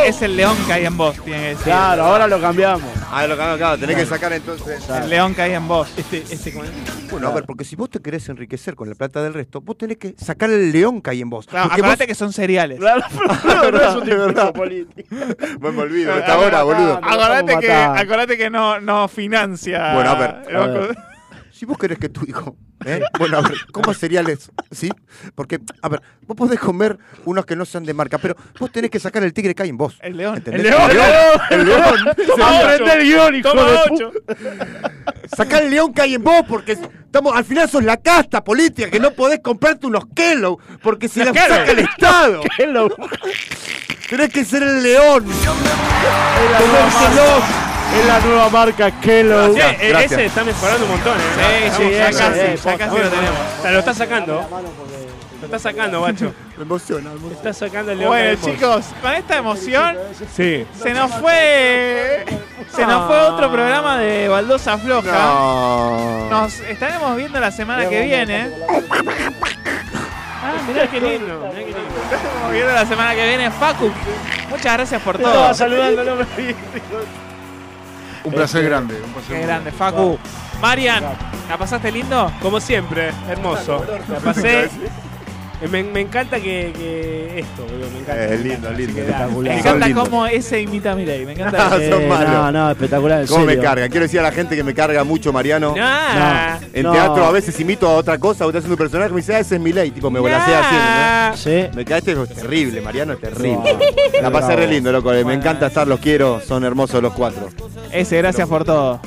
[SPEAKER 3] el
[SPEAKER 2] Es el león que hay en vos, tiene que decir.
[SPEAKER 6] Claro, ahora lo cambiamos.
[SPEAKER 3] Ah, lo claro, claro, tenés que sacar entonces.
[SPEAKER 2] El león que hay en vos. Este, este,
[SPEAKER 3] Bueno, a ver, porque si vos te querés enriquecer con la plata del resto, vos tenés que sacar el león que hay en vos.
[SPEAKER 2] Claro,
[SPEAKER 3] Porque
[SPEAKER 2] acordate
[SPEAKER 3] vos-
[SPEAKER 2] que son cereales.
[SPEAKER 6] Claro,
[SPEAKER 3] no es un discurso
[SPEAKER 6] político.
[SPEAKER 3] Bueno, me olvido,
[SPEAKER 7] Ah,
[SPEAKER 3] hasta ahora, boludo.
[SPEAKER 2] Acordate que, acordate que no, no financia.
[SPEAKER 3] Bueno, a ver.
[SPEAKER 2] el banco-
[SPEAKER 3] Si vos querés que tu hijo. ¿eh? Bueno, a ver, ¿cómo cereales? ¿Sí? Porque, a ver, vos podés comer unos que no sean de marca, pero vos tenés que sacar el tigre que hay en vos.
[SPEAKER 2] El león.
[SPEAKER 3] ¿Entendés?
[SPEAKER 2] El león.
[SPEAKER 3] El león. El león.
[SPEAKER 2] Toma ocho. Aprende el guión, hijo Toma de pu- ocho.
[SPEAKER 3] Sacá el león que hay en vos, porque estamos, al final sos la casta política, que no podés comprarte unos Kellogg, porque se
[SPEAKER 7] Los
[SPEAKER 3] los saca el
[SPEAKER 7] Kellogg.
[SPEAKER 3] Estado.
[SPEAKER 6] Kellogg.
[SPEAKER 3] Tenés que ser el león.
[SPEAKER 6] Es la nueva marca, es la nueva marca Kellogg's.
[SPEAKER 8] Sí, eh, ese está mejorando un montón, ¿eh?
[SPEAKER 2] Sí, sí, ya casi, ya casi lo tenemos.
[SPEAKER 8] O sea, lo está sacando. Lo está sacando, guacho.
[SPEAKER 3] Me emociona,
[SPEAKER 8] Está sacando el león.
[SPEAKER 2] Bueno,
[SPEAKER 8] que vemos.
[SPEAKER 2] chicos, con esta emoción
[SPEAKER 8] Sí.
[SPEAKER 2] se nos fue. Se nos fue otro programa de Baldosa Floja. Nos estaremos viendo la semana que viene. Ah, mirá qué lindo. Mirá qué lindo. Nos estaremos viendo la semana que viene. Facu, muchas gracias por todo.
[SPEAKER 6] Estaba saludando, no me
[SPEAKER 5] Un placer grande. Un placer
[SPEAKER 2] Qué
[SPEAKER 5] muy
[SPEAKER 2] grande, Facu. Marian, ¿la pasaste lindo?
[SPEAKER 8] Como siempre, hermoso. La pasé. Eh, Me, me encanta que, que esto, boludo, me encanta.
[SPEAKER 3] Es Eh, lindo, lindo.
[SPEAKER 8] que da.
[SPEAKER 6] Espectacular.
[SPEAKER 2] Me encanta cómo ese imita a Mireille. Me encanta.
[SPEAKER 3] Ah, son
[SPEAKER 6] Eh,
[SPEAKER 3] malos.
[SPEAKER 6] No, no, espectacular. en
[SPEAKER 3] ¿Cómo me
[SPEAKER 6] serio.
[SPEAKER 3] cargan? Quiero decir a la gente que me carga mucho, Mariano.
[SPEAKER 2] Nah.
[SPEAKER 3] En
[SPEAKER 6] No.
[SPEAKER 3] teatro a veces imito a otra cosa, vos estás haciendo un personaje y me dice, ah, ese es mi ley. Tipo, me volacea haciendo, ¿no?
[SPEAKER 6] Sí.
[SPEAKER 3] Me caíste terrible, Mariano, es terrible. La pasé re lindo, loco. eh, Me encanta estar, los quiero, son hermosos los cuatro.
[SPEAKER 2] Ese, gracias por todo.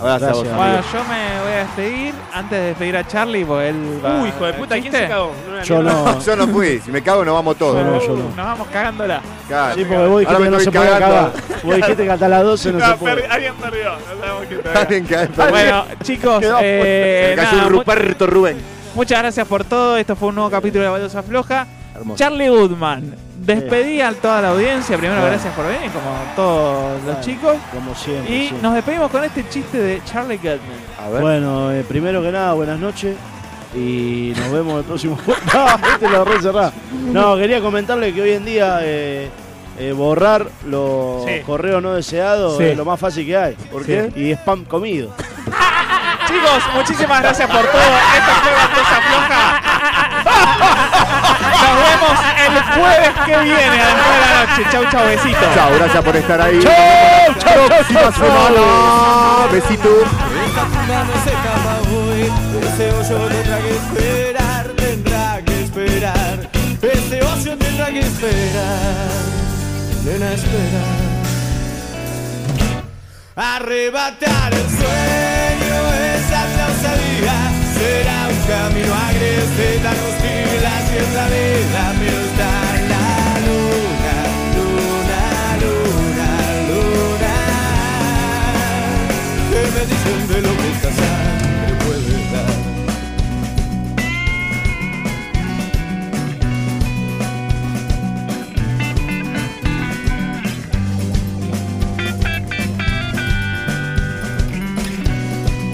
[SPEAKER 3] Abrazo a vos,
[SPEAKER 2] Bueno,
[SPEAKER 3] amigo.
[SPEAKER 2] yo me voy a despedir antes de despedir a Charlie porque él va.
[SPEAKER 8] Uy, hijo de puta, ¿quién se
[SPEAKER 2] ¿Viste?
[SPEAKER 8] cagó?
[SPEAKER 6] Yo no.
[SPEAKER 3] yo no fui, si me cago nos vamos todos.
[SPEAKER 2] Nos vamos cagándola.
[SPEAKER 3] Claro.
[SPEAKER 6] Sí, porque vos dijiste
[SPEAKER 3] Ahora
[SPEAKER 6] que
[SPEAKER 3] me
[SPEAKER 6] no se
[SPEAKER 3] estoy
[SPEAKER 6] puede acabar.
[SPEAKER 3] cagando.
[SPEAKER 6] Vos dijiste que hasta las 12 no se
[SPEAKER 2] No,
[SPEAKER 6] puede.
[SPEAKER 2] per- alguien perdió. No sabemos quién perdió.
[SPEAKER 3] Alguien cae, perdón.
[SPEAKER 2] Bueno, chicos,
[SPEAKER 3] Quedó afuera.
[SPEAKER 2] eh,
[SPEAKER 3] Se cayó
[SPEAKER 2] nada, mu-
[SPEAKER 3] Ruperto Rubén.
[SPEAKER 2] muchas gracias por todo. Esto fue un nuevo capítulo de Baldosa Floja.
[SPEAKER 3] Hermoso. Eh.
[SPEAKER 2] Charlie Goodman, despedí a toda la audiencia. Primero,
[SPEAKER 6] Bueno.
[SPEAKER 2] gracias por venir, como todos los chicos.
[SPEAKER 6] Como siempre.
[SPEAKER 2] Y
[SPEAKER 6] sí.
[SPEAKER 2] nos despedimos con este chiste de Charlie Goodman.
[SPEAKER 6] Bueno, eh, primero que nada, buenas noches. Y nos vemos el próximo. no, este lo re cerrá. No, quería comentarle que hoy en día eh, eh, borrar los
[SPEAKER 2] Sí.
[SPEAKER 6] correos no deseados
[SPEAKER 2] Sí.
[SPEAKER 6] es lo más fácil que hay. ¿Por
[SPEAKER 2] Sí.
[SPEAKER 6] qué? Y spam comido.
[SPEAKER 2] Chicos, muchísimas gracias por todo. Esto fue Baldosa Floja. Nos vemos el jueves que viene a las nueve de la noche. Ah, Chau, chau, besito.
[SPEAKER 3] Chao, gracias por estar ahí.
[SPEAKER 2] Chau, chau,
[SPEAKER 3] Próxima
[SPEAKER 2] chau, chau.
[SPEAKER 3] semana. Besitos.
[SPEAKER 7] Una receta pa' hoy, ese ocio tendrá que esperar, tendrá que esperar, ese ocio tendrá que esperar, nena espera. Arrebatar el sueño, esa es la osadía, será un camino agreste, tan hostil, así es la vida, pero está la luna, luna, luna, luna. que me dicen de lo que esta sangre puede dar.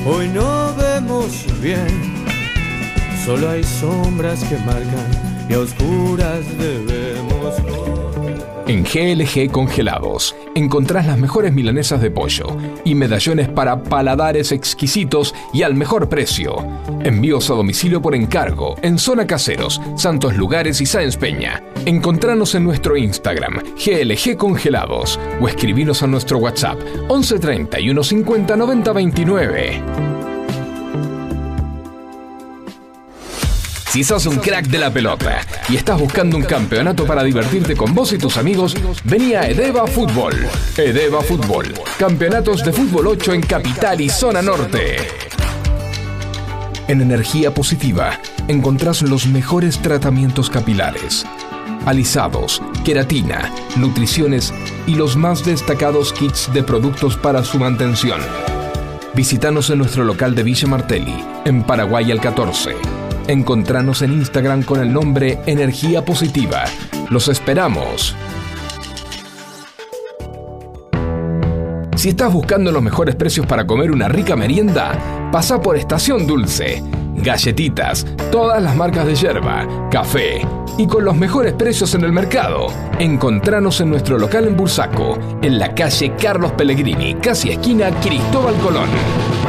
[SPEAKER 7] Hoy no vemos bien, solo hay sombras que marcan y a oscuras debemos
[SPEAKER 1] En GLG Congelados encontrás las mejores milanesas de pollo y medallones para paladares exquisitos y al mejor precio. Envíos a domicilio por encargo en Zona Caseros, Santos Lugares y Sáenz Peña. Encontranos en nuestro Instagram GLG Congelados o escribinos a nuestro WhatsApp 11 31 50 90 29. Si sos un crack de la pelota y estás buscando un campeonato para divertirte con vos y tus amigos, vení a Edeva Fútbol. Edeva Fútbol. Campeonatos de fútbol 8 en Capital y Zona Norte. En Energía Positiva encontrás los mejores tratamientos capilares. Alisados, queratina, nutriciones y los más destacados kits de productos para su mantención. Visítanos en nuestro local de Villa Martelli, en Paraguay al 14. Encontranos en Instagram con el nombre Energía Positiva. Los esperamos. Si estás buscando los mejores precios para comer una rica merienda, pasa por Estación Dulce. Galletitas, todas las marcas de yerba, café y con los mejores precios en el mercado. Encontranos en nuestro local en Bursaco, en la calle Carlos Pellegrini, casi esquina Cristóbal Colón.